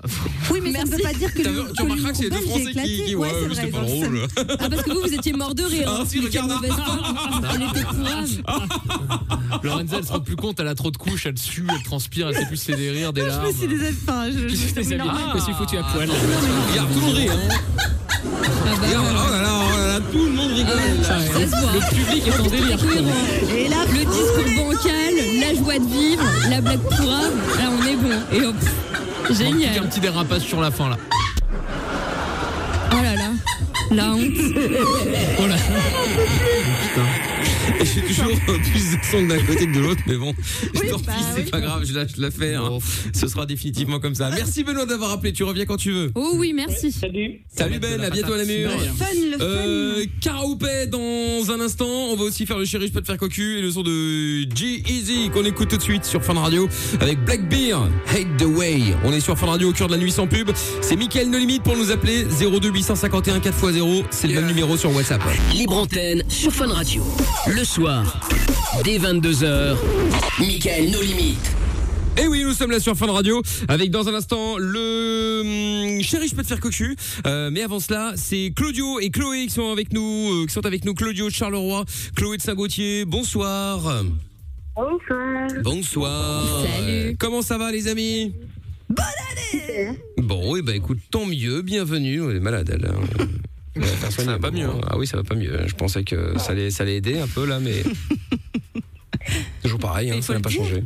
Speaker 5: Oui, mais ça ne veut pas dire que.
Speaker 2: T'as
Speaker 5: le-
Speaker 2: vu-
Speaker 5: que
Speaker 2: Tu remarqueras que c'est les deux
Speaker 5: l'humour
Speaker 2: Français
Speaker 5: belge est
Speaker 2: qui, qui
Speaker 5: éclaté.
Speaker 2: ouais,
Speaker 5: Ouais,
Speaker 2: mais c'est pas
Speaker 5: vrai, dans le
Speaker 2: drôle.
Speaker 3: Ah, parce que vous, vous étiez mort de rire.
Speaker 2: Ah,
Speaker 3: hein.
Speaker 2: si,
Speaker 3: Mais quelle
Speaker 2: regarde. Ah.
Speaker 3: mauvaise foi. Elle était courage.
Speaker 4: Lorenza, elle se rend plus compte, elle a trop de couches, elle sue, elle transpire, elle sait plus c'est des rires, des larmes.
Speaker 5: Je me suis déshabillée. Enfin, je-
Speaker 4: Je suis
Speaker 5: je
Speaker 4: déshabillée,
Speaker 5: Non. Ah bah,
Speaker 4: je me suis foutu à poil.
Speaker 2: Regarde, tout le monde rit. hein. Regarde, Oh là là, oh là là, tout le monde rigole.
Speaker 3: Ça se voit.
Speaker 6: Le public est en délire.
Speaker 5: Et là,
Speaker 3: Le discours bancal, la joie de vivre, la blague pourrave. Là, on est bon. Et hop.
Speaker 4: Un
Speaker 3: Génial.
Speaker 4: petit dérapage sur la fin là.
Speaker 3: Oh là là. La honte.
Speaker 4: Oh là.
Speaker 2: Et j'ai toujours euh, plus de son d'un côté que de l'autre, mais bon, je t'en
Speaker 3: bah
Speaker 2: fiche, c'est pas grave, je lâche l'affaire.
Speaker 4: Oh.
Speaker 2: hein. Ce sera définitivement comme ça. Merci Benoît d'avoir appelé, tu reviens quand tu veux.
Speaker 3: Oh oui, merci. Ah,
Speaker 11: Salut.
Speaker 2: Salut Ben, à bientôt à la mur.
Speaker 5: Le fun, le fun.
Speaker 2: Euh, Karaoupé dans un instant, on va aussi faire le chéri, je peux te faire cocu et le son de G-Easy qu'on écoute tout de suite sur Fun Radio avec Black Beer, Hate the Way. On est sur Fun Radio au cœur de la nuit sans pub. C'est Mickaël No Limite pour nous appeler 02851 4x0, c'est le même numéro sur WhatsApp.
Speaker 1: Libre antenne sur Fun Radio. Le soir, dès 22h, Michael nos limites.
Speaker 2: Et oui, nous sommes là sur Fun Radio avec dans un instant le hum, chéri, je peux te faire cocu. Euh, mais avant cela, c'est Claudio et Chloé qui sont avec nous, euh, qui sont avec nous. Claudio de Charleroi, Chloé de Saint-Gauthier. Bonsoir.
Speaker 12: Bonsoir.
Speaker 2: Bonsoir.
Speaker 12: Salut.
Speaker 2: Comment ça va, les amis Bon, et ben écoute, tant mieux. Bienvenue. Elle est malade, elle. hein. Elle va faire soigner, bon. Ah oui, ça va pas Ah. mieux. Je pensais que ça allait, ça allait aider un peu là, mais toujours pareil, hein, ça n'a pas changé.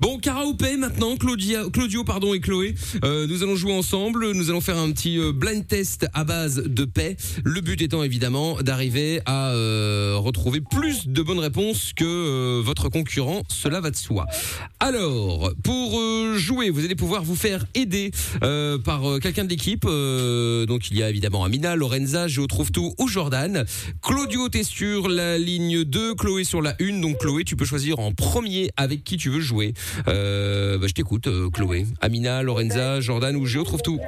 Speaker 2: Bon, karaopé maintenant, Claudia, Claudio pardon, et Chloé. Euh, nous allons jouer ensemble. Nous allons faire un petit euh, blind test à base de paix. Le but étant évidemment d'arriver à euh, retrouver plus de bonnes réponses que euh, votre concurrent. Cela va de soi. Alors, pour euh, jouer, vous allez pouvoir vous faire aider euh, par euh, quelqu'un de l'équipe. Euh, donc, il y a évidemment Amina, Lorenza, Géo Trouve Tout ou Jordan. Claudio, t'es sur la ligne 2, Chloé sur la 1. Donc, Chloé, tu peux choisir en premier avec qui tu veux jouer. Euh, bah, je t'écoute, euh, Chloé. Amina, Lorenza, Jordan ou Géo Trouve Tout.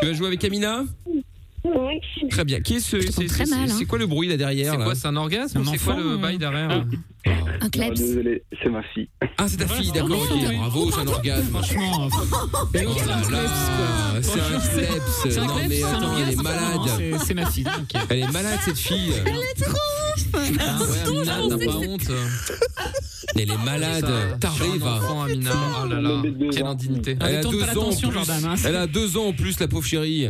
Speaker 2: Tu vas jouer avec Amina
Speaker 12: Oui.
Speaker 2: Très bien. Qui est ce, c'est,
Speaker 3: très
Speaker 2: c'est-
Speaker 3: mal, hein.
Speaker 2: c'est quoi le bruit là derrière
Speaker 4: C'est
Speaker 2: là
Speaker 4: quoi, c'est un orgasme ou C'est quoi le bail derrière
Speaker 3: Un claps.
Speaker 10: Désolé, c'est ma fille.
Speaker 2: Ah, c'est ta fille, d'accord. ok. Bravo, c'est un orgasme.
Speaker 6: Franchement.
Speaker 2: Oh là là, C'est un kleps.
Speaker 6: C'est un
Speaker 2: Non
Speaker 6: kleps,
Speaker 2: mais
Speaker 6: c'est un
Speaker 2: attends, elle est
Speaker 6: orgasme,
Speaker 2: malade.
Speaker 6: C'est- C'est ma fille. ok.
Speaker 2: Elle est malade cette fille.
Speaker 5: est trop ouf.
Speaker 4: Ah ouais, Amina, t'as pas honte
Speaker 2: Elle est
Speaker 4: Ça,
Speaker 2: malade. Taré
Speaker 4: sur un
Speaker 2: va.
Speaker 4: enfant, Amina. Oh là là, quelle indignité.
Speaker 6: Ah,
Speaker 2: Elle a
Speaker 6: détourne
Speaker 2: deux
Speaker 6: pas
Speaker 2: ans en
Speaker 6: l'attention,
Speaker 2: plus.
Speaker 6: Jordan, hein.
Speaker 2: Elle a deux ans en plus, la pauvre chérie.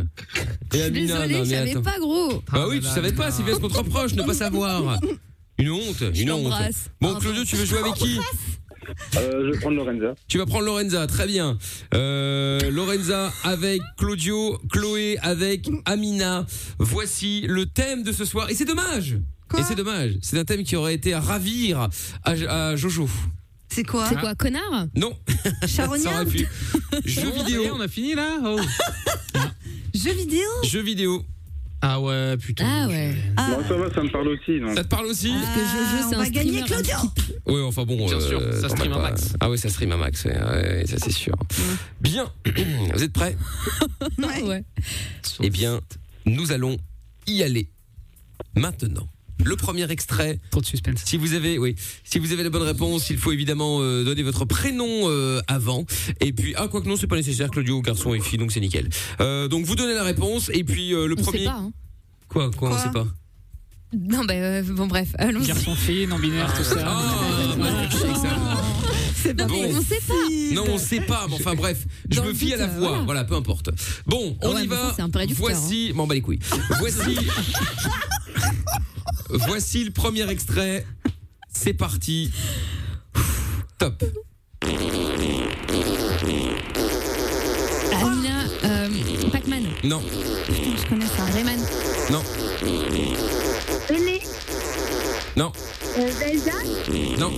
Speaker 2: Et Amina,
Speaker 3: Désolée,
Speaker 2: non
Speaker 3: je
Speaker 2: mais
Speaker 3: savais
Speaker 2: attends.
Speaker 3: pas, gros.
Speaker 2: Bah oui, tu savais pas, c'est bien ce qu'on te reproche, ne pas savoir. Une honte, une honte.
Speaker 3: t'embrasse.
Speaker 2: Bon, Claudio, tu veux jouer avec qui
Speaker 10: Euh, je vais prendre Lorenza.
Speaker 2: Tu vas prendre Lorenza, très bien. Euh, Lorenza avec Claudio, Chloé avec Amina. Voici le thème de ce soir. Et c'est dommage Et c'est dommage. C'est un thème qui aurait été à ravir à, à Jojo.
Speaker 5: C'est quoi
Speaker 3: C'est quoi, connard
Speaker 2: Non. Ça
Speaker 5: Charognard
Speaker 2: aurait pu. Jeux vidéo.
Speaker 4: on a fini là Oh.
Speaker 5: Jeux vidéo
Speaker 2: Jeux vidéo.
Speaker 4: Ah ouais, putain.
Speaker 3: Ah ouais.
Speaker 10: Bon, ça va, ça me parle aussi. Donc.
Speaker 2: Ça te parle aussi
Speaker 3: Parce que Jojo, c'est
Speaker 5: On
Speaker 3: un
Speaker 5: va gagner
Speaker 3: streamer.
Speaker 5: Claudio
Speaker 2: Oui, enfin bon.
Speaker 4: Bien sûr, ça
Speaker 2: t'en
Speaker 4: stream
Speaker 2: mets
Speaker 4: un
Speaker 2: pas.
Speaker 4: max. Mm.
Speaker 2: Ah oui, ça stream un max, ouais, ouais, ça c'est sûr. Bien. Vous êtes prêts
Speaker 3: Ouais.
Speaker 2: Eh bien, nous allons y aller. maintenant. Le premier extrait.
Speaker 6: Trop de suspense.
Speaker 2: Si vous avez, oui, si vous avez la bonne réponse, il faut évidemment euh, donner votre prénom euh, avant. Et puis, ah quoi que non, c'est pas nécessaire. Claudio, garçon et fille, donc c'est nickel. Euh, donc vous donnez la réponse et puis euh, le
Speaker 3: On
Speaker 2: premier.
Speaker 3: sait pas. hein.
Speaker 2: Quoi, quoi, on
Speaker 3: Quoi
Speaker 2: sait pas.
Speaker 3: Non, bah, euh, bon, bref, allons-y.
Speaker 6: Garçon, fille, non binaire, tout ça.
Speaker 2: Ah.
Speaker 3: C'est pas
Speaker 2: Bon.
Speaker 3: mais on sait pas.
Speaker 2: Non, on sait pas. Mais enfin bref, je me fie à la voix. Voilà. peu importe. Bon, on
Speaker 3: Ah. Ouais,
Speaker 2: y
Speaker 3: mais ça,
Speaker 2: va.
Speaker 3: c'est un hein. peu réducteur,
Speaker 2: Voici, m'en bats les couilles. Voici, voici le premier extrait. C'est parti. Top.
Speaker 3: Amina, euh, Pac-Man.
Speaker 2: Non,
Speaker 3: Putain, je connais ça. Rayman.
Speaker 2: non,
Speaker 12: René,
Speaker 2: non,
Speaker 12: euh, Zelda,
Speaker 2: non,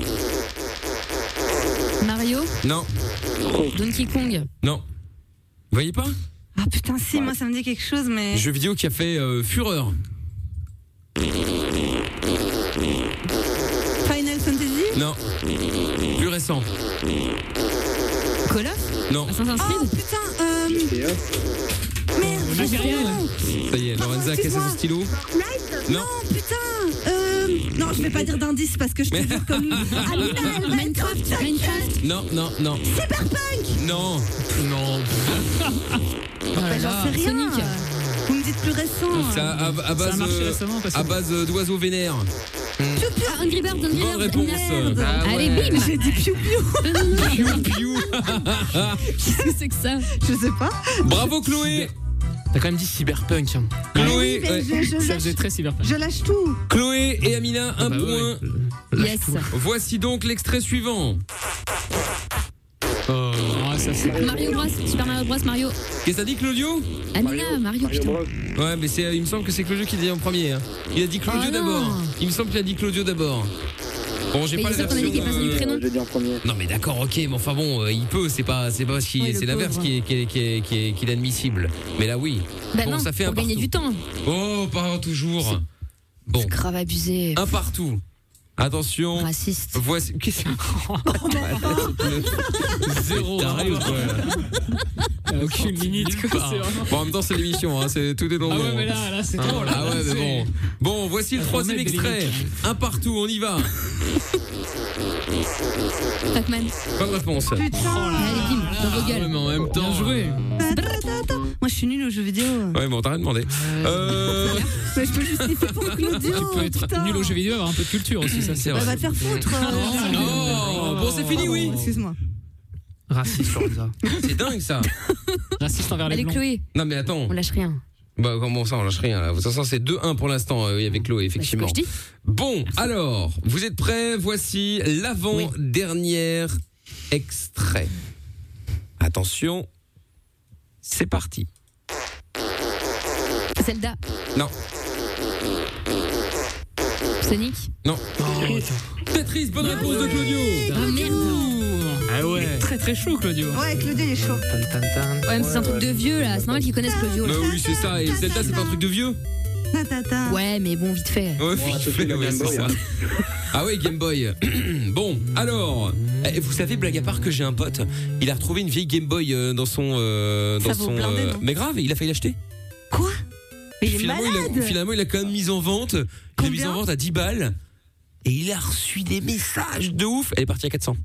Speaker 3: Mario.
Speaker 2: non,
Speaker 3: Donkey Kong.
Speaker 2: non. Vous voyez pas
Speaker 5: Ah putain, si, moi ça me dit quelque chose, mais.
Speaker 2: Jeu vidéo qui a fait euh, fureur.
Speaker 5: Final Fantasy
Speaker 2: Non. Plus récent.
Speaker 3: Call of
Speaker 2: Non.
Speaker 3: Assassin's
Speaker 5: Oh putain, euh. Merde, j'ai rien
Speaker 2: Ça y est, Lorenza, qu'est-ce que c'est ce stylo Non.
Speaker 5: Putain, euh. Non, je vais pas dire d'indice parce que je te jure comme. Amina, elle va être
Speaker 3: Minecraft, Minecraft.
Speaker 2: Non, non, non.
Speaker 5: Cyberpunk
Speaker 2: Non. Non.
Speaker 5: Bah, J'en sais rien
Speaker 3: Sonic.
Speaker 5: Vous me dites plus récent
Speaker 2: Ça, Mmh. à, à base,
Speaker 6: marché
Speaker 2: euh,
Speaker 6: récemment, parce que-
Speaker 2: à base euh, d'oiseaux vénères.
Speaker 3: Ah, Angry Birds, Angry
Speaker 2: Bonne
Speaker 3: Birds.
Speaker 2: réponse. Ah ouais.
Speaker 3: Allez, bim
Speaker 5: J'ai dit piou
Speaker 3: Qu'est-ce
Speaker 2: Piou, piou.
Speaker 3: que c'est que ça
Speaker 5: Je sais pas.
Speaker 2: Bravo Chloé.
Speaker 4: T'as quand même dit cyberpunk. hein.
Speaker 3: Ah
Speaker 2: Chloé,
Speaker 5: Mais
Speaker 2: ouais.
Speaker 5: je, je
Speaker 6: Ça
Speaker 5: lâche,
Speaker 6: faisait très cyberpunk.
Speaker 5: je lâche tout.
Speaker 2: Chloé et Amina, un
Speaker 4: bah ouais,
Speaker 2: point.
Speaker 3: Yes.
Speaker 2: Voici donc l'extrait suivant.
Speaker 6: Ah, ça, c'est-
Speaker 3: Mario Bros, Super Mario Bros, Mario.
Speaker 2: Qu'est-ce que t'as dit Claudio
Speaker 5: Ah,
Speaker 3: Amina, Mario, putain.
Speaker 2: Ouais, mais c'est, euh, il me semble que c'est Claudio qui dit en premier. hein. Il a dit Claudio
Speaker 3: Oh non.
Speaker 2: d'abord. Il me semble qu'il a dit Claudio d'abord. Bon, j'ai
Speaker 3: Mais
Speaker 2: pas la
Speaker 3: il est sûr qu'on a
Speaker 2: version.
Speaker 3: dit qu'il est passé du
Speaker 2: euh,
Speaker 3: prénom.
Speaker 10: J'ai dit en premier.
Speaker 2: Non mais d'accord, ok, mais enfin bon, euh, il peut, c'est pas, c'est pas parce qu'il,
Speaker 3: Oui, le
Speaker 2: c'est l'inverse
Speaker 3: pauvre.
Speaker 2: qui est, qui est, qui est, qui est, qui est inadmissible. Mais là oui.
Speaker 3: Bah
Speaker 2: bon,
Speaker 3: non,
Speaker 2: ça fait un
Speaker 3: pour gagner
Speaker 2: partout.
Speaker 3: du temps.
Speaker 2: Oh, pas toujours. Bon,
Speaker 3: Grave abusé.
Speaker 2: un partout. Attention.
Speaker 3: Raciste.
Speaker 2: Voici. Qu'est-ce que Zéro. Taré ou quoi, là
Speaker 6: Euh, Aucune limite, quoi. C'est vraiment-
Speaker 2: Bon, en même temps, c'est l'émission, hein, c'est tout est dans le
Speaker 6: Ah ouais,
Speaker 2: bon.
Speaker 6: mais là, là, c'est trop, là.
Speaker 2: Ah ouais, mais bon. Bon, voici le troisième
Speaker 6: mettre des
Speaker 2: extrait.
Speaker 6: limites,
Speaker 2: Un partout, on y va.
Speaker 3: Pac-Man.
Speaker 2: Pas de réponse. Oh
Speaker 5: Putain.
Speaker 3: Allez, bim, dans vos
Speaker 2: Ouais,
Speaker 3: gueules.
Speaker 2: mais en même temps.
Speaker 6: joué.
Speaker 2: Ah,
Speaker 5: Attends, attends, attends. Moi je suis nulle aux jeux vidéo.
Speaker 2: Ouais, bon, t'as rien demandé. Euh.
Speaker 5: Mais je peux justifier pour Claudio.
Speaker 6: Tu peux être
Speaker 5: putain.
Speaker 6: nul au jeu vidéo, avoir un peu de culture aussi, ça c'est
Speaker 5: Bah,
Speaker 6: vrai.
Speaker 5: va te faire foutre. euh.
Speaker 2: Oh, bon, c'est fini, oui.
Speaker 5: Excuse-moi.
Speaker 4: Raciste, Lorenza.
Speaker 2: C'est dingue ça.
Speaker 6: Raciste envers les
Speaker 3: Allez,
Speaker 6: blancs.
Speaker 3: Chloé,
Speaker 2: Non, mais attends.
Speaker 3: on lâche rien.
Speaker 2: Bah, comment ça, on lâche rien là. De toute façon, c'est 2-1 pour l'instant, euh, oui, avec Chloé,
Speaker 3: Bah, c'est ce que
Speaker 2: effectivement.
Speaker 3: je dis.
Speaker 2: Bon, alors, vous êtes prêts Voici l'avant-dernière extrait. Attention, c'est parti.
Speaker 3: Zelda,
Speaker 2: Non,
Speaker 3: Sonic.
Speaker 2: non. Tetris, bonne réponse de Claudio.
Speaker 6: Ah merde Ah ouais Très très chaud, Claudio
Speaker 5: Ouais, Claudio il est chaud.
Speaker 3: Ouais, mais c'est un truc de vieux là, c'est normal qu'ils connaissent Claudio.
Speaker 2: Bah
Speaker 3: là.
Speaker 2: oui, c'est ça. Et Zelda, c'est pas un truc de vieux
Speaker 5: Ta, ta, ta.
Speaker 3: Ouais, mais bon, vite fait.
Speaker 2: Ouais, ouais, ouais, c'est ça. Ah oui, Game Boy. bon, alors, eh, vous savez, blague à part que j'ai un pote, il a retrouvé une vieille Game Boy euh, dans son, euh, dans
Speaker 5: Ça vaut
Speaker 2: son.
Speaker 5: blindé, non
Speaker 2: mais grave, il a failli l'acheter.
Speaker 5: Quoi Mais il est
Speaker 2: finalement, il a,
Speaker 5: malade.
Speaker 2: finalement, il a quand même mis en vente. Il l'a
Speaker 5: Combien
Speaker 2: mis en vente à 10 balles. Et il a reçu des messages de ouf. Elle est partie à 400.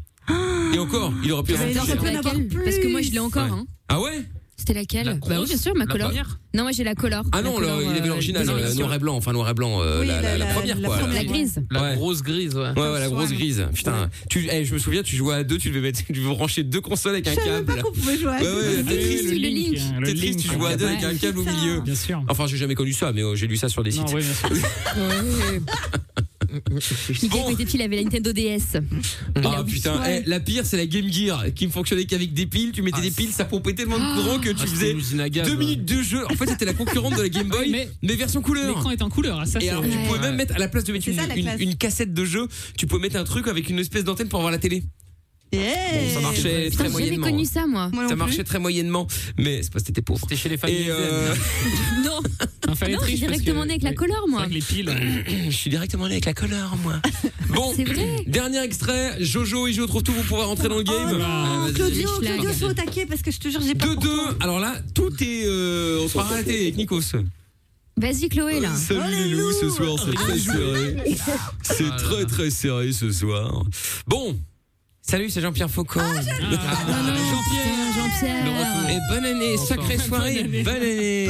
Speaker 2: Et encore, il aurait pu
Speaker 5: J'allais dire,
Speaker 2: rentrer
Speaker 5: Ah,
Speaker 2: cher.
Speaker 5: ça peut n'avoir
Speaker 3: Laquelle
Speaker 5: plus.
Speaker 3: Parce que moi, je l'ai encore.
Speaker 2: Ouais.
Speaker 3: Hein.
Speaker 2: Ah ouais
Speaker 3: C'était laquelle
Speaker 4: La
Speaker 3: Bah oui, bien sûr, ma color. Non, moi, j'ai la color.
Speaker 2: Ah
Speaker 3: La
Speaker 2: non, le-
Speaker 3: color,
Speaker 2: il
Speaker 3: euh,
Speaker 2: avait l'original,
Speaker 3: deuxième
Speaker 2: euh,
Speaker 3: édition.
Speaker 2: noir et blanc, enfin noir et blanc, euh,
Speaker 5: Oui,
Speaker 2: la, la- la première quoi.
Speaker 5: première.
Speaker 3: La grise.
Speaker 4: La
Speaker 2: Ouais.
Speaker 4: grosse grise, ouais.
Speaker 2: Ouais, ouais, la grosse grise. Putain, tu, eh, je me souviens, tu jouais à deux, tu devais mettre, tu devais brancher deux consoles avec un
Speaker 5: Je savais pas
Speaker 2: câble.
Speaker 5: qu'on pouvait jouer à
Speaker 2: Ouais,
Speaker 5: ça.
Speaker 2: ouais, Tetris,
Speaker 3: oui, le Link.
Speaker 6: hein, le
Speaker 2: Tetris, tu
Speaker 6: Link,
Speaker 2: jouais à deux avec un
Speaker 3: Ouais,
Speaker 2: câble au
Speaker 5: putain.
Speaker 2: milieu.
Speaker 6: Bien sûr.
Speaker 2: Enfin, j'ai jamais connu ça, mais euh, j'ai lu ça sur des sites.
Speaker 6: Non, ouais, bien sûr.
Speaker 3: Mickaël,
Speaker 2: Bon.
Speaker 3: quand il était petit, il avait la Nintendo DS.
Speaker 2: Ah putain, eh, la pire c'est la Game Gear qui ne fonctionnait qu'avec des piles, tu mettais
Speaker 4: Ah,
Speaker 2: des piles, ça pompait tellement de courant que tu faisais deux minutes de jeu. En fait, c'était la concurrente de la Game Boy, mais,
Speaker 6: mais-
Speaker 2: version couleur.
Speaker 6: L'écran est en couleur, ah, ça
Speaker 2: Et
Speaker 6: c'est.
Speaker 2: alors, tu pouvais même mettre à la place de mettre
Speaker 5: C'est
Speaker 2: une,
Speaker 5: ça, la
Speaker 2: une-
Speaker 5: classe.
Speaker 2: une cassette de jeu, tu pouvais mettre un truc avec une espèce d'antenne pour voir la télé.
Speaker 5: Yeah.
Speaker 2: Bon, ça marchait
Speaker 3: Putain, j'ai
Speaker 2: très
Speaker 3: jamais
Speaker 2: moyennement. hein.
Speaker 3: connu ça, moi.
Speaker 5: Moi non
Speaker 2: Ça
Speaker 5: plus.
Speaker 2: marchait très moyennement, mais c'est parce que t'étais pauvre.
Speaker 4: C'était chez les familles.
Speaker 2: Et euh,
Speaker 3: Non,
Speaker 6: Non, fallait
Speaker 3: non,
Speaker 6: être
Speaker 3: j'ai
Speaker 6: riche parce
Speaker 3: directement
Speaker 6: que-
Speaker 3: né avec la
Speaker 6: ouais.
Speaker 3: color,
Speaker 6: C'est
Speaker 3: moi.
Speaker 6: vrai que les piles.
Speaker 2: je suis directement allé avec la colère, moi. Bon,
Speaker 3: C'est vrai.
Speaker 2: dernier extrait. Jojo et je trouve tout, vous pourrez rentrer dans le
Speaker 5: Oh
Speaker 2: game.
Speaker 3: Ah,
Speaker 5: non,
Speaker 2: Euh,
Speaker 5: Claudio,
Speaker 3: Schlag.
Speaker 5: Claudio, faut au taquet parce que je te jure, j'ai pas.
Speaker 2: 2-2. Alors là, tout est. euh, on se fera raté avec Nikos.
Speaker 3: Vas-y, Chloé, là.
Speaker 2: Salut les loups, ce soir c'est
Speaker 5: Ah,
Speaker 2: très serré. C'est très très serré ce soir. Bon. Salut, c'est Jean-Pierre Foucault.
Speaker 5: Ah,
Speaker 2: Ah,
Speaker 3: Jean-Pierre.
Speaker 2: Et bonne année, sacrée soirée, bonne année.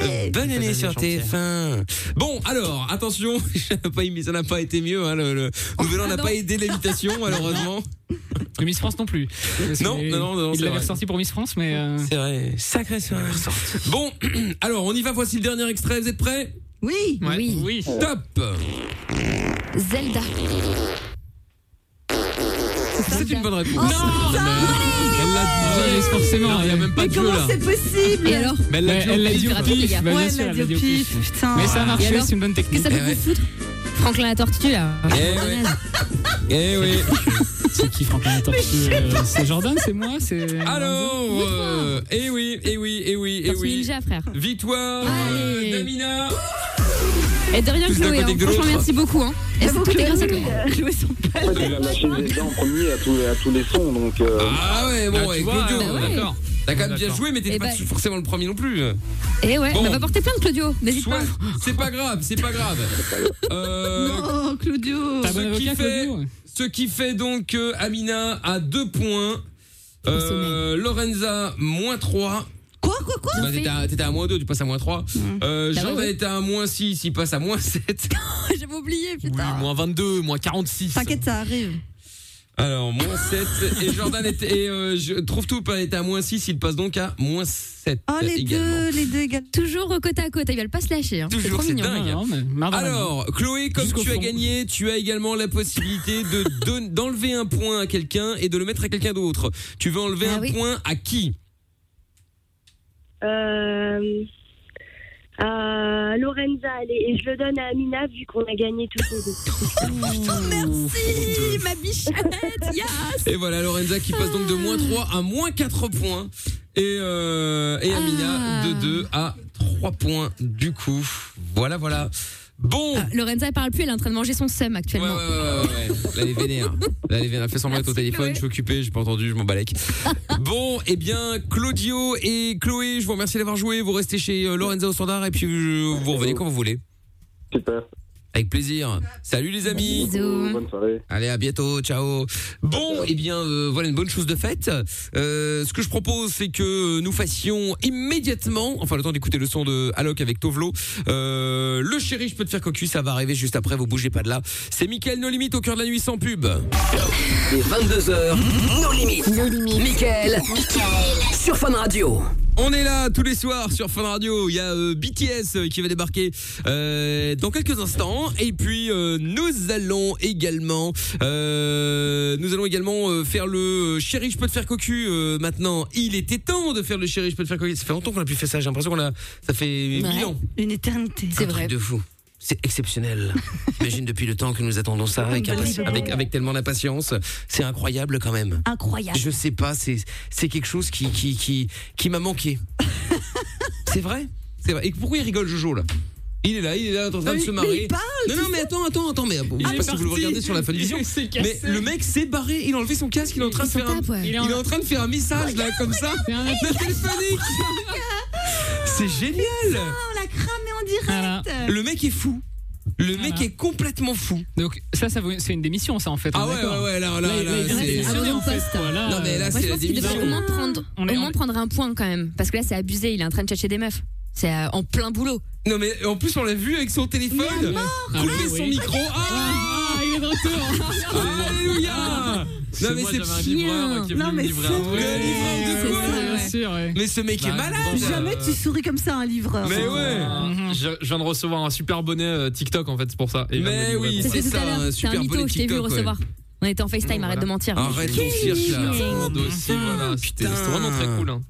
Speaker 2: Euh, Bonne année sur TF1. Bon, alors, attention, ça n'a pas, ça n'a pas été mieux. Hein, le, le nouvel an n'a pas aidé l'invitation, malheureusement.
Speaker 6: Le Miss France non plus. Parce
Speaker 2: Non,
Speaker 6: que
Speaker 2: non, non, non,
Speaker 6: Il
Speaker 2: c'est
Speaker 6: l'avait
Speaker 2: vrai.
Speaker 6: ressorti pour Miss France, mais. euh,
Speaker 2: C'est vrai. Sacré soirée. Bon, alors, on y va. Voici le dernier extrait. Vous êtes prêts
Speaker 3: Oui. Oui.
Speaker 2: Top
Speaker 3: Zelda.
Speaker 2: Oh, C'est une bonne réponse.
Speaker 3: Non,
Speaker 2: Elle l'a dit. forcément. Il
Speaker 6: euh,
Speaker 2: n'y a même pas
Speaker 5: Mais
Speaker 2: de
Speaker 5: comment
Speaker 2: jeu, là.
Speaker 5: c'est possible
Speaker 3: Et alors
Speaker 2: Mais elle l'a
Speaker 6: Ouais,
Speaker 2: dit au
Speaker 6: elle l'a
Speaker 2: pif,
Speaker 6: dit au
Speaker 2: hein.
Speaker 6: pif. Bah, bien
Speaker 5: Ouais,
Speaker 6: sûr,
Speaker 5: elle l'a dit au pif, putain.
Speaker 6: Mais ça a
Speaker 3: Et
Speaker 6: marché,
Speaker 3: alors
Speaker 6: c'est une bonne technique.
Speaker 3: Qu'est-ce que ça peut vous foutre Franklin la tortue, là.
Speaker 2: Eh ouais. Eh oui.
Speaker 6: C'est qui, Franck Attends, euh, C'est Jordan, c'est moi, c'est.
Speaker 2: Alors, euh, eh oui, eh oui, eh oui, eh
Speaker 3: Tortue
Speaker 2: oui.
Speaker 3: ninja, frère.
Speaker 2: Victoire euh, d'Amina.
Speaker 3: Et de rien,
Speaker 2: Tous d'un
Speaker 3: Chloé.
Speaker 2: côté
Speaker 3: hein.
Speaker 2: que de
Speaker 3: Franchement,
Speaker 2: l'autre.
Speaker 3: merci beaucoup. Hein. Et c'est tout est grâce à toi.
Speaker 5: euh,
Speaker 3: Chloé, son
Speaker 10: Ouais, j'ai lâché les dents en premier à tous, à tous les sons, donc. euh,
Speaker 2: Ah ouais, bon,
Speaker 4: Ah, tu
Speaker 2: eh,
Speaker 4: vois,
Speaker 2: Claudio,
Speaker 4: euh,
Speaker 2: d'accord. T'as quand même bien joué, mais t'étais
Speaker 3: Bah Eh
Speaker 2: pas
Speaker 3: ben-
Speaker 2: forcément le premier non plus.
Speaker 3: Et Eh ouais,
Speaker 2: Bon.
Speaker 3: on va porter plainte, Claudio. N'hésite
Speaker 2: Soit-
Speaker 3: pas.
Speaker 2: C'est pas grave, c'est pas grave. Euh,
Speaker 5: Oh, Claudio.
Speaker 6: T'as bon
Speaker 2: ce, qui
Speaker 6: avocat,
Speaker 2: fait,
Speaker 6: Claudio
Speaker 2: ce qui fait donc que Amina a 2 points. Euh, Lorenza, moins 3.
Speaker 5: Quoi, quoi, quoi
Speaker 2: Bah, t'étais à- t'étais à moins 2, tu passes à moins 3. Euh,
Speaker 3: Bah
Speaker 2: Jean
Speaker 3: ouais, ouais.
Speaker 2: était à moins 6, il passe à moins 7.
Speaker 3: J'avais oublié,
Speaker 2: Oui,
Speaker 3: putain.
Speaker 2: moins 22, moins 46.
Speaker 5: T'inquiète, ça arrive.
Speaker 2: Alors, moins 7. Et Jordan était, et, euh, je trouve tout, était à moins 6, il passe donc à moins 7.
Speaker 3: Bah,
Speaker 5: Oh, les
Speaker 2: également.
Speaker 5: deux, les deux égales.
Speaker 3: Toujours euh, côte à côte, ils veulent pas se lâcher. Hein. C'est
Speaker 2: Toujours,
Speaker 3: trop
Speaker 2: c'est
Speaker 3: mignon.
Speaker 2: dingue.
Speaker 6: Non, mais Marvin,
Speaker 2: Alors, Chloé, comme
Speaker 6: Jusqu'au
Speaker 2: tu as
Speaker 6: fond.
Speaker 2: gagné, tu as également la possibilité de don- d'enlever un point à quelqu'un et de le mettre à quelqu'un d'autre. Tu veux enlever
Speaker 3: Ah
Speaker 2: un
Speaker 3: oui.
Speaker 2: point à qui
Speaker 12: Euh, euh, Lorenza, allez, et je le donne à Amina vu qu'on a gagné tous les deux.
Speaker 3: Oh, Merci, ma bichette. Yes.
Speaker 2: Et voilà, Lorenza qui passe donc de
Speaker 3: Ah.
Speaker 2: moins 3 à moins 4 points. Et, euh, et Amina
Speaker 3: Ah.
Speaker 2: de 2 à 3 points du coup. Voilà, voilà. Bon
Speaker 3: Ah, Lorenza, elle parle plus, elle est en train de manger son seum
Speaker 2: Ouais, ouais, ouais,
Speaker 3: actuellement.
Speaker 2: ouais, ouais. Là, elle est vénère. Là, elle est vénère. Fais semblant d'être au
Speaker 3: Merci,
Speaker 2: téléphone.
Speaker 3: Chloé.
Speaker 2: Je suis occupé, j'ai pas entendu, je m'en balèque. Bon, eh bien, Claudio et Chloé, je vous remercie d'avoir joué. Vous restez chez euh, Lorenzo au standard et puis euh, vous revenez quand vous voulez.
Speaker 10: Super.
Speaker 2: Avec plaisir. Salut les amis.
Speaker 3: Bisous.
Speaker 10: Bonne soirée.
Speaker 2: Allez, à bientôt, ciao. Bon, eh bien, euh, voilà une bonne chose de faite. Euh, ce que je propose, c'est que nous fassions immédiatement, enfin le temps d'écouter le son de Alok avec Tovlo, euh, le chéri, je peux te faire cocu, ça va arriver juste après, vous bougez pas de là. C'est Mickaël No Limite au cœur de la nuit sans pub.
Speaker 1: Les 22h, nos limites. Nos limites. Michael. Sur Fun Radio.
Speaker 2: On est là tous les soirs sur Fun Radio. Il y a euh, BTS euh, qui va débarquer euh, dans quelques instants. Et puis euh, nous allons également, euh, nous allons également euh, faire le euh, chéri, je peux te faire cocu. euh, maintenant, il était temps de faire le chéri, je peux te faire cocu. Ça fait longtemps qu'on a plus fait ça. J'ai l'impression qu'on l'a, ça fait mille ans.
Speaker 5: Une éternité.
Speaker 3: C'est vrai.
Speaker 2: Truc de fou. C'est exceptionnel. Imagine depuis le temps que nous attendons ça avec, impa- avec, avec tellement d'impatience. C'est incroyable quand même.
Speaker 5: Incroyable.
Speaker 2: Je sais pas, c'est c'est quelque chose qui qui qui qui m'a manqué. c'est vrai C'est vrai. Et pourquoi il rigole Jojo là il est là, il est là en train de se
Speaker 5: mais
Speaker 2: marrer.
Speaker 5: il parle,
Speaker 2: non, non, mais attends, attends, attends, mais bon, je sais pas si vous le regardez sur la fin vision. Mais le mec s'est barré, il a enlevé son casque, il est en train de
Speaker 3: Il s'en
Speaker 2: faire un,
Speaker 3: tape, ouais.
Speaker 2: il est en train de faire un message là comme ça, la téléphonique. C'est génial.
Speaker 5: Oh, On l'a cramé en direct.
Speaker 2: Le mec est fou. Le mec
Speaker 6: Voilà.
Speaker 2: est complètement fou.
Speaker 6: Donc, ça, ça vaut- c'est une démission, ça, en fait.
Speaker 2: Ah
Speaker 6: on est
Speaker 2: ouais,
Speaker 6: d'accord.
Speaker 2: ouais, ouais, là, là,
Speaker 6: Là,
Speaker 2: là,
Speaker 6: il vient de
Speaker 2: c'est-
Speaker 6: démissionner,
Speaker 3: Ah ouais,
Speaker 6: en
Speaker 3: on
Speaker 6: fait,
Speaker 3: poste.
Speaker 6: quoi, là,
Speaker 2: Non, mais là,
Speaker 3: Moi,
Speaker 6: euh,
Speaker 2: c'est
Speaker 3: je
Speaker 2: la
Speaker 3: pense qu'il devrait
Speaker 2: démission.
Speaker 3: au moins prendre,
Speaker 6: On est-
Speaker 3: au moins
Speaker 6: on-
Speaker 3: prendre un point quand même. Parce que là, c'est abusé, il est en train de chercher des meufs. C'est euh, en plein boulot.
Speaker 2: Non mais en plus on l'a vu avec son téléphone,
Speaker 6: Ah
Speaker 2: couler
Speaker 6: oui,
Speaker 2: son
Speaker 6: oui.
Speaker 2: micro. Ah,
Speaker 6: Ah, il est de retour.
Speaker 2: Alléluia Ah Non mais c'est hein.
Speaker 3: un livreur, moi, qui
Speaker 5: Non, mais c'est
Speaker 2: Ouais,
Speaker 6: Ouais,
Speaker 2: de quoi
Speaker 6: ouais, bien
Speaker 3: ouais.
Speaker 6: sûr, ouais.
Speaker 2: Mais ce mec est
Speaker 4: Bah,
Speaker 2: malade.
Speaker 4: bon, bah,
Speaker 5: Jamais tu souris comme ça à un
Speaker 3: Hein.
Speaker 5: livreur.
Speaker 2: Mais ouais. Mhm.
Speaker 4: Euh, Je, je viens de recevoir un super bonnet euh, TikTok en fait, c'est pour ça. Et il vient de
Speaker 2: Mais
Speaker 4: me livrer
Speaker 2: Eh
Speaker 4: pour
Speaker 2: oui, c'est
Speaker 3: C'était tout à
Speaker 2: ça, un
Speaker 3: l'heure. C'est
Speaker 2: super
Speaker 3: un mytho,
Speaker 2: bonnet
Speaker 3: je t'ai vu
Speaker 2: TikTok, ouais. Oh,
Speaker 3: recevoir. On était en FaceTime, arrête de mentir.
Speaker 2: Arrête ton cirque là.
Speaker 4: ça. Un dossier, voilà, c'était
Speaker 2: Putain.
Speaker 4: c'était vraiment très cool. hein.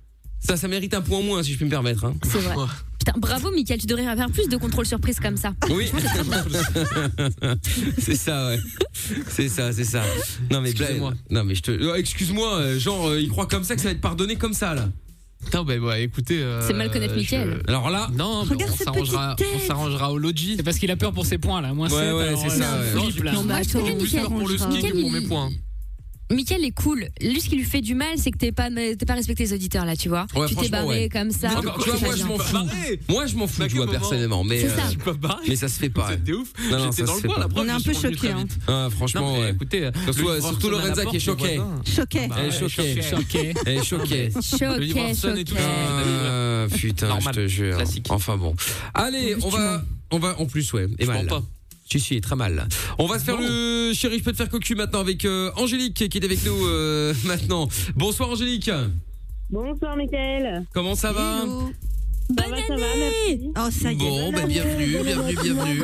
Speaker 2: Ça ça mérite un point en moins si je peux me permettre hein.
Speaker 3: C'est vrai. Putain, bravo, Michael, tu devrais faire plus de contrôle surprise comme ça.
Speaker 2: Oui. c'est ça ouais. C'est ça, c'est ça. Non mais
Speaker 4: Excusez-moi.
Speaker 2: blague. Non mais je te Euh, excuse-moi, euh, genre euh, il croit comme ça que ça va être pardonné comme ça là.
Speaker 4: Putain, bah, bah, écoutez. euh,
Speaker 3: C'est mal connaître
Speaker 4: je-
Speaker 3: Mickaël.
Speaker 2: Alors là,
Speaker 4: Non, mais
Speaker 5: Regarde
Speaker 4: on
Speaker 5: cette
Speaker 4: s'arrangera-
Speaker 5: petite
Speaker 4: on
Speaker 5: tête.
Speaker 4: s'arrangera au Logi.
Speaker 6: C'est parce qu'il a peur pour ses points, là. Moins
Speaker 2: Ouais,
Speaker 6: sept,
Speaker 2: ouais,
Speaker 6: alors,
Speaker 2: c'est ça,
Speaker 6: euh,
Speaker 2: ouais.
Speaker 6: flip, là.
Speaker 3: Non, mais
Speaker 4: J'ai
Speaker 3: attends,
Speaker 4: plus
Speaker 3: Mickaël,
Speaker 4: peur pour le ski que pour mes points.
Speaker 3: Mickaël est cool. Lui, ce qui lui fait du mal, c'est que t'es pas, t'es pas respecté les auditeurs, là, tu vois.
Speaker 2: Ouais,
Speaker 3: tu t'es
Speaker 2: franchement,
Speaker 3: barré
Speaker 2: ouais.
Speaker 3: comme ça.
Speaker 2: Encore- tu vois,
Speaker 3: C'est
Speaker 2: moi,
Speaker 3: pas
Speaker 2: je m'en
Speaker 3: bien.
Speaker 2: fous. Moi, je m'en fous, tu vois, personnellement. Mais, euh,
Speaker 3: C'est ça. Je suis
Speaker 2: mais ça se fait pas. C'est ouf. Non, non,
Speaker 13: J'étais
Speaker 2: ça
Speaker 13: dans
Speaker 2: se
Speaker 13: le
Speaker 2: fait
Speaker 13: coin,
Speaker 2: pas.
Speaker 13: la preuve, On est un je peu suis rendu choqués, très hein. vite.
Speaker 2: Ah, franchement, ouais.
Speaker 13: écoutez, euh,
Speaker 2: surtout,
Speaker 13: le livreur
Speaker 2: surtout
Speaker 13: sonne à la
Speaker 2: Lorenza qui est
Speaker 13: porte, les
Speaker 2: choquée.
Speaker 13: voisins.
Speaker 7: Choqué.
Speaker 2: Elle est choquée. Elle est choquée.
Speaker 13: Le livreur sonne et tout.
Speaker 2: Ah, putain,
Speaker 13: Normal.
Speaker 2: je te jure. Enfin bon. Allez, on va, on va en plus, ouais. Et mal.
Speaker 13: pas.
Speaker 2: Si, si, très mal. On va se faire le chéri, je peux te faire cocu maintenant avec euh, Angélique qui est avec nous euh, maintenant. Bonsoir Angélique.
Speaker 14: Bonsoir, Michael.
Speaker 2: Comment ça va
Speaker 14: Bonne année
Speaker 7: Oh, ça y est.
Speaker 2: Bon, ben bienvenue, bienvenue, bienvenue.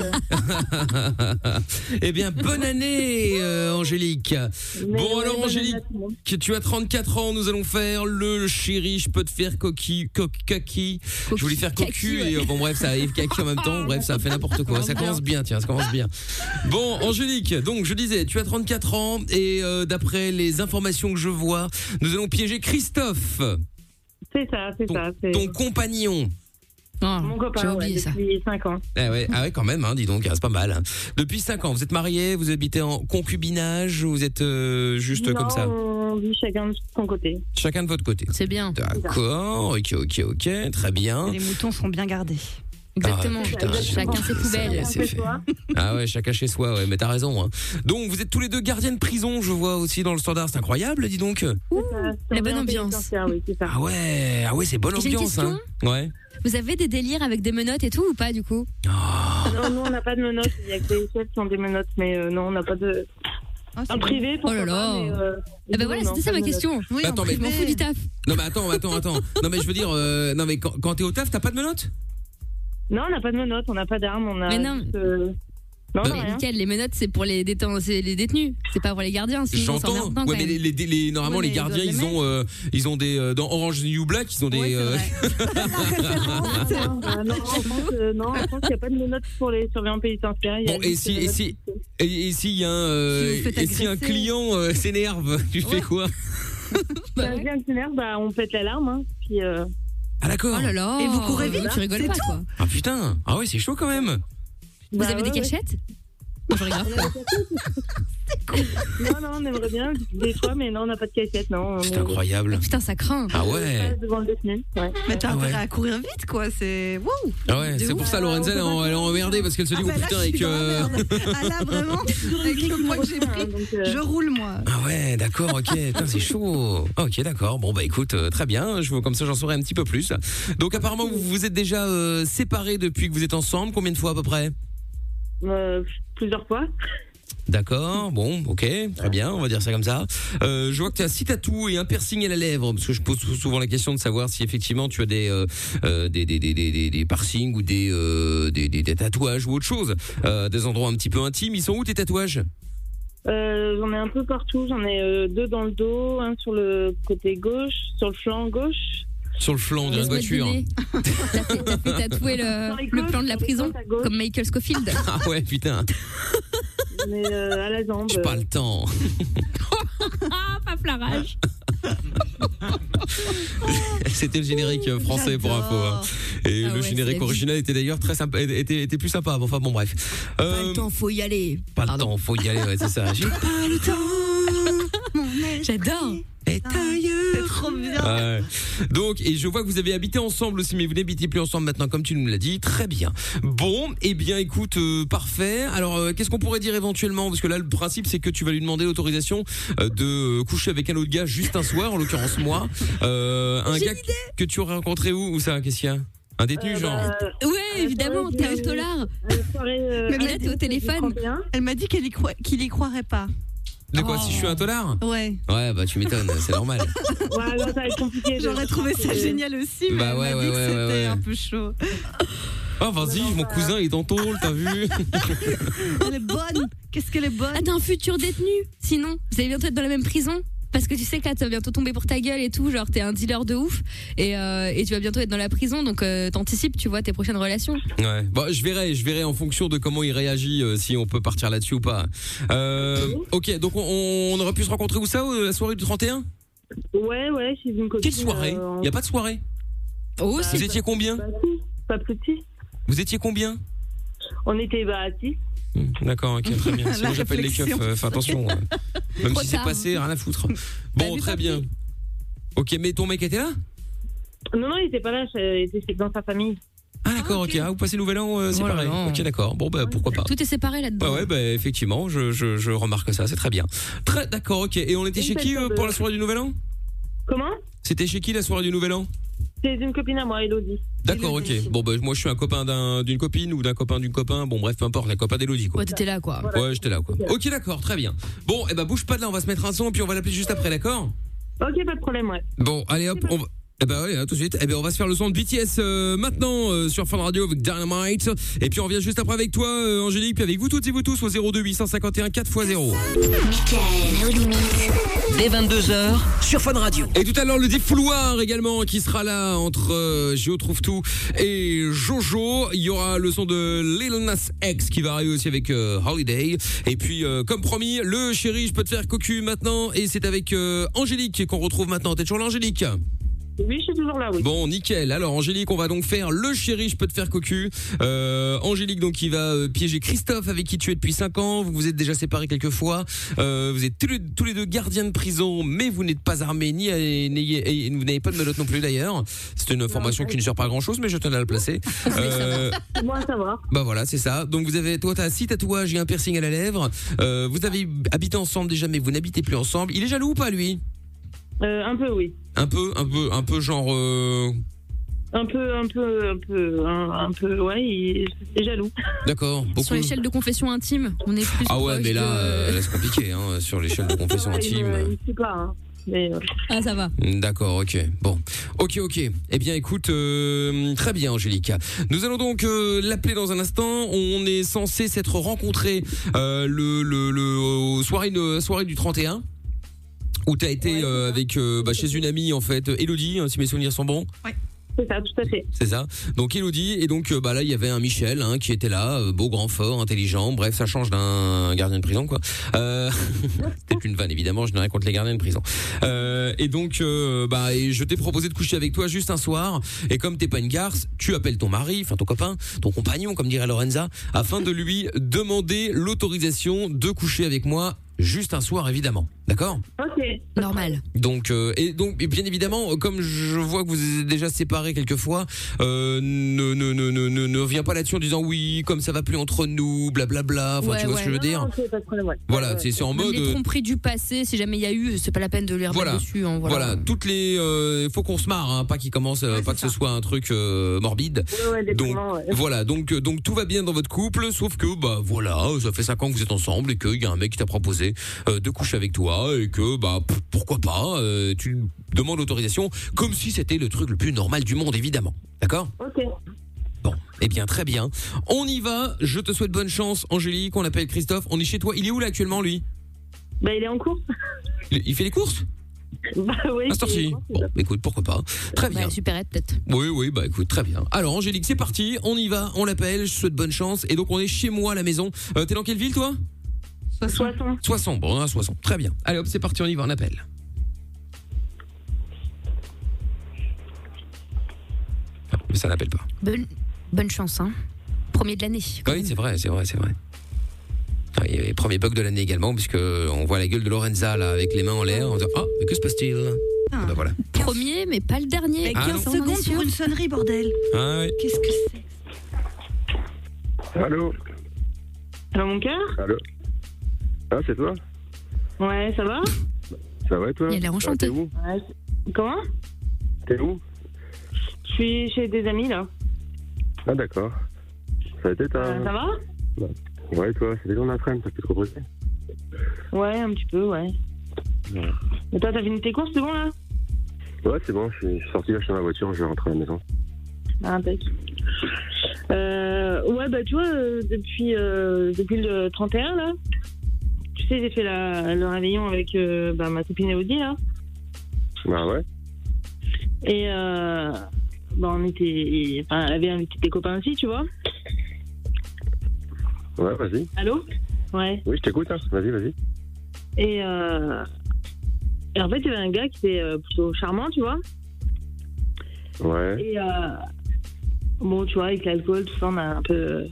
Speaker 2: eh bien, bonne année, euh, Angélique. bon, alors, Angélique, que tu as 34 ans, nous allons faire le chéri, je peux te faire coquille, co- coquille. Je voulais faire cocu, et euh, bon, bref, ça arrive coquille en même temps, bref, ça fait n'importe quoi. Ça commence bien, tiens, ça commence bien. Bon, Angélique, donc, je disais, tu as 34 ans, et euh, d'après les informations que je vois, nous allons piéger Christophe,
Speaker 14: C'est ça, c'est ça. c'est-
Speaker 2: ton compagnon.
Speaker 5: Ah,
Speaker 14: Mon copain, ouais, depuis 5 ans.
Speaker 2: Ah ouais, ah ouais, quand même, hein, dis donc, hein, c'est pas mal. hein. Depuis 5 ans, vous êtes mariés, vous habitez en concubinage, ou vous êtes euh, juste
Speaker 14: Non,
Speaker 2: comme ça
Speaker 14: On vit chacun de son côté.
Speaker 2: Chacun de votre côté.
Speaker 3: C'est bien.
Speaker 2: D'accord, ok, ok, ok, très bien.
Speaker 7: Les moutons sont bien gardés.
Speaker 2: Exactement. Ah, putain,
Speaker 3: Chacun ses poubelles.
Speaker 2: c'est fait. Ah ouais, chacun chez soi, ouais, mais t'as raison. hein. Donc, vous êtes tous les deux gardiens de prison, je vois aussi dans le standard, c'est incroyable, dis donc.
Speaker 3: La bonne ambiance.
Speaker 2: Ah ouais, ah ouais c'est bonne
Speaker 3: J'ai une
Speaker 2: ambiance. Hein. Ouais.
Speaker 3: Vous avez des délires avec des menottes et tout ou pas, du coup
Speaker 14: Non, nous, on n'a pas de menottes. Il y a que des chefs qui ont des menottes, mais euh, non, on n'a pas de. en privé,
Speaker 3: Oh là là.
Speaker 14: euh,
Speaker 3: Ah bah voilà, c'était ça ma question.
Speaker 2: Oui, Bah en attends, mais-
Speaker 3: je m'en fous du taf.
Speaker 2: Non, mais attends, attends, attends. Non, mais je veux dire, euh, non, mais quand, quand t'es au taf, t'as pas de menottes
Speaker 14: Non, on n'a pas de menottes, on n'a pas d'armes, on a.
Speaker 3: Mais non.
Speaker 14: juste, euh, Non,
Speaker 2: Bah-
Speaker 14: on a rien.
Speaker 3: Nickel, les menottes, c'est pour les, déten- c'est les détenus, c'est pas pour les gardiens. sinon, on s'emmerde
Speaker 2: J'entends.
Speaker 3: bien, quand
Speaker 2: Ouais, mais les,
Speaker 3: même.
Speaker 2: les- les- normalement, les gardiens, ils ont, euh, ils ont des. euh, dans Orange is the New Black, ils ont des. euh,
Speaker 14: Ah, non, en France, euh, non, en France, il n'y a pas de menottes pour les surveillants pénitentiaires. il y a
Speaker 2: Bon, et
Speaker 14: juste
Speaker 2: si,
Speaker 14: des
Speaker 2: et
Speaker 14: menottes.
Speaker 2: si, et, et si, y a un, euh,
Speaker 14: Si vous faites
Speaker 2: et si un
Speaker 14: agresser.
Speaker 2: client euh, s'énerve, tu fais quoi
Speaker 14: Bah, bien que tu nerfs, bah, on pète l'alarme. Hein, puis, euh,
Speaker 2: Ah d'accord.
Speaker 14: Oh là là.
Speaker 3: Et vous courez vite,
Speaker 14: Tu rigoles pas,
Speaker 3: quoi.
Speaker 2: Ah putain. Ah ouais, c'est chaud quand même.
Speaker 3: Vous
Speaker 14: Bah
Speaker 3: avez
Speaker 14: ouais,
Speaker 3: des
Speaker 14: ouais.
Speaker 3: cachettes Je regarde.
Speaker 14: Non, non, on aimerait bien des fois, mais non, on n'a pas de cassette, non.
Speaker 2: C'est
Speaker 7: Oh,
Speaker 2: incroyable.
Speaker 3: Putain, ça craint.
Speaker 2: Ah ouais.
Speaker 14: devant le détenu. Ouais.
Speaker 7: Mais t'as
Speaker 2: Ah
Speaker 7: intérêt
Speaker 2: ouais.
Speaker 7: à courir vite, quoi. C'est. Wouh
Speaker 2: Ah ouais, c'est pour ça Lorenza elle est en- elle est emmerdée parce qu'elle se dit
Speaker 7: Ah bah
Speaker 2: oh
Speaker 7: là,
Speaker 2: putain
Speaker 7: je
Speaker 2: avec
Speaker 7: suis dans la
Speaker 2: euh,
Speaker 7: Ah là, vraiment Avec le poids que j'ai pris,
Speaker 9: euh,
Speaker 7: je roule, moi.
Speaker 2: Ah ouais, d'accord, ok, Putain, c'est chaud. Ah, Ok, d'accord. Bon bah écoute, euh, très bien. Je comme ça j'en saurai un petit peu plus. Donc apparemment vous vous êtes déjà euh, séparés depuis que vous êtes ensemble. Combien de fois à peu près
Speaker 14: Euh, plusieurs fois.
Speaker 2: D'accord, bon, ok, très bien, on va dire ça comme ça. Euh, je vois que tu as six tatous et un piercing à la lèvre, parce que je pose souvent la question de savoir si effectivement tu as des euh, euh, des, des, des, des, des- des piercings ou des, euh, des, des- des tatouages ou autre chose, Euh, des endroits un petit peu intimes. Ils sont où tes tatouages
Speaker 14: Euh, j'en ai un peu partout. J'en ai euh, deux dans le dos, un sur le côté gauche, sur le flanc gauche.
Speaker 2: Sur le flanc, on dirait une voiture.
Speaker 3: T'as fait tatouer le, le plan de la prison, comme Michael Scofield.
Speaker 2: Ah ouais, putain,
Speaker 14: Mais euh, à la jambe.
Speaker 2: pas le temps.
Speaker 3: Pas flarage.
Speaker 2: C'était le générique euh, français pour info. hein. Et le générique original était d'ailleurs très sympa, était, était plus sympa. Bon, enfin bon, bref. Euh,
Speaker 3: Pas le temps, faut y aller.
Speaker 2: pas le temps, faut y aller, ouais, c'est ça. J'ai pas le
Speaker 3: temps. J'adore.
Speaker 7: C'est trop bien.
Speaker 2: Ouais. Donc, et je vois que vous avez habité ensemble aussi, mais vous n'habitez plus ensemble maintenant, comme tu nous l'as dit. Très bien. Bon, eh bien, écoute, euh, parfait. Alors, euh, qu'est-ce qu'on pourrait dire éventuellement Parce que là, le principe, c'est que tu vas lui demander l'autorisation euh, de euh, coucher avec un autre gars juste un soir, en l'occurrence moi. Euh, un gars que tu aurais rencontré où Ou ça Qu'est-ce qu'il y a Un détenu,
Speaker 3: Euh,
Speaker 2: genre
Speaker 3: bah,
Speaker 14: Euh,
Speaker 3: Ouais, évidemment, t'es un dollar. Mais là, t'es au téléphone.
Speaker 7: Elle m'a dit qu'elle y croit- qu'il y croirait pas.
Speaker 2: De quoi Si je suis un dollar
Speaker 7: Ouais.
Speaker 2: Ouais, bah tu m'étonnes, c'est normal.
Speaker 7: J'aurais trouvé ça génial aussi, mais
Speaker 2: Bah ouais,
Speaker 7: elle m'a
Speaker 2: ouais,
Speaker 7: dit que
Speaker 2: ouais,
Speaker 7: c'était
Speaker 2: ouais, ouais.
Speaker 7: un peu chaud.
Speaker 2: Oh, vas-y, mon cousin est dans ton rôle, t'as vu
Speaker 7: Elle est bonne. Qu'est-ce qu'elle est bonne
Speaker 3: Ah, t'es un futur détenu. Sinon, vous allez bientôt être dans la même prison. Parce que tu sais que là, tu vas bientôt tomber pour ta gueule et tout. Genre, t'es un dealer de ouf. Et, euh, et tu vas bientôt être dans la prison. Donc, euh, t'anticipes, tu vois, tes prochaines relations.
Speaker 2: Ouais. Bon, je verrai, je verrai en fonction de comment il réagit euh, si on peut partir là-dessus ou pas. Euh, ok, donc on, on aurait pu se rencontrer où ça euh, La soirée du 31
Speaker 14: Ouais, ouais, chez une copine.
Speaker 2: Quelle soirée
Speaker 14: euh,
Speaker 2: Il y a pas de soirée.
Speaker 3: Oh,
Speaker 2: Bah, Vous étiez combien
Speaker 14: Pas plus petit.
Speaker 2: Vous étiez combien
Speaker 14: On était bah, à 6.
Speaker 2: D'accord, ok, très bien. Sinon,
Speaker 14: La
Speaker 2: j'appelle les keufs.
Speaker 14: réflexion.
Speaker 2: euh, Enfin, attention. euh, Même
Speaker 14: Trop
Speaker 2: si c'est
Speaker 14: tard.
Speaker 2: passé, rien à foutre. Bon, très bien. Ok, mais ton mec était là
Speaker 14: Non, non, il était pas là, il était chez- dans sa famille.
Speaker 2: Ah, d'accord, ok. Ah, vous passez le nouvel an, euh, c'est
Speaker 14: Voilà.
Speaker 2: pareil. Ok, d'accord. Bon, bah, pourquoi pas.
Speaker 3: Tout est séparé
Speaker 2: Bah
Speaker 3: là-dedans.
Speaker 2: ouais, bah, effectivement, je, je, je remarque ça, c'est très bien. Très d'accord, ok. Et on était
Speaker 14: Une
Speaker 2: chez qui
Speaker 14: personne
Speaker 2: euh,
Speaker 14: de-
Speaker 2: pour la soirée du Nouvel An
Speaker 14: Comment
Speaker 2: C'était chez qui la soirée du Nouvel An
Speaker 14: C'est une copine à moi, Elodie.
Speaker 2: D'accord, ok. Bon, bah, moi, je suis un copain d'un- d'une copine ou d'un copain d'une copain. Bon, bref, peu importe, la copain d'Elodie, quoi.
Speaker 3: Ouais, t'étais là, quoi.
Speaker 2: Ouais, j'étais là, quoi. Ok, d'accord, très bien. Bon, eh ben, bouge pas de là, on va se mettre un son, puis on va l'appeler juste après, d'accord
Speaker 14: Ok, pas de problème, ouais.
Speaker 2: Bon, allez hop, on va... Eh ben ouais, hein, tout de suite. Eh ben on va se faire le son de BTS euh, maintenant euh, sur Fun Radio avec Dynamite. Et puis on revient juste après avec toi, euh, Angélique, puis avec vous toutes et vous tous au 02 851 4x0.
Speaker 1: Mickaël, nos limites. Dès 22h sur Fun Radio.
Speaker 2: Et tout à l'heure, le défouloir également qui sera là entre euh, Gio Trouve Tout et Jojo. Il y aura le son de Lil Nas X qui va arriver aussi avec euh, Holiday. Et puis, euh, comme promis, le chéri, je peux te faire cocu maintenant. Et c'est avec euh, Angélique qu'on retrouve maintenant. T'es toujours là, Angélique
Speaker 14: Oui, je suis toujours là, oui.
Speaker 2: Bon, nickel. Alors, Angélique, on va donc faire le chéri, je peux te faire cocu. Euh, Angélique, donc, qui va euh, piéger Christophe, avec qui tu es depuis 5 ans. Vous vous êtes déjà séparés quelques fois. Euh, vous êtes tous les, tous les deux gardiens de prison, mais vous n'êtes pas armés, ni et n'ayez- et vous n'avez pas de melotte non plus, d'ailleurs. C'est une information qui ne sert pas à grand-chose, mais je tenais à le placer. Euh,
Speaker 14: Moi, ça va.
Speaker 2: bah voilà, c'est ça. Donc vous avez, toi, t'as six tatouages et un piercing à la lèvre. Euh, vous avez habité ensemble déjà, mais vous n'habitez plus ensemble. Il est jaloux ou pas, lui
Speaker 14: Euh, un peu, oui.
Speaker 2: Un peu, un peu, un peu genre. euh,
Speaker 14: Un peu, un peu, un peu, un, un peu, ouais, il il est jaloux.
Speaker 2: D'accord. Beaucoup.
Speaker 3: Sur l'échelle de confession intime, on est plus.
Speaker 2: Ah ouais, mais là, euh, là, c'est compliqué, hein, sur l'échelle de confession intime.
Speaker 14: Je sais pas, hein. Mais, euh,
Speaker 3: Ah, ça va.
Speaker 2: D'accord, ok. Bon. Ok, ok. Eh bien, écoute, euh, très bien, Angélique. Nous allons donc euh, l'appeler dans un instant. On est censé s'être rencontrés euh, le, le, le au soirée, de- soirée du 31, où t'as été euh, avec euh, bah, chez une amie, en fait, Elodie, hein, si mes souvenirs sont bons.
Speaker 14: c'est ça, tout à fait.
Speaker 2: C'est ça. Donc Elodie et donc euh, bah là il y avait un Michel hein, qui était là, euh, beau, grand, fort, intelligent. Bref, ça change d'un gardien de prison quoi. Euh... C'était une vanne évidemment. Je n'ai rien contre les gardiens de prison. Euh, et donc euh, bah et je t'ai proposé de coucher avec toi juste un soir. Et comme t'es pas une garce, tu appelles ton mari, enfin ton copain, ton compagnon comme dirait Lorenza, afin de lui demander l'autorisation de coucher avec moi juste un soir évidemment. D'accord
Speaker 14: Ok.
Speaker 3: Normal.
Speaker 2: donc euh, et donc et bien évidemment euh, comme je vois que vous êtes déjà séparés quelquefois euh, ne ne ne ne ne, ne reviens pas là-dessus en disant oui comme ça va plus entre nous blablabla Ah, enfin tu vois ce que je veux dire
Speaker 14: Non, non, ok, pas de problème, ouais.
Speaker 2: voilà c'est c'est en
Speaker 3: Même
Speaker 2: mode
Speaker 3: les
Speaker 2: euh,
Speaker 3: tromperies du passé, si jamais il y a eu, c'est pas la peine de les remettre
Speaker 2: voilà.
Speaker 3: dessus. hein,
Speaker 2: voilà.
Speaker 3: voilà.
Speaker 2: toutes les euh, faut qu'on se marre hein, pas qu'il commence euh, pas que ce soit un truc euh, morbide donc voilà donc euh, donc tout va bien dans votre couple sauf que bah voilà ça fait 5 ans que vous êtes ensemble et qu'il y a un mec qui t'a proposé euh, de coucher avec toi et que bah p- pourquoi pas euh, tu demandes l'autorisation comme si c'était le truc le plus normal du monde évidemment d'accord
Speaker 14: Ok.
Speaker 2: eh bien très bien on y va je te souhaite bonne chance Angélique on appelle Christophe on est chez toi il est où là actuellement lui
Speaker 14: Bah, il est en cours.
Speaker 2: il, il fait les courses
Speaker 14: Bah, oui.
Speaker 2: à cette heure-ci bon bah, écoute pourquoi pas très bien
Speaker 3: Superette, peut-être.
Speaker 2: Oui, oui, bah écoute, très bien. Alors Angélique, c'est parti, on y va, on l'appelle, je te souhaite bonne chance. Et donc on est chez moi à la maison. Euh, T'es dans quelle ville toi
Speaker 14: Soissons.
Speaker 2: Soissons, bon, on est à Soissons. Très bien. Allez hop, c'est parti, on y va, on appelle. Ah, Mais ça n'appelle pas.
Speaker 3: Bonne, bonne chance, hein. Premier de l'année.
Speaker 2: Ah oui, c'est vrai, c'est vrai, c'est vrai. Ah, Il y avait premier bug de l'année également, puisque on voit la gueule de Lorenza là, avec les mains en l'air, en disant Ah, mais que se passe-t-il Ah, Bah voilà.
Speaker 3: Premier, mais pas le dernier.
Speaker 2: Mais Ah, 15 non. secondes
Speaker 5: pour une sonnerie, bordel.
Speaker 2: Ah oui.
Speaker 5: Qu'est-ce que c'est
Speaker 10: Allô
Speaker 14: Allô, mon cœur
Speaker 10: Allô Ah, c'est toi
Speaker 14: Ouais, ça va
Speaker 10: Ça va et toi Ah, t'es où
Speaker 14: Ouais. Comment
Speaker 10: T'es où
Speaker 14: Je suis chez des amis, là.
Speaker 10: Ah, d'accord. Ça a été ta.
Speaker 14: Euh, ça va
Speaker 10: Bah, Ouais, et toi, c'était ton après-midi, t'as pu te reposer
Speaker 14: Ouais, un petit peu, ouais.
Speaker 10: Ouais,
Speaker 14: Et toi, t'as fini tes courses, c'est bon, là
Speaker 10: Ouais, c'est bon, je suis, je suis sorti là, je suis dans la voiture, je vais rentrer à la maison.
Speaker 14: Ah, impec. Euh, ouais, bah, tu vois, euh, depuis, euh, depuis le 31, là, tu sais, j'ai fait la, le réveillon avec euh, bah, ma copine Elodie, là.
Speaker 10: Bah ouais
Speaker 14: Et euh, bah, on était. et- enfin, elle avait invité tes copains aussi, tu vois.
Speaker 10: Ouais, vas-y.
Speaker 14: Allô Ouais.
Speaker 10: Oui, je t'écoute, hein. vas-y, vas-y.
Speaker 14: Et, euh, et en fait, il y avait un gars qui était euh, plutôt charmant, tu vois.
Speaker 10: Ouais.
Speaker 14: Et euh, bon, tu vois, avec l'alcool, tout ça, on a un peu.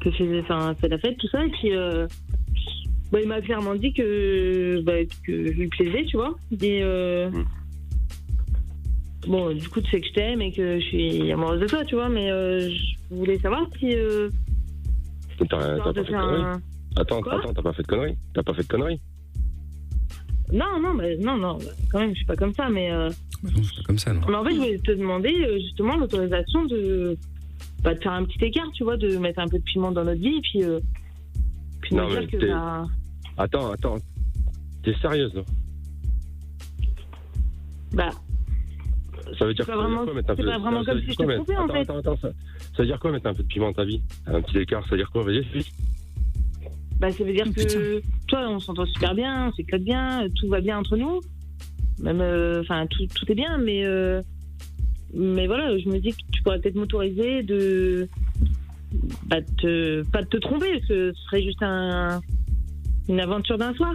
Speaker 14: que faisait, enfin, fait la fête, tout ça. Et puis, euh, bah, il m'a clairement dit que, bah, que je lui plaisais, tu vois. Et, euh, bon, du coup, tu sais que je t'aime et que je suis amoureuse de toi, tu vois. Mais euh, je voulais savoir si. euh,
Speaker 15: T'as t'as
Speaker 14: histoire
Speaker 15: pas
Speaker 14: de
Speaker 15: fait de
Speaker 14: faire
Speaker 15: conneries.
Speaker 14: un-
Speaker 15: Attends,
Speaker 14: Quoi
Speaker 15: attends, t'as pas fait de conneries. T'as pas fait de conneries.
Speaker 14: Non, non, bah, non, non, bah, quand même, je suis pas comme ça, mais. euh,
Speaker 16: Comme ça, non
Speaker 14: Mais en fait, je voulais te demander euh, justement l'autorisation de, bah, de faire un petit écart, tu vois, de mettre un peu de piment dans notre vie, et puis, euh, puis de
Speaker 15: Non,
Speaker 14: me
Speaker 15: mais
Speaker 14: dire que
Speaker 15: t'es-
Speaker 14: bah,
Speaker 15: Attends, attends. T'es sérieuse là
Speaker 14: bah,
Speaker 15: Ça veut dire
Speaker 14: pas
Speaker 15: quoi, ça veut dire
Speaker 14: vraiment-
Speaker 15: quoi mettre un
Speaker 14: c'est
Speaker 15: peu
Speaker 14: pas vraiment
Speaker 15: ça veut
Speaker 14: comme
Speaker 15: dire
Speaker 14: si hein. je
Speaker 15: quoi,
Speaker 14: te
Speaker 15: mettre-
Speaker 14: trompais, en
Speaker 15: attends,
Speaker 14: fait.
Speaker 15: attends, attends, ça, ça veut dire quoi mettre un peu de piment dans ta vie Un petit écart, ça veut dire quoi Vas-y, explique.
Speaker 14: bah, ça veut dire que toi, on s'entend super bien, on s'éclate bien, euh, tout va bien entre nous, même, euh, enfin, tout, tout est bien, mais, euh, mais voilà, je me dis que tu pourrais peut-être m'autoriser de. Bah, de te- pas de te tromper, parce que ce serait juste un, une aventure d'un soir,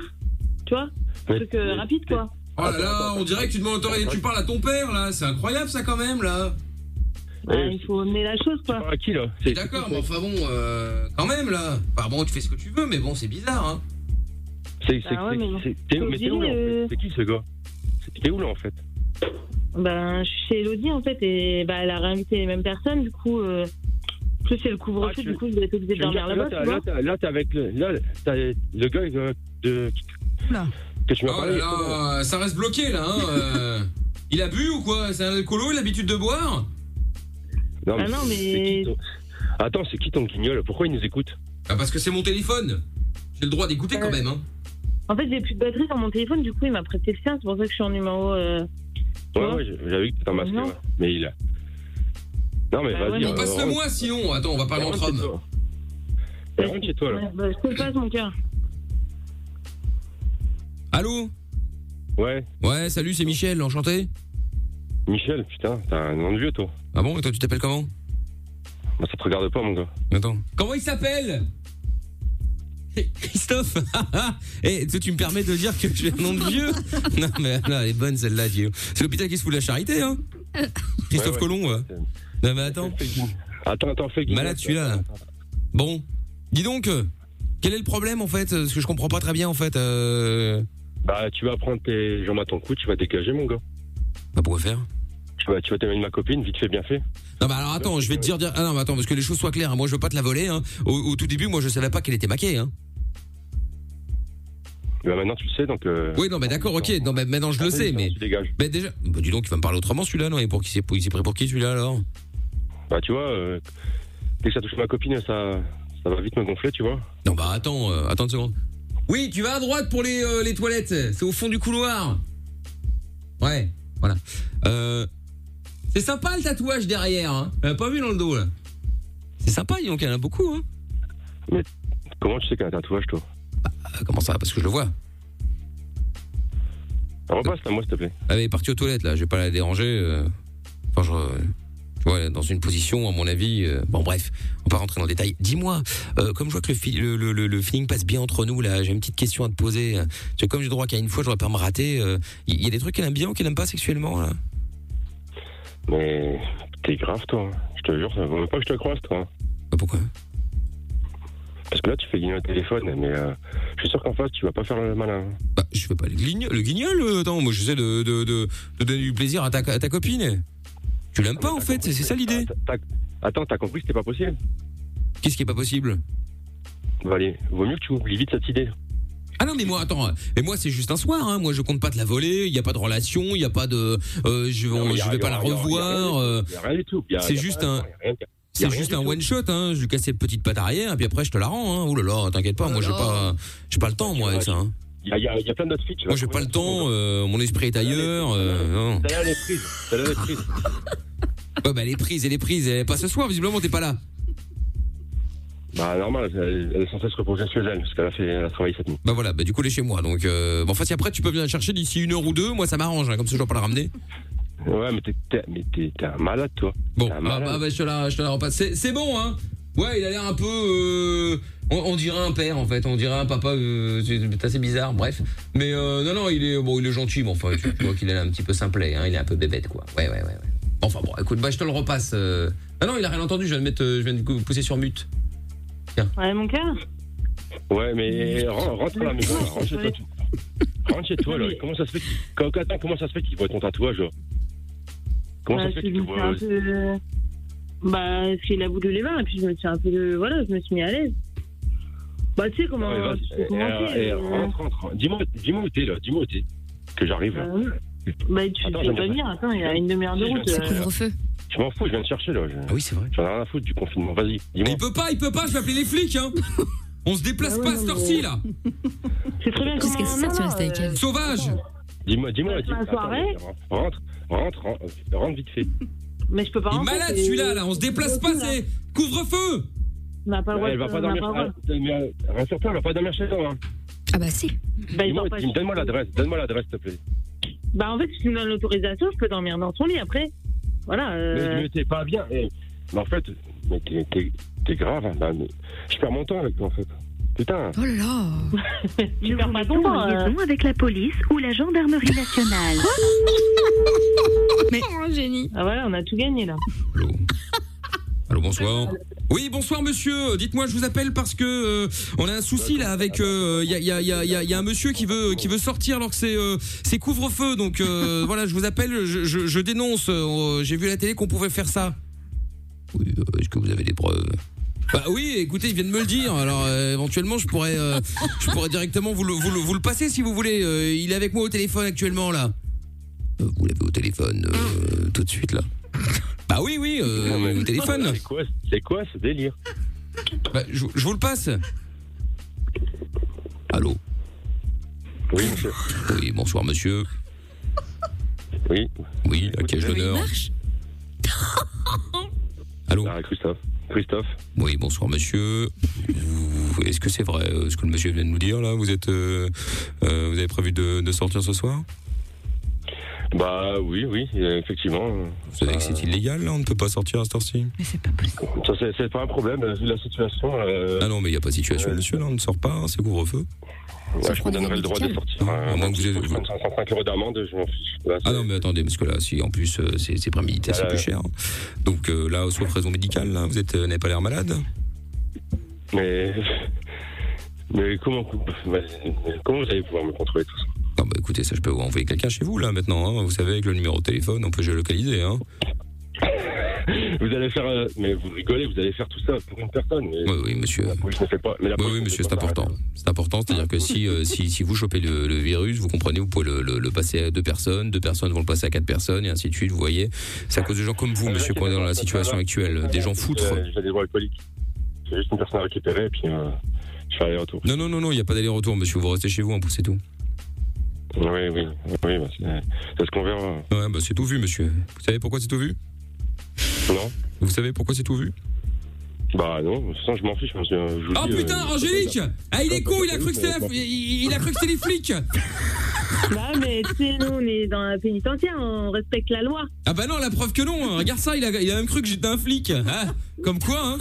Speaker 14: tu vois Un
Speaker 15: Mais-
Speaker 14: truc euh,
Speaker 15: mais-
Speaker 14: rapide, quoi.
Speaker 2: Oh là là, on dirait que tu demandes l'autorité, tu parles à ton père là, c'est incroyable ça quand même là.
Speaker 14: Ouais, Bah, il faut mener la chose quoi.
Speaker 15: Ah, qui là
Speaker 2: D'accord, mais enfin bon, euh, quand même là. Enfin bon, tu fais ce que tu veux, mais bon, c'est bizarre hein.
Speaker 15: C'est c'est-
Speaker 14: Ah ouais,
Speaker 15: c'est-
Speaker 14: mais non.
Speaker 15: c'est- t'es où- mais t'es où là en
Speaker 14: Euh,
Speaker 15: fait C'est qui ce gars C'est- T'es où là en fait
Speaker 14: Ben, je suis chez Elodie en fait et bah, elle a réinvité les mêmes personnes du coup. Euh, en plus c'est le couvre-feu du coup je vais être obligée de
Speaker 15: Ah, Tu veux
Speaker 14: dormir
Speaker 15: dire que
Speaker 14: là-bas.
Speaker 15: Là,
Speaker 14: tu
Speaker 15: t'as- là,
Speaker 14: vois.
Speaker 15: t'as- là, t'es avec le, là, t'as le gars euh, de, que tu m'as
Speaker 2: Oh
Speaker 15: parlé.
Speaker 2: là là, ça reste bloqué là. Hein, euh. Il a bu ou quoi C'est un alcoolo, il a l'habitude de boire
Speaker 15: Non,
Speaker 2: Ah non, mais-
Speaker 15: c'est qui ton- Attends, c'est qui ton guignol Pourquoi il nous écoute
Speaker 2: Ah, Parce que c'est mon téléphone. J'ai le droit d'écouter quand même. Hein.
Speaker 14: En fait j'ai plus de batterie dans mon téléphone du coup il m'a prêté le sien c'est pour ça que je suis en numéro. Euh...
Speaker 15: Ouais, ouais, j'avais vu que t'étais un masque,
Speaker 14: Non.
Speaker 15: ouais. Mais il a. Non, mais vas-y. euh, Bah,
Speaker 2: On passe le mois sinon. Attends, on va parler entre hommes.
Speaker 15: rentre chez Ah toi là.
Speaker 14: ouais, bah, je te le passe mon cœur.
Speaker 2: Allô
Speaker 15: Ouais.
Speaker 2: Ouais, salut, c'est Michel, enchanté.
Speaker 15: Michel, putain, t'as un nom de vieux toi.
Speaker 2: Ah bon Et toi, tu t'appelles comment
Speaker 15: Bah, ça te regarde pas, mon gars.
Speaker 2: Attends. Comment il s'appelle Christophe Et tu me permets de dire que j'ai un nom de vieux Non mais là, elle est bonne celle-là, Dieu. C'est l'hôpital qui se fout de la charité, hein Christophe
Speaker 15: Ouais, ouais.
Speaker 2: Colomb, ouais. Non mais attends.
Speaker 15: Attends, attends, fais
Speaker 2: Malade celui-là. là. Bon, dis donc, euh, quel est le problème en fait euh, Parce que je comprends pas très bien en fait. Euh...
Speaker 15: Bah, tu vas prendre tes jambes à ton cou, tu vas dégager, mon gars.
Speaker 2: Bah, pourquoi faire
Speaker 15: Tu vas, tu vas t'amener ma copine, vite fait, bien fait.
Speaker 2: Non mais alors attends, je vais te dire, dire- ah non mais attends parce que les choses soient claires. hein, Moi je veux pas te la voler. Hein. Au, au tout début, moi je savais pas qu'elle était maquée. Hein.
Speaker 15: Bah, maintenant, tu le sais, donc. euh, Ah,
Speaker 2: Oui non mais d'accord, ok. Non mais maintenant je le sais, mais. Mais déjà, bah, dis donc, il va me parler autrement celui-là, non Et pour qui c'est il s'est pris pour qui celui-là alors
Speaker 15: Bah, tu vois, euh, dès que ça touche ma copine, ça, ça va vite me gonfler, tu vois.
Speaker 2: Non bah attends, euh, attends une seconde. Oui, tu vas à droite pour les, euh, les toilettes. C'est au fond du couloir. Ouais, voilà. Euh, c'est sympa le tatouage derrière. Hein. On l'a pas vu dans le dos là. C'est sympa, il y en a beaucoup. Hein.
Speaker 15: Mais comment tu sais qu'il y a un tatouage, toi
Speaker 2: Ah, comment ça Parce que je le vois.
Speaker 15: Repasse à moi, s'il te plaît.
Speaker 2: Elle Ah, est partie aux toilettes là. Je vais pas la déranger. euh. Enfin, je, euh, tu vois, elle est dans une position à mon avis. euh, Bon bref, on va rentrer dans le détail. Dis-moi, euh, comme je vois que le, fi- le, le- le- le feeling passe bien entre nous là, j'ai une petite question à te poser. Parce que comme j'ai le droit qu'à une fois, je dois pas me rater. euh, Il y a des trucs qu'elle aime bien ou qu'elle aime pas sexuellement là.
Speaker 15: Mais t'es grave, toi. hein. Je te jure, ça vaut même pas que je te croise, toi. hein.
Speaker 2: Bah, pourquoi
Speaker 15: Parce que là, tu fais guigner le téléphone, mais euh, je suis sûr qu'en face, tu vas pas faire le malin. hein.
Speaker 2: Bah, je fais pas le guignol. Le guignol, euh, attends, moi j'essaie de, de, de, de donner du plaisir à ta, à ta copine. Tu l'aimes pas en fait, c'est c'est ça l'idée.
Speaker 15: Attends, t'as compris que c'était pas possible
Speaker 2: Qu'est-ce qui est pas possible
Speaker 15: Bah, allez, vaut mieux que tu oublies vite cette idée.
Speaker 2: Ah non mais moi attends, mais moi c'est juste un soir, hein. moi je compte pas te la voler, il y a pas de relation, il y a pas de, euh, je,
Speaker 15: Non, mais
Speaker 2: je
Speaker 15: y a-
Speaker 2: vais
Speaker 15: y a-
Speaker 2: pas la
Speaker 15: y a- y a
Speaker 2: revoir.
Speaker 15: rien du
Speaker 2: euh,
Speaker 15: tout, y a rien du tout, y a-
Speaker 2: C'est
Speaker 15: y a
Speaker 2: juste
Speaker 15: pas-
Speaker 2: un,
Speaker 15: y a rien- y a
Speaker 2: c'est
Speaker 15: rien
Speaker 2: juste
Speaker 15: du
Speaker 2: un
Speaker 15: tout.
Speaker 2: one shot, hein. je lui casse cette petite patte arrière et puis après je te la rends. Hein. Oh là là, t'inquiète pas, moi j'ai pas, j'ai pas le temps moi avec ça. hein.
Speaker 15: Il y a, y a- y a plein d'autres filles, tu
Speaker 2: Moi j'ai pas le temps, euh, mon esprit est ailleurs. euh, non.
Speaker 15: T'as l'air les prises, t'as l'air les prises.
Speaker 2: Ouais bah elle est prise, elle est prise, elle est pas ce soir visiblement t'es pas là.
Speaker 15: Bah, normal, elle, elle est censée se reposer sur elle, parce qu'elle a, fait, elle a travaillé cette nuit.
Speaker 2: Bah voilà, bah du coup elle est chez moi. Donc euh, bon, enfin si après tu peux venir la chercher d'ici une heure ou deux, moi ça m'arrange, hein, comme ça je dois pas la ramener.
Speaker 15: Ouais, mais t'es- t'es mais t'es- t'es un malade, toi.
Speaker 2: Bon, ah bah, bah, je te la, je te la repasse. C'est, c'est bon, hein Ouais, il a l'air un peu... euh, on, on dirait un père, en fait. On dirait un papa. euh, c'est c'est assez bizarre, bref. Mais euh, non, non, il est, bon, il est gentil, mais enfin, tu, tu vois qu'il est un petit peu simplet. Hein, il est un peu bébête, quoi. Ouais, ouais, ouais. ouais. Enfin bon, écoute, bah je te le repasse. euh. Ah non, il a rien entendu, je viens de, mettre, euh, je viens de cou- pousser sur mute.
Speaker 15: Tiens.
Speaker 14: Ouais, mon cœur.
Speaker 15: Ouais, mais ren- rentre à la maison, là, rentre chez toi. tu- Rentre chez toi, là. Comment ça se fait qu'il- quand- Attends, comment ça se fait qu'il voit ton tatouage, là Comment ça
Speaker 14: Bah,
Speaker 15: se fait
Speaker 14: je
Speaker 15: qu'il te
Speaker 14: me suis
Speaker 15: voit
Speaker 14: un peu. euh, Bah, parce qu'il a voulu les voir, et puis je me suis un peu. Voilà, je me suis mis à l'aise. Bah, tu sais comment.
Speaker 15: Ouais, vas-y.
Speaker 14: je peux
Speaker 15: Eh,
Speaker 14: commencer,
Speaker 15: eh,
Speaker 14: euh,
Speaker 15: rentre, rentre. Dis-moi dis-moi où t'es, là. Dis-moi où t'es. Que j'arrive, là.
Speaker 14: bah, oui. Bah, tu
Speaker 15: Attends,
Speaker 14: tu
Speaker 15: je
Speaker 14: vas
Speaker 15: viens
Speaker 14: pas
Speaker 15: de-
Speaker 14: venir, attends, il y a une demi-heure de
Speaker 15: Si, je
Speaker 14: route.
Speaker 15: viens de-
Speaker 14: euh.
Speaker 15: C'est couvre-feu. Je m'en fous, je viens de chercher, là. Ah
Speaker 17: oui, c'est vrai.
Speaker 15: J'en ai rien à foutre du confinement. Vas-y, dis-moi.
Speaker 2: Il peut pas, il peut pas, je vais appeler les flics, hein. On se déplace pas à cette heure-ci, là.
Speaker 14: C'est très bien
Speaker 2: Qu'est-ce que c'est ça, tu restes avec elle Sauvage
Speaker 15: Dis-moi, dis-moi. dis-
Speaker 14: ma
Speaker 15: attends,
Speaker 14: soirée.
Speaker 15: Rentre, rentre, rentre, rentre vite fait.
Speaker 14: Mais je peux pas
Speaker 2: Il est
Speaker 14: rentrer,
Speaker 2: malade
Speaker 14: c'est-
Speaker 2: celui-là, là. On se déplace pas, c'est couvre-feu.
Speaker 14: On n'a pas le droit
Speaker 15: Bah, Elle
Speaker 14: de-
Speaker 15: va pas
Speaker 14: on n'a
Speaker 15: dormir.
Speaker 14: pas le droit de-
Speaker 15: ah, mais, euh, Rassure-toi, elle va pas dormir chez toi. hein.
Speaker 3: Ah bah si.
Speaker 14: Bah, il
Speaker 15: Dis-moi,
Speaker 14: dort pas
Speaker 15: dis-
Speaker 14: chez
Speaker 15: Donne-moi l'adresse, donne-moi l'adresse, s'il te plaît.
Speaker 14: Bah en fait, si tu me donnes l'autorisation, je peux dormir dans son lit après. Voilà.
Speaker 15: Mais,
Speaker 14: euh,
Speaker 15: mais t'es pas bien. eh. Mais en fait, mais t'es- t'es t'es grave. hein, là, mais je perds mon temps avec toi, en fait. Putain.
Speaker 3: Oh là là
Speaker 14: Tu perds pas ton
Speaker 8: Mettons
Speaker 14: temps.
Speaker 8: en
Speaker 14: euh.
Speaker 8: liaison avec la police ou la gendarmerie nationale.
Speaker 14: Mais... génie. Ah voilà, on a tout gagné là.
Speaker 2: Allô, bonsoir. Oui, bonsoir monsieur. Dites-moi, je vous appelle parce que euh, on a un souci là avec il y, a, y, a, y, a- y a- y a un monsieur qui veut qui veut sortir alors que c'est euh, c'est couvre-feu. Donc euh, voilà, je vous appelle, je, je, je dénonce. euh, J'ai vu à la télé qu'on pouvait faire ça. euh, Est-ce que vous avez des preuves Bah oui, écoutez, il vient de me le dire. Alors euh, éventuellement, je pourrais euh, je pourrais directement vous le, vous le vous le passer si vous voulez. Euh, il est avec moi au téléphone actuellement là. Euh, vous l'avez au téléphone euh, tout de suite là. Bah oui, oui, euh,
Speaker 15: Non, mais-
Speaker 2: au téléphone.
Speaker 15: C'est quoi, c'est quoi ce délire
Speaker 2: Bah, je, je vous le passe. Allô
Speaker 15: Oui, monsieur.
Speaker 2: Oui, bonsoir, monsieur.
Speaker 15: Oui.
Speaker 2: Oui, à quel honneur Allô
Speaker 15: Ah, Christophe. Christophe.
Speaker 2: Oui, bonsoir, monsieur. Vous- Est-ce que c'est vrai euh, ce que le monsieur vient de nous dire là Vous êtes, euh, euh, vous avez prévu de, de sortir ce soir
Speaker 15: Bah oui, oui, euh, effectivement.
Speaker 2: Vous savez que c'est
Speaker 15: Euh.
Speaker 2: illégal là, on ne peut pas sortir à cette heure-ci.
Speaker 15: Ça, c'est- c'est pas un problème, euh, vu la situation. euh,
Speaker 2: Ah non, mais il n'y a pas de situation, monsieur. Là, on ne sort pas, hein, c'est couvre-feu. Ah,
Speaker 15: ouais, je vous donnerai le droit de sortir. hein.
Speaker 2: À moins que vous ayez-
Speaker 15: Je prends 135 euros d'amende, je m'en fiche. Bah,
Speaker 2: Ah non, mais attendez, parce que là, si en plus euh, c'est c'est
Speaker 15: Ah
Speaker 2: prémédité, c'est plus cher. Donc euh, là, sauf raison médicale, là, vous êtes, euh, n'avez pas l'air malade.
Speaker 15: Mais. Mais comment, mais comment vous allez pouvoir me contrôler tout ça
Speaker 2: Non, bah écoutez, ça, je peux vous envoyer quelqu'un chez vous, là, maintenant. hein. Vous savez, avec le numéro de téléphone, on peut géolocaliser. Hein.
Speaker 15: Vous allez faire. euh, mais vous rigolez, vous allez faire tout ça pour une personne. Mais
Speaker 2: oui, monsieur.
Speaker 15: La police ne fait pas. Mais la
Speaker 2: Oui,
Speaker 15: police
Speaker 2: oui,
Speaker 15: ne
Speaker 2: monsieur,
Speaker 15: fait
Speaker 2: c'est
Speaker 15: pas hein. ça.
Speaker 2: important. C'est important, c'est-à-dire que si, euh, si, si vous chopez le, le virus, vous comprenez, vous pouvez le, le- le passer à deux personnes, deux personnes vont le passer à quatre personnes, et ainsi de suite, vous voyez. C'est à cause de gens comme vous, monsieur, qu'on est dans la situation actuelle. Des gens foutres.
Speaker 15: Ah, Euh, J'ai des droits alcooliques. J'ai juste une personne à récupérer et puis euh, je fais aller-retour.
Speaker 2: Non, non, non, non, il n'y a pas d'aller-retour, monsieur, vous restez chez vous, hein, c'est tout.
Speaker 15: Oui, oui, oui, bah, c'est c'est ce qu'on verra.
Speaker 2: Ouais, bah c'est tout vu, monsieur. Vous savez pourquoi c'est tout vu
Speaker 15: Non
Speaker 2: Vous savez pourquoi c'est tout vu
Speaker 15: Bah non, de toute façon, je m'en fiche, monsieur. Je vous
Speaker 2: Oh
Speaker 15: dis, euh,
Speaker 2: putain, Angélique Ah, il est con, il a cru que c'était la- il- il a cru que c'était les flics
Speaker 14: bah mais tu sais, nous on est dans la pénitentiaire, on respecte la loi.
Speaker 2: Ah bah non, la preuve que non. hein. Regarde ça, il a, il a même cru que j'étais un flic. Ah, comme quoi, hein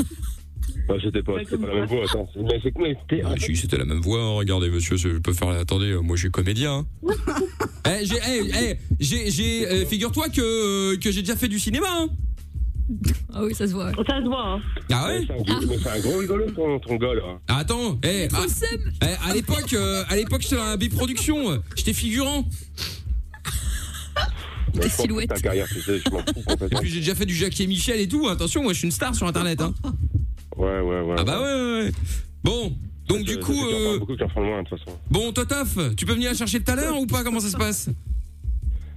Speaker 15: Bah, c'était pas, c'était pas la même voix, attends. Mais c'est quoi c'était-
Speaker 2: Ah, Si, c'était la même voix. hein. Regardez, monsieur, je peux faire. Attendez, euh, moi je suis comédien. hein. Eh, j'ai, eh, eh, j'ai, j'ai, euh, figure-toi que euh, que j'ai déjà fait du cinéma. hein.
Speaker 3: Ah oui, ça se voit.
Speaker 14: Ça se voit. hein.
Speaker 2: Ah ouais
Speaker 15: Mais c'est un gros rigolo, ton, ton gars, là.
Speaker 2: Ah, Attends, eh, à, eh, à l'époque, euh, à l'époque, j'étais dans la biproduction. euh, J'étais figurant.
Speaker 15: Mais je m'en fous de Ta carrière, tu sais, je m'en fous
Speaker 2: Et
Speaker 15: complètement.
Speaker 2: puis j'ai déjà fait du Jackie et Michel et tout. Attention, moi je suis une star sur Internet. Hein.
Speaker 15: Ouais, ouais, ouais.
Speaker 2: Ah bah ouais, ouais, ouais. Bon, donc du coup, euh,
Speaker 15: beaucoup qui en font loin, de toute façon.
Speaker 2: bon, Totaf, tu peux venir la chercher tout à l'heure ou pas Comment ça se passe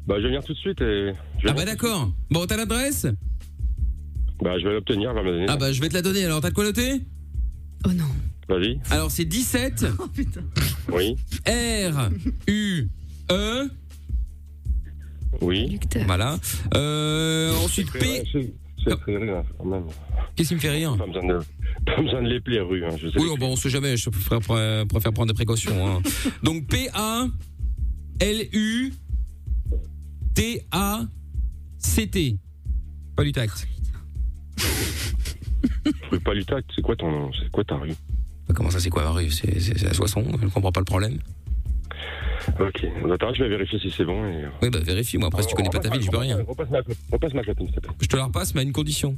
Speaker 15: Bah, je vais venir tout de suite et.
Speaker 2: Ah bah d'accord. Bon, t'as l'adresse
Speaker 15: Bah, je vais l'obtenir, elle va me la donner.
Speaker 2: Ah bah je vais te la donner. Alors t'as de quoi noter
Speaker 15: Vas-y,
Speaker 2: Alors c'est 17
Speaker 15: oui,
Speaker 2: R U E
Speaker 15: oui.
Speaker 2: Voilà. Euh, ensuite P. Ah.
Speaker 15: C'est très rire, hein, quand même.
Speaker 2: Qu'est-ce qui me fait rire
Speaker 15: Pas besoin de, pas besoin de les plaies, rue, hein, je sais.
Speaker 17: oh, bah,
Speaker 2: Oui, bon, on sait jamais. Je préfère,
Speaker 17: euh,
Speaker 2: pr- préfère prendre des précautions. hein. Donc P A L U T A C T. Pas du tact.
Speaker 15: Rue Palutac, c'est quoi ton nom C'est quoi ta rue
Speaker 2: Bah, Comment ça, c'est quoi ma rue C'est c'est- c'est à Soissons. Je comprends pas le problème.
Speaker 15: Ok, Bah, attends, je vais vérifier si c'est bon. Et... euh. Oh,
Speaker 2: Oui, bah vérifie. Moi, après, si tu connais pas ta ville, je peux rien.
Speaker 15: Repasse ma, repasse ma copine, s'il te plaît.
Speaker 2: Je te la repasse, mais à une condition.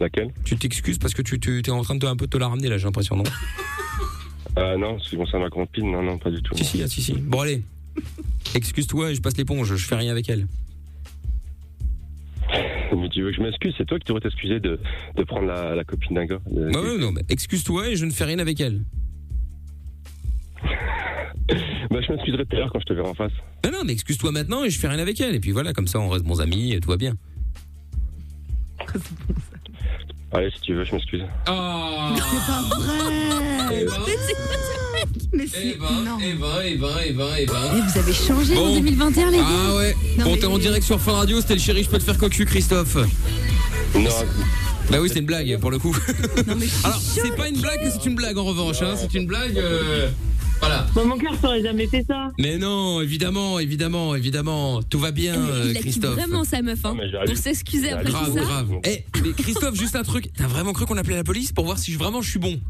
Speaker 15: Laquelle
Speaker 17: Tu t'excuses parce que tu, tu es en train de te- un peu de te la ramener là, j'ai l'impression, non
Speaker 15: Ah non, c'est bon, ça ma copine, non, non, pas du tout.
Speaker 17: Si, si, ah, si, si. Bon, allez. Excuse-toi et je passe l'éponge, je fais rien avec elle.
Speaker 15: Mais tu veux que je m'excuse C'est toi qui devrais t'excuser de, de prendre la, la copine Euh, d'un gars. De-
Speaker 17: Bah ouais, non, mais excuse-toi et je ne fais rien avec elle.
Speaker 15: bah, je m'excuserai tout à l'heure quand je te verrai en face.
Speaker 17: Non, non, mais excuse-toi maintenant et je fais rien avec elle. Et puis voilà, comme ça, on reste bons amis et tout va bien.
Speaker 15: Allez, si tu veux, je m'excuse.
Speaker 17: Oh.
Speaker 5: C'est pas
Speaker 17: Eh
Speaker 5: vrai.
Speaker 17: ben.
Speaker 5: Mais c'est- Mais c'est. Non.
Speaker 2: Eh ben, eh ben, eh ben, eh ben.
Speaker 5: Et vous avez changé en 2021, les gars.
Speaker 2: Ah ouais.
Speaker 5: Non,
Speaker 2: bon,
Speaker 5: mais-
Speaker 2: t'es en direct sur Fin Radio, c'était le chéri, je peux te faire cocu, Christophe.
Speaker 15: Non.
Speaker 2: Bah oui, c'est une blague pour le coup. Alors, c'est pas une blague, mais c'est une blague en revanche. hein, C'est une blague. euh, Voilà.
Speaker 14: Bah, mon cœur, t'aurais jamais fait ça.
Speaker 2: Mais non, évidemment, évidemment, évidemment. Tout va bien,
Speaker 3: Eh, Il
Speaker 2: euh,
Speaker 3: a quitté
Speaker 2: Christophe.
Speaker 3: vraiment sa meuf, hein. Pour s'excuser après tout ça.
Speaker 2: grave, grave. Eh, mais Christophe, juste un truc. T'as vraiment cru qu'on appelait la police pour voir si je- vraiment je suis bon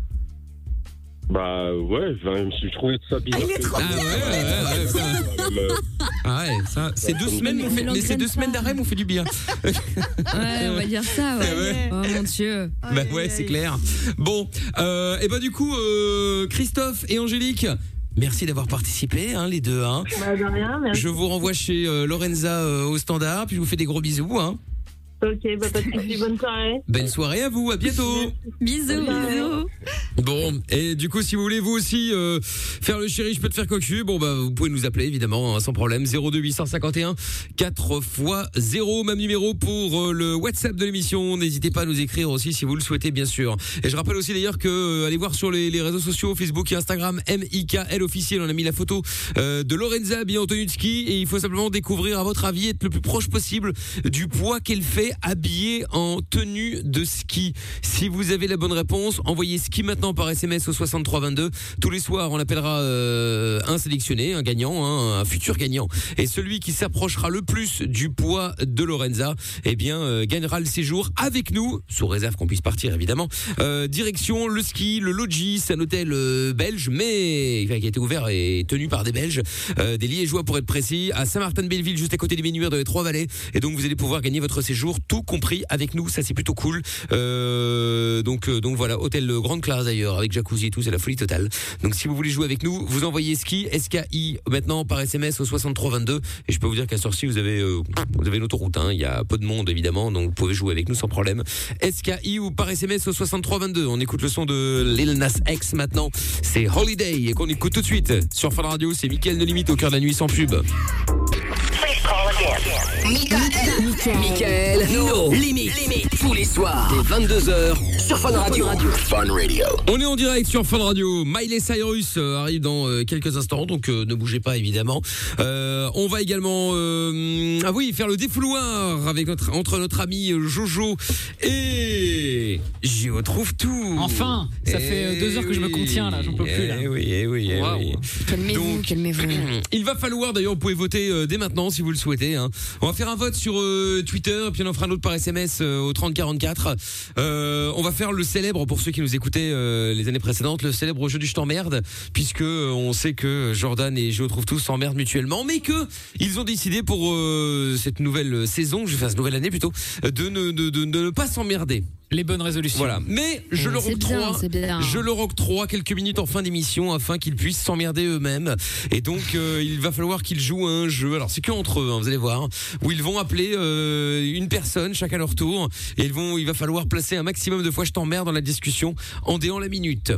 Speaker 15: Bah ouais, je- même si je trouvais ça bizarre.
Speaker 2: Ah,
Speaker 15: que-
Speaker 2: ouais, ouais, ouais, putain. Ah ouais, ça, c'est deux
Speaker 15: ça me-
Speaker 2: semaines,
Speaker 15: Mais
Speaker 2: on fait,
Speaker 15: on
Speaker 2: mais c'est
Speaker 15: l'engraine
Speaker 2: deux semaines d'arrêt, mais on fait du bien.
Speaker 3: Ouais, on va dire ça, ouais. Oh mon dieu.
Speaker 2: Bah ouais, c'est clair. Bon, euh, et bah du coup, euh, Christophe et Angélique, merci d'avoir participé, hein, les deux. Hein.
Speaker 14: Bah, de rien, merci.
Speaker 2: Je vous renvoie chez euh, Lorenza euh, au standard, puis je vous fais des gros bisous. Hein.
Speaker 14: Ok, bah, pas de soucis, bonne soirée.
Speaker 2: Belle soirée à vous, à bientôt.
Speaker 3: Bisous, bisous.
Speaker 2: Bon, et du coup, si vous voulez vous aussi euh, faire le chéri, je peux te faire cocu, bon bah vous pouvez nous appeler évidemment hein, sans problème 02851 4 x 0 même numéro pour euh, le WhatsApp de l'émission. N'hésitez pas à nous écrire aussi si vous le souhaitez bien sûr. Et je rappelle aussi d'ailleurs que euh, allez voir sur les, les réseaux sociaux Facebook et Instagram MIKL officiel, on a mis la photo euh, de Lorenza habillée en tenue de ski et il faut simplement découvrir à votre avis être le plus proche possible du poids qu'elle fait habillée en tenue de ski. Si vous avez la bonne réponse, envoyez ski maintenant par SMS au 6322. Tous les soirs, on appellera euh, un sélectionné, un gagnant, hein, un futur gagnant. Et celui qui s'approchera le plus du poids de Lorenza, eh bien, euh, gagnera le séjour avec nous, sous réserve qu'on puisse partir évidemment. Euh, direction le ski, le logis, c'est un hôtel euh, belge, mais enfin, qui a été ouvert et tenu par des Belges, euh, des Liégeois pour être précis, à Saint-Martin-de-Belleville, juste à côté des Menuires dans les Trois-Vallées. Et donc, vous allez pouvoir gagner votre séjour, tout compris avec nous. Ça, c'est plutôt cool. Euh, donc, euh, donc voilà, hôtel euh, grande classe d'ailleurs, avec jacuzzi et tout, c'est la folie totale. Donc, si vous voulez jouer avec nous, vous envoyez ski, SKI, maintenant par SMS au 6322. Et je peux vous dire qu'à Sorcy, vous avez, euh, vous avez une autoroute, hein. Il y a peu de monde, évidemment. Donc, vous pouvez jouer avec nous sans problème. SKI ou par SMS au 6322. On écoute le son de Lil Nas X maintenant. C'est Holiday et qu'on écoute tout de suite. Sur Fan Radio, c'est Mickaël de Limite au cœur de la nuit sans pub.
Speaker 1: Michael, no, limite, tous les soirs, dès 22h, sur Fun Radio. Fun Radio.
Speaker 2: On est en direct sur Fun Radio. Miley Cyrus euh, arrive dans euh, quelques instants, donc euh, ne bougez pas évidemment. Euh, on va également, euh, ah oui, faire le défouloir avec notre entre notre ami euh, Jojo et Gio trouve tout.
Speaker 6: Enfin, ça fait, euh, deux heures que je me contiens, là, j'en peux plus, là.
Speaker 2: Eh oui, eh oui, eh
Speaker 6: Waouh.
Speaker 2: oui.
Speaker 3: Calmez-vous, calmez-vous.
Speaker 2: Mm. Il va falloir d'ailleurs, vous pouvez voter euh, dès maintenant si vous le souhaitez. hein. On va faire un vote sur euh, Twitter, puis on en fera un autre par SMS euh, au 3044. Euh, on va faire le célèbre pour ceux qui nous écoutaient euh, les années précédentes, le célèbre jeu du je t'emmerde, puisque euh, on sait que Jordan et Joe trouvent tous s'emmerdent mutuellement, mais que ils ont décidé pour euh, cette nouvelle saison, enfin cette nouvelle année plutôt, de ne, de- de- de ne pas s'emmerder.
Speaker 6: Les bonnes résolutions.
Speaker 2: Voilà. Mais je leur
Speaker 3: C'est bien,
Speaker 2: octroie,
Speaker 3: c'est bien.
Speaker 2: je leur octroie quelques minutes en fin d'émission afin qu'ils puissent s'emmerder eux-mêmes. Et donc, euh, il va falloir qu'ils jouent à un jeu. Alors, c'est que entre eux, hein, vous allez voir, hein, où ils vont appeler euh, une personne chacun leur tour. Et ils vont, il va falloir placer un maximum de fois je t'emmerde dans la discussion en déant la minute.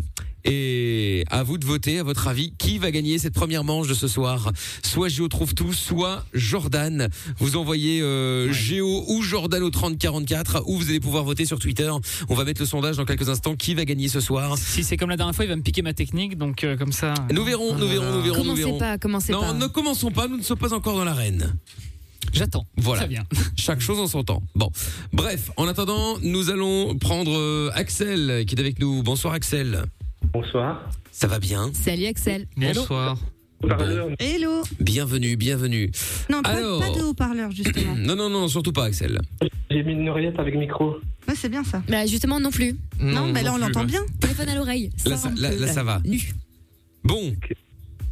Speaker 2: Et à vous de voter, à votre avis, qui va gagner cette première manche de ce soir Soit Géo trouve tout, soit Jordan. Vous envoyez euh, Géo ou Jordan au 3044, ou vous allez pouvoir voter sur Twitter. On va mettre le sondage dans quelques instants. Qui va gagner ce soir
Speaker 6: Si c'est comme la dernière fois, il va me piquer ma technique, donc euh, comme ça.
Speaker 2: Nous verrons, nous verrons, nous verrons, nous
Speaker 3: Commencez
Speaker 2: verrons.
Speaker 3: pas, commencez
Speaker 2: non,
Speaker 3: pas.
Speaker 2: ne commençons pas, nous ne sommes pas encore dans l'arène.
Speaker 6: J'attends.
Speaker 2: Voilà.
Speaker 6: Très bien.
Speaker 2: Chaque chose en son temps. Bon. Bref, en attendant, nous allons prendre euh, Axel qui est avec nous. Bonsoir Axel.
Speaker 13: Bonsoir.
Speaker 2: Ça va bien
Speaker 3: Salut Axel.
Speaker 2: Bon.
Speaker 5: Hello.
Speaker 2: Bienvenue, bienvenue.
Speaker 5: Non, pas,
Speaker 2: Alors-
Speaker 5: pas de haut-parleur, justement.
Speaker 2: Non, non, non, surtout pas Axel.
Speaker 13: J'ai mis une oreillette avec micro.
Speaker 5: Ouais, c'est bien ça.
Speaker 3: Bah justement non plus.
Speaker 5: Non, mais là, on
Speaker 2: plus,
Speaker 5: l'entend
Speaker 2: ouais.
Speaker 5: bien.
Speaker 3: Téléphone à l'oreille.
Speaker 2: Là, ça, là- là, ça va. Bon.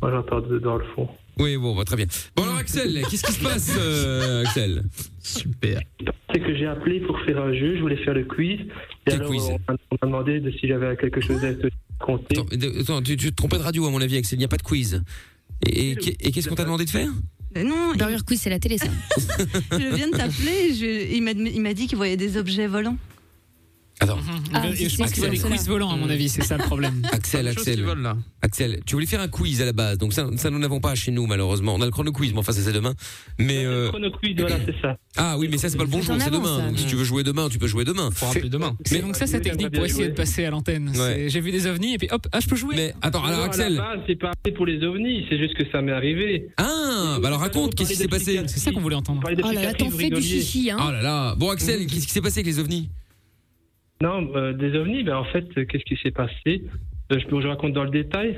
Speaker 13: Moi, j'entends de- dans le fond.
Speaker 2: Oui, bon, bah, très bien. Bon alors Axel, qu'est-ce qui se passe, euh, Axel
Speaker 13: Super. c'est que j'ai appelé pour faire un jeu, je voulais faire le quiz. Et alors, on m'a- on m'a demandé de si j'avais quelque chose à te compter.
Speaker 2: Attends, mais, attends, tu, tu te trompais de radio à mon avis, Axel. Il n'y a pas de quiz. Et, et qu'est- et qu'est-ce qu'on t'a demandé de faire
Speaker 5: non,
Speaker 3: Burger Quiz, c'est la télé, ça.
Speaker 5: je viens de t'appeler, je- il m'a- il m'a dit qu'il voyait des objets volants.
Speaker 2: Attends.
Speaker 5: Ah, si,
Speaker 6: Mhm. je
Speaker 5: si,
Speaker 6: pense qu'il y a
Speaker 5: c'est
Speaker 6: des quiz
Speaker 5: ça.
Speaker 6: volants, à mon avis, c'est ça le problème.
Speaker 2: Axel,
Speaker 6: Plein de choses
Speaker 2: Axel,
Speaker 6: qui volent, là.
Speaker 2: Axel, tu voulais faire un quiz à la base, donc ça, ça nous n'avons pas chez nous malheureusement. On a le chrono quiz, mais enfin ça c'est demain. Mais euh,
Speaker 13: Chrono quiz, voilà, c'est ça.
Speaker 2: ah oui, mais ça c'est pas le bon
Speaker 13: C'est
Speaker 2: jour,
Speaker 13: en
Speaker 2: c'est
Speaker 13: avance,
Speaker 2: demain.
Speaker 13: ça.
Speaker 2: Donc, si tu veux jouer demain, tu peux jouer demain. Faut
Speaker 6: rappeler
Speaker 2: demain.
Speaker 6: C'est donc ça sa technique pour essayer de passer à l'antenne.
Speaker 2: Ouais.
Speaker 6: C'est- J'ai vu des ovnis et puis hop, ah je peux jouer.
Speaker 2: Mais attends, alors, Axel.
Speaker 13: Ah, c'est pas pour les ovnis, c'est juste que ça m'est arrivé.
Speaker 2: Ah, bah alors raconte, qu'est-ce qui s'est passé C'est ça qu'on voulait entendre.
Speaker 13: de Oh là là, cicatrices, t'en fais du rigolier. chichi, hein.
Speaker 2: Oh là là. Bon Axel, qu'est-ce qui s'est passé avec les ovnis
Speaker 13: Non, euh, des ovnis, ben en fait, euh, qu'est-ce qui s'est passé Euh, Je peux vous raconter dans le détail.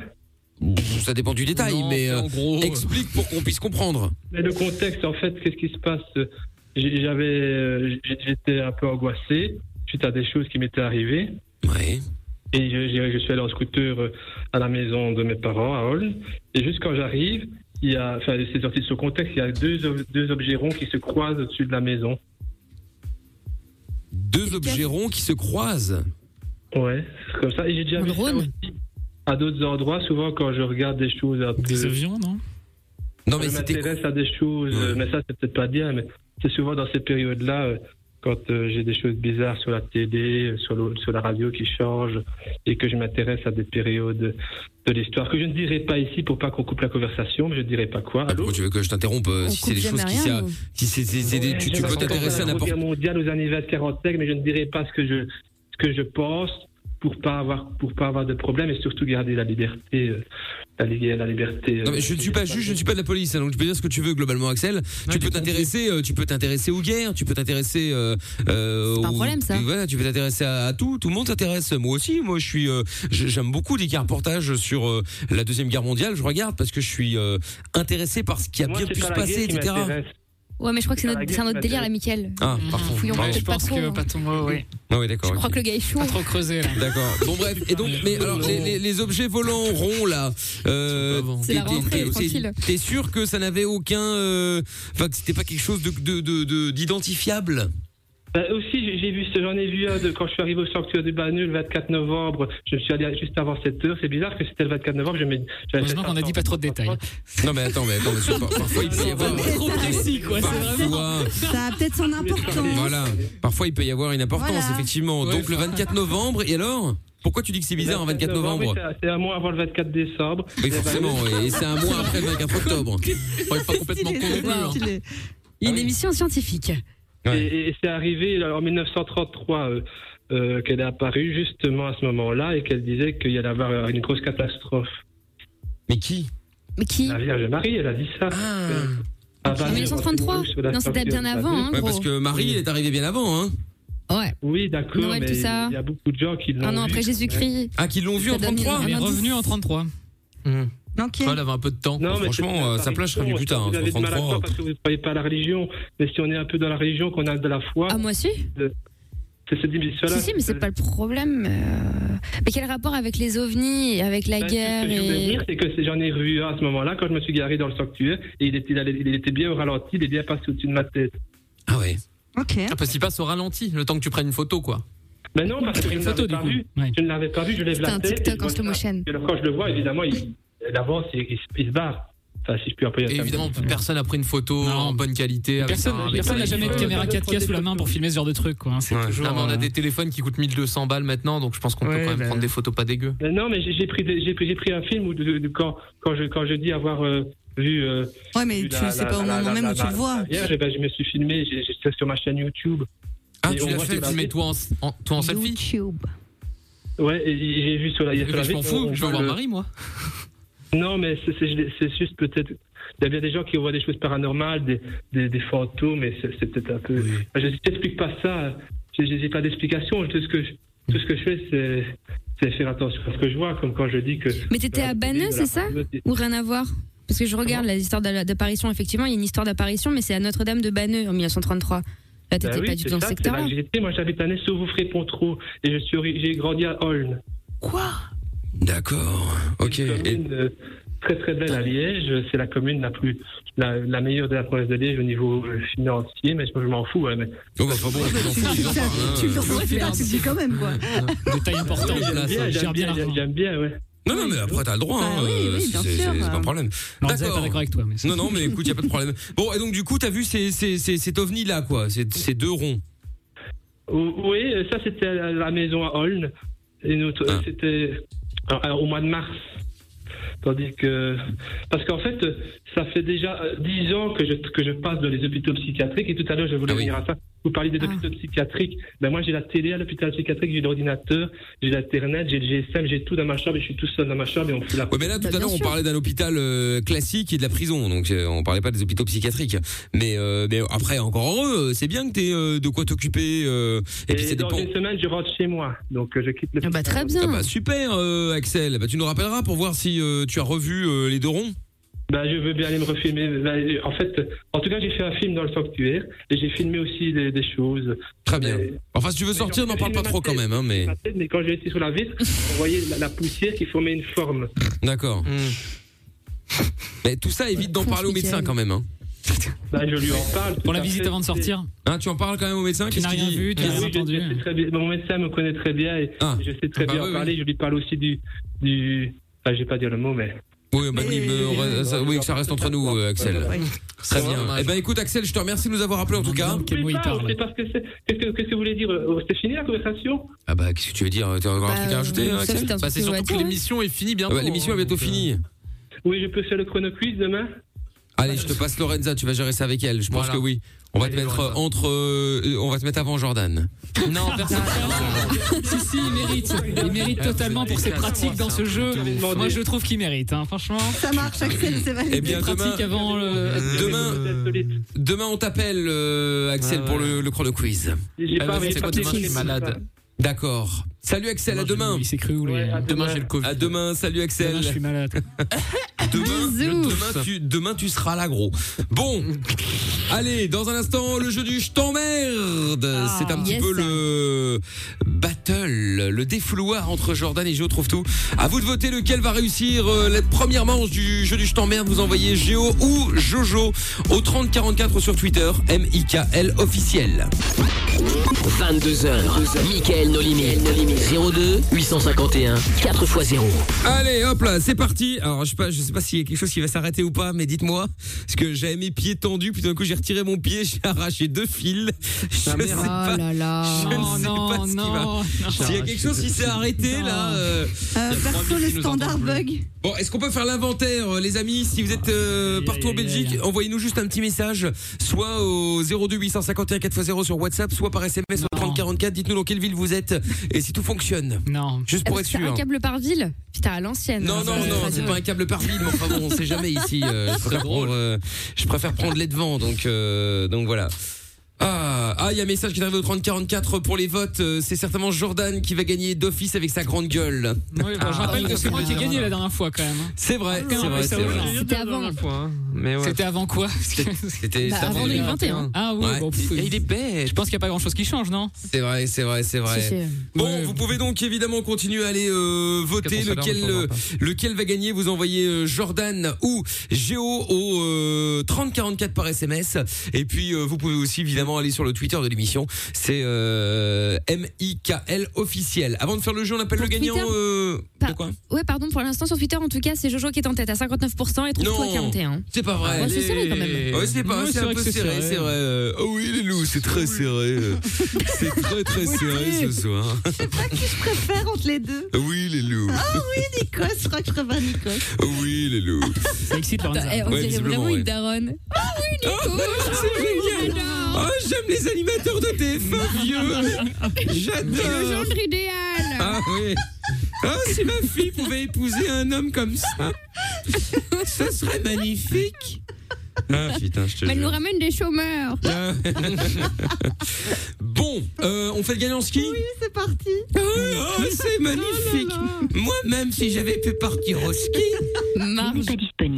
Speaker 2: Ça dépend du détail, mais euh, explique pour qu'on puisse comprendre.
Speaker 13: Mais le contexte, en fait, qu'est-ce qui se passe J'ai- J'avais, euh, j'ai- j'étais un peu angoissé suite à des choses qui m'étaient arrivées.
Speaker 2: Oui.
Speaker 13: Et je, je- je suis allé en scooter euh, à la maison de mes parents à Holm. Et juste quand j'arrive, il y a, enfin, c'est sorti de ce contexte, il y a deux, ob- deux objets ronds qui se croisent au-dessus de la maison.
Speaker 2: Deux objets ronds qui se croisent.
Speaker 13: Ouais, c'est comme ça. Et j'ai déjà vu ça aussi à d'autres endroits, souvent quand je regarde des choses un peu.
Speaker 6: Des avions, non
Speaker 2: Non,
Speaker 13: mais je m'intéresse à des choses, euh, mais ça c'est peut-être pas bien, mais c'est souvent dans ces périodes-là, euh, quand euh, j'ai des choses bizarres sur la télé, euh, sur, le- sur la radio qui changent, et que je m'intéresse à des périodes de l'histoire, que je ne dirai pas ici pour pas qu'on coupe la conversation, mais je ne dirai pas quoi. Allô
Speaker 2: Pourquoi tu veux que je t'interrompe euh,
Speaker 13: On
Speaker 2: si c'est des
Speaker 13: coupe
Speaker 2: choses
Speaker 13: jamais
Speaker 2: qui
Speaker 13: rien,
Speaker 2: s'a-
Speaker 13: nous.
Speaker 2: si c'est- c'est- c'est des- tu, tu peux t'intéresser à n'importe
Speaker 13: quoi. mondiale aux anniversaires en tech, mais je ne dirai pas ce que je, ce que je pense pour pas avoir, pour pas avoir de problème et surtout garder la liberté, euh, la, li- la liberté. euh,
Speaker 2: Non mais je ne suis pas juge, je ne suis pas de la police, hein, donc tu peux dire ce que tu veux globalement, Axel. tu peux t'intéresser, euh, tu peux t'intéresser aux guerres, tu peux t'intéresser. Euh, euh,
Speaker 3: pas un
Speaker 2: aux-
Speaker 3: problème, ça.
Speaker 2: Voilà, tu peux t'intéresser à, à tout. Tout le monde s'intéresse. Moi aussi, moi je suis, euh, je- j'aime beaucoup des reportages sur euh, la deuxième guerre mondiale. Je regarde parce que je suis euh, intéressé par ce qui a
Speaker 13: Moi,
Speaker 2: bien
Speaker 13: c'est
Speaker 2: pu
Speaker 13: pas
Speaker 2: se
Speaker 13: la guerre
Speaker 2: passer,
Speaker 13: qui
Speaker 2: etc.
Speaker 13: m'intéresse.
Speaker 3: Ouais, mais je crois que c'est notre, c'est un autre délire, là, Michael.
Speaker 2: Ah, parfait.
Speaker 3: Fouillons
Speaker 2: Ouais,
Speaker 3: pas,
Speaker 2: je
Speaker 3: pas
Speaker 2: pense
Speaker 3: trop,
Speaker 2: que
Speaker 3: hein.
Speaker 6: Pas ton mot, oui.
Speaker 2: Ah oui, d'accord.
Speaker 3: Je crois
Speaker 2: ok.
Speaker 3: que le gars est chaud.
Speaker 6: Pas trop creusé, là.
Speaker 2: D'accord. Bon bref. Et donc, mais alors les, les- les objets volants ronds là. euh,
Speaker 3: C'est la
Speaker 2: t'es- t'es-
Speaker 3: rentrée,
Speaker 2: t'es-
Speaker 3: tranquille.
Speaker 2: T'es sûr que ça n'avait aucun. euh, Enfin, que c'était pas quelque chose de de- de- de- d'identifiable.
Speaker 13: Bah, aussi, j'ai- j'ai vu, ce- j'en ai vu un de, quand je suis arrivé au sanctuaire du Banu le 24 novembre. Je suis allé juste avant 7 heures. C'est bizarre que c'était le 24 novembre. Je m'ai- j'avais
Speaker 6: Heureusement
Speaker 13: fait
Speaker 6: qu'on a dit pas trop de détails.
Speaker 2: Non mais attends, mais attends, mais c'est pas- parfois il peut y avoir.
Speaker 6: Trop précis, quoi. C'est vraiment.
Speaker 2: Parfois,
Speaker 5: Ça a peut-être son importance.
Speaker 2: voilà. Parfois il peut y avoir une importance
Speaker 5: Voilà.
Speaker 2: effectivement. Donc le 24 novembre. Et alors Pourquoi tu dis que c'est bizarre un 24 novembre
Speaker 13: oui, c'est- C'est un mois avant le 24 décembre. ben,
Speaker 2: Oui forcément. Et c'est un mois après le 24 octobre. Faut être pas complètement
Speaker 3: Il est
Speaker 2: con non plus, hein.
Speaker 3: stylé. Il y a une émission scientifique.
Speaker 13: Et, et c'est arrivé alors, en 1933 euh, euh, qu'elle est apparue justement à ce moment-là et qu'elle disait qu'il y allait avoir euh, une grosse catastrophe.
Speaker 2: Mais qui
Speaker 3: Mais qui Ah.
Speaker 13: La Vierge Marie, elle a dit ça. Euh, à
Speaker 3: En 1933?
Speaker 13: Sur la
Speaker 3: Non, c'était
Speaker 13: sortie
Speaker 3: bien
Speaker 13: de la
Speaker 3: avant,
Speaker 13: Bible.
Speaker 3: hein, Ouais, gros. parce que
Speaker 2: Marie, elle est arrivée bien avant. Hein.
Speaker 3: Ouais.
Speaker 13: Oui, d'accord,
Speaker 3: Noël,
Speaker 13: mais
Speaker 3: tout ça.
Speaker 13: il y a beaucoup de gens qui
Speaker 5: Ah
Speaker 13: l'ont
Speaker 3: Un an
Speaker 13: vu.
Speaker 3: après Jésus-Christ.
Speaker 2: Ah, qu'ils l'ont vu
Speaker 3: Ça
Speaker 2: en
Speaker 3: donne
Speaker 2: 33
Speaker 3: un indice.
Speaker 6: en 33.
Speaker 2: Ah, Elle avait un peu de temps.
Speaker 13: Non, mais c'est
Speaker 2: Franchement,
Speaker 13: une
Speaker 2: euh, sa place serait venue plus
Speaker 13: apparition.
Speaker 2: tard.
Speaker 13: Vous
Speaker 2: hein,
Speaker 13: avez du mal à
Speaker 2: 33.
Speaker 13: croire parce que vous ne croyez pas à la religion. Mais si on est un peu dans la religion, qu'on a de la foi. Ah,
Speaker 3: moi aussi
Speaker 13: C'est cette émission-là.
Speaker 3: Si, si, mais c'est pas le problème. euh. Mais quel rapport avec les ovnis, et avec la guerre
Speaker 13: Ce que je voulais
Speaker 3: et...
Speaker 13: dire, c'est que c'est- j'en ai vu un à ce moment-là quand je me suis garé dans le sanctuaire et il était, il allait- il était bien au ralenti, il est bien passé au-dessus de ma tête.
Speaker 2: Ah ouais.
Speaker 5: Ok.
Speaker 4: Ah, parce qu'il passe au ralenti, le temps que tu prennes une photo, quoi.
Speaker 13: Mais Ben non, parce que je
Speaker 4: Une
Speaker 13: ne
Speaker 4: photo,
Speaker 13: l'avais
Speaker 4: du
Speaker 13: pas
Speaker 4: coup.
Speaker 13: vu. Je ne l'avais pas vu, je lève
Speaker 3: C'était
Speaker 13: la
Speaker 3: un
Speaker 13: tête.
Speaker 3: TikTok
Speaker 13: et je
Speaker 3: en
Speaker 13: vois
Speaker 3: slow
Speaker 13: ça.
Speaker 3: motion.
Speaker 13: Et alors, quand je le vois, évidemment, il, il avance, il, il se- il se barre. Enfin, si je puis employer
Speaker 4: Et évidemment, personne n'a pris une photo en bonne qualité. avec
Speaker 6: Personne
Speaker 4: un- avec
Speaker 6: personne
Speaker 4: un
Speaker 6: n'a jamais de
Speaker 4: iPhone.
Speaker 6: caméra 4K sous la main pour filmer ce genre de truc, quoi. C'est toujours.
Speaker 4: Non, Ah, mais on a
Speaker 6: euh,
Speaker 4: des téléphones qui coûtent 1200 balles maintenant, donc je pense qu'on peut
Speaker 6: Ouais,
Speaker 4: quand même
Speaker 6: bah.
Speaker 4: prendre des photos pas dégueu.
Speaker 13: Mais Ben non, mais j'ai j'ai pris, des- j'ai pris, j'ai pris un film où de- de- de- quand, quand, je, quand je dis avoir euh, vu. euh,
Speaker 5: Ouais, mais
Speaker 13: vu
Speaker 5: tu
Speaker 13: la-
Speaker 5: le sais
Speaker 13: la-
Speaker 5: pas au
Speaker 13: la-
Speaker 5: moment
Speaker 13: la-
Speaker 5: même
Speaker 13: la-
Speaker 5: où tu le
Speaker 13: la-
Speaker 5: vois.
Speaker 13: la Vierge, eh ben, je me suis filmé, j'ai- j'ai ça sur ma chaîne YouTube.
Speaker 4: Ah,
Speaker 13: Et
Speaker 4: tu
Speaker 13: on
Speaker 4: l'as
Speaker 13: voit
Speaker 4: fait,
Speaker 13: sur la-
Speaker 4: tu mets toi en, en- toi en selfie
Speaker 13: Ouais, et j'ai vu sur la. il y a
Speaker 4: Eh
Speaker 13: sur
Speaker 4: ben,
Speaker 13: la
Speaker 4: je m'en
Speaker 13: vitre,
Speaker 4: fous,
Speaker 13: on
Speaker 4: je vais
Speaker 13: voit
Speaker 4: voir
Speaker 13: le-
Speaker 4: Marie, moi.
Speaker 13: Non, mais c'est- c'est c'est juste peut-être. Il y a bien des gens qui voient des choses paranormales, des, des, des fantômes, mais c'est c'est peut-être un peu. Ah, Je ne t'explique pas ça. J'ai j'ai pas d'explication. Tout ce que je, tout ce que je fais, c'est c'est faire attention à ce que je vois, comme quand je dis que.
Speaker 3: Mais t'étais à Banneux, c'est ça Ou rien à voir Parce que je regarde la histoire d'a- d'apparition, effectivement, il y a une histoire d'apparition, mais c'est à Notre-Dame de Banneux en 1933. Là,
Speaker 13: Bah
Speaker 3: Ah, t'étais
Speaker 13: oui,
Speaker 3: pas du
Speaker 13: c'est
Speaker 3: tout dans le
Speaker 13: ça, c'est
Speaker 3: secteur.
Speaker 13: là que j'étais. Moi, j'habite à Nessau-Voufré, Pontreau, et je suis ori- j'ai grandi à Holm.
Speaker 3: Quoi
Speaker 2: D'accord. Ok. Et-
Speaker 13: Une, euh, très très belle à Liège. C'est la commune la plus, la, la meilleure de la province de Liège au niveau euh, financier, mais je, je m'en fous. hein, mais...
Speaker 2: Oh, bah, hein.
Speaker 5: Tu le refais, tu le dis quand même, quoi.
Speaker 6: Détail important.
Speaker 13: J'aime bien, j'aime bien, j'aime- j'aime bien, ouais.
Speaker 2: hein, Non, non, mais après, t'as le droit.
Speaker 13: Bah
Speaker 2: hein,
Speaker 13: oui,
Speaker 2: euh,
Speaker 13: oui,
Speaker 2: c'est
Speaker 13: bien
Speaker 2: c'est-
Speaker 13: sûr.
Speaker 2: c'est pas un problème.
Speaker 6: Non, vous êtes pas d'accord avec toi, mais c'est-
Speaker 2: Non, non, mais écoute, y a pas de problème. Bon, et donc, du coup, t'as vu ces, ces, ces, cet ovni-là, quoi, ces, ces deux ronds.
Speaker 13: O- Oui, euh, ça c'était à la maison à Holne. Et notre,
Speaker 2: Ah.
Speaker 13: euh, c'était alors, alors, au mois de mars. Tandis que. Parce qu'en fait, euh, ça fait déjà euh, 10 ans que je, que je passe dans les hôpitaux psychiatriques. Et tout à l'heure, je voulais
Speaker 2: Ah
Speaker 13: revenir à ça. Vous parlez des hôpitaux psychiatriques. Ben, moi, j'ai la télé à l'hôpital psychiatrique, j'ai l'ordinateur, j'ai l'Internet, j'ai le GSM, j'ai tout dans ma chambre et je suis tout seul dans ma chambre et on me fout la
Speaker 2: Ouais, mais là, tout à l'heure, on parlait d'un hôpital euh, classique et de la prison, donc euh, on parlait pas des hôpitaux psychiatriques. Mais, euh, mais après, encore heureux, euh, c'est bien que t'aies euh, de quoi t'occuper. euh, et, puis, ça
Speaker 13: Et dans
Speaker 2: dépend.
Speaker 13: une semaine, je rentre chez moi. Donc, euh, je quitte le.
Speaker 3: très
Speaker 2: Ah bah, super, euh, Axel. Bah, tu nous rappelleras pour voir si euh, tu as revu euh, les deux ronds.
Speaker 13: Bah, je veux bien aller me refilmer. Bah, euh, en fait, en tout cas, j'ai fait un film dans le sanctuaire et j'ai filmé aussi des, des choses. Euh,
Speaker 2: Très bien. Enfin, si tu veux sortir, n'en parle pas trop quand même, hein, mais.
Speaker 13: Mais quand j'ai été sur la vitre, on voyait la, la poussière qui formait une forme.
Speaker 2: D'accord.
Speaker 13: Hmm.
Speaker 2: Mais tout ça évite d'en parler au médecin quand même. Hein.
Speaker 13: Bah, je lui en parle.
Speaker 6: Pour la visite avant de sortir.
Speaker 2: Hein, tu en parles quand même au médecin
Speaker 6: Tu
Speaker 2: qu'est-ce
Speaker 6: n'as
Speaker 2: qu'il
Speaker 6: rien
Speaker 2: dit
Speaker 6: vu, tu n'as rien
Speaker 13: Ah Oui, je-
Speaker 6: entendu.
Speaker 13: je sais très bien- Mon médecin me connaît très bien et je sais très
Speaker 2: Bah
Speaker 13: bien
Speaker 2: oui,
Speaker 13: en
Speaker 2: oui.
Speaker 13: parler. Je lui parle aussi du. du... Enfin, je vais pas dire le mot, mais.
Speaker 2: Oui, bah, dis, me- re- ça, oui, que ça reste entre nous, euh, Axel. Très bien. Eh ben, écoute, Axel, je te remercie de nous avoir appelé en tout cas.
Speaker 13: Mais pas, on sait pas ce que c'est. Qu'est-ce que- qu'est-ce que vous voulez dire euh, C'est fini la conversation
Speaker 2: Ah bah, qu'est-ce que tu veux dire T'as encore un
Speaker 13: Bah,
Speaker 2: truc à rajouter, hein,
Speaker 13: ça,
Speaker 2: Axel
Speaker 13: c'était un truc Bah, c'est que surtout je que voulais l'émission
Speaker 2: est finie
Speaker 13: bientôt,
Speaker 2: L'émission est
Speaker 13: hein,
Speaker 2: bientôt
Speaker 13: donc, euh,
Speaker 2: finie.
Speaker 13: Oui, je peux faire le chrono quiz demain
Speaker 2: Allez, je te passe Lorenza, tu vas gérer ça avec elle. Je pense
Speaker 13: Voilà.
Speaker 2: que oui. On va te mettre euh, entre, euh, on va te mettre avant Jordan.
Speaker 6: Non, personne. si, si, il mérite. Il mérite
Speaker 2: Ah,
Speaker 6: totalement pour ses pratiques dans
Speaker 2: hein.
Speaker 6: ce jeu. Moi, je trouve qu'il mérite, hein, franchement.
Speaker 5: Ça marche, Axel, c'est validé.
Speaker 2: Eh bien,
Speaker 6: pratique
Speaker 2: demain-
Speaker 6: avant le.
Speaker 2: Demain, demain on t'appelle euh, Axel pour le, le chrono quiz. Eh,
Speaker 13: J'ai pas- j'ai pas de quiz.
Speaker 2: D'accord. Salut Axel, à demain.
Speaker 6: Il s'est cru où les.
Speaker 2: Demain j'ai le Covid. À demain, salut Axel.
Speaker 6: Demain, je suis malade.
Speaker 2: Demain, demain, tu, demain, tu seras là, gros. Bon, allez, dans un instant, le jeu du je t'emmerde. C'est un petit
Speaker 17: yes.
Speaker 2: peu le battle, le défouloir entre Jordan et Géo trouve tout. À vous de voter lequel va réussir euh, la première manche du jeu du je t'emmerde. Vous envoyez Géo ou Jojo au 3044 sur Twitter, M-I-K-L officiel.
Speaker 1: 22h, Mickaël Nolimiel, 02 851 4x0.
Speaker 2: Allez, hop là, c'est parti. Alors, je sais pas, je sais pas s'il y a quelque chose qui va s'arrêter ou pas, mais dites-moi. Parce que j'avais mes pieds tendus, puis d'un coup, j'ai retiré mon pied, j'ai arraché deux fils. Je
Speaker 6: Ah,
Speaker 2: ne sais
Speaker 6: merde.
Speaker 2: pas.
Speaker 6: Oh là là.
Speaker 2: Je ne sais
Speaker 6: Non,
Speaker 2: pas ce
Speaker 6: non, non.
Speaker 2: qui va. S'il y a quelque chose qui s'est arrêté, là. euh, il y a trois
Speaker 5: Perso,
Speaker 2: minutes
Speaker 5: le
Speaker 2: qui nous entend
Speaker 5: standard
Speaker 2: plus.
Speaker 5: bug.
Speaker 2: Bon, est-ce qu'on peut faire l'inventaire, euh, les amis Si vous êtes euh, partout en Belgique, envoyez-nous juste un petit message, soit au 02 851 4x0 sur WhatsApp, soit par SMS au 3044. Dites-nous dans quelle ville vous êtes et si tout fonctionne.
Speaker 6: Non.
Speaker 2: Juste pour être
Speaker 3: Eh ben, C'est un
Speaker 2: sûr. hein.
Speaker 3: câble par ville Putain, à l'ancienne. euh,
Speaker 2: Non, non, non, c'est pas un câble par ville, mais enfin bon, on sait jamais ici. euh, je, préfère prendre, euh, je préfère prendre les devants, donc, euh, donc voilà. Ah, ah, il y a un message qui est arrivé au 3044 pour les votes. euh, C'est certainement Jordan qui va gagner d'office avec sa grande gueule. Ah,
Speaker 6: Oui, bah, je rappelle que c'est moi qui ai gagné la dernière fois quand même.
Speaker 2: C'est vrai,
Speaker 6: Ah,
Speaker 2: c'est vrai,
Speaker 6: mais ça
Speaker 2: c'est
Speaker 6: va,
Speaker 2: vrai.
Speaker 6: j'ai
Speaker 4: C'était avant. Bah,
Speaker 2: Mais ouais.
Speaker 6: C'était avant quoi Bah,
Speaker 2: C'était c'était avant 2021.
Speaker 6: Ah oui,
Speaker 2: Ouais.
Speaker 6: bon, pff,
Speaker 2: Il est bête.
Speaker 6: Je pense qu'il n'y a pas grand chose qui change, non
Speaker 2: C'est vrai, c'est vrai, c'est vrai.
Speaker 6: Si, si.
Speaker 2: Bon, vous pouvez donc évidemment continuer à aller euh, voter
Speaker 17: Parce que ton salaire
Speaker 2: lequel
Speaker 17: ne changera
Speaker 2: euh,
Speaker 3: hein.
Speaker 2: lequel va gagner. Vous envoyez euh, Jordan ou Géo au euh, 3044 par SMS. Et puis euh, vous pouvez aussi évidemment aller sur le Twitter de l'émission. C'est euh, MIKL officiel. Avant de faire le jeu, on appelle le gagnant.
Speaker 3: Twitter
Speaker 2: euh,
Speaker 3: Par-
Speaker 2: de quoi
Speaker 3: Ouais, pardon, pour l'instant sur Twitter, en tout cas, c'est Jojo qui est en tête à 59% et trouve-toi à 41.
Speaker 2: C'est pas vrai.
Speaker 3: Ah, Ouais, c'est serré quand même.
Speaker 2: Ouais, c'est pas,
Speaker 3: Ouais,
Speaker 2: c'est
Speaker 3: c'est
Speaker 2: un
Speaker 3: vrai
Speaker 2: peu
Speaker 3: que c'est
Speaker 2: serré,
Speaker 3: serré.
Speaker 2: c'est vrai. euh, Oh oui, les loups, c'est très serré. euh. C'est très très serré ce soir.
Speaker 5: Je préfère entre les deux.
Speaker 2: Oui, les loups.
Speaker 5: Ah oui, Nikos, je crois que je préfère Nikos.
Speaker 2: Oui, les loups.
Speaker 6: Ça excite Lorenza.
Speaker 3: Eh, on
Speaker 2: Ouais,
Speaker 3: dirait
Speaker 2: visiblement,
Speaker 3: vraiment
Speaker 2: ouais. Oh,
Speaker 3: une daronne. Ah oui, Nico
Speaker 2: c'est génial. Oh, j'aime les animateurs de
Speaker 3: Bah,
Speaker 2: TF1 vieux.
Speaker 3: C'est le
Speaker 2: J'adore.
Speaker 3: genre idéal
Speaker 2: Ah oui. Ah, si ma fille pouvait épouser un homme comme ça, ce serait magnifique.
Speaker 17: Ah putain, je te
Speaker 3: Mais elle nous
Speaker 17: jure.
Speaker 3: ramène des chômeurs.
Speaker 2: Ah, bon, euh, on fait le gagnant en ski Oui,
Speaker 5: c'est parti.
Speaker 2: c'est magnifique.
Speaker 3: Oh
Speaker 2: Moi-même, si j'avais pu partir au ski.
Speaker 3: Marge.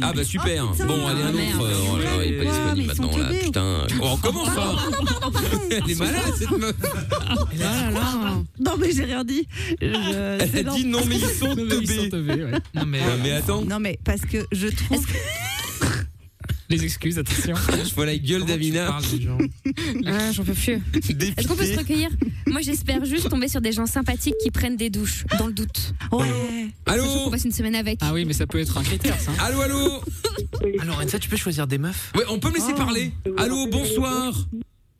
Speaker 2: Ah bah super. bon, allez, un autre. euh, oh là là, il est pas disponible maintenant là, putain. Oh, comment ça Elle est malade cette meuf.
Speaker 3: Oh
Speaker 5: Non, mais j'ai rien dit. Je-
Speaker 2: Elle
Speaker 5: c'est
Speaker 2: a dit non, mais ils sont teubés.
Speaker 6: Non, mais,
Speaker 2: Non,
Speaker 3: euh,
Speaker 2: mais attends.
Speaker 5: Non, mais parce que je trouve.
Speaker 6: Les excuses, attention.
Speaker 2: Je vois la gueule d'Amina.
Speaker 3: Ah, j'en peux plus. Est-ce qu'on peut se recueillir Moi, j'espère juste tomber sur des gens sympathiques qui prennent des douches, dans le doute.
Speaker 5: Ouais.
Speaker 2: Allô
Speaker 3: On passe une semaine avec.
Speaker 6: Ah oui, mais ça peut être un critère, ça. hein.
Speaker 2: Allô, allô
Speaker 4: Alors, Enza, Ah, tu peux choisir des meufs
Speaker 2: Ouais, on peut me laisser parler. Allô, bonsoir.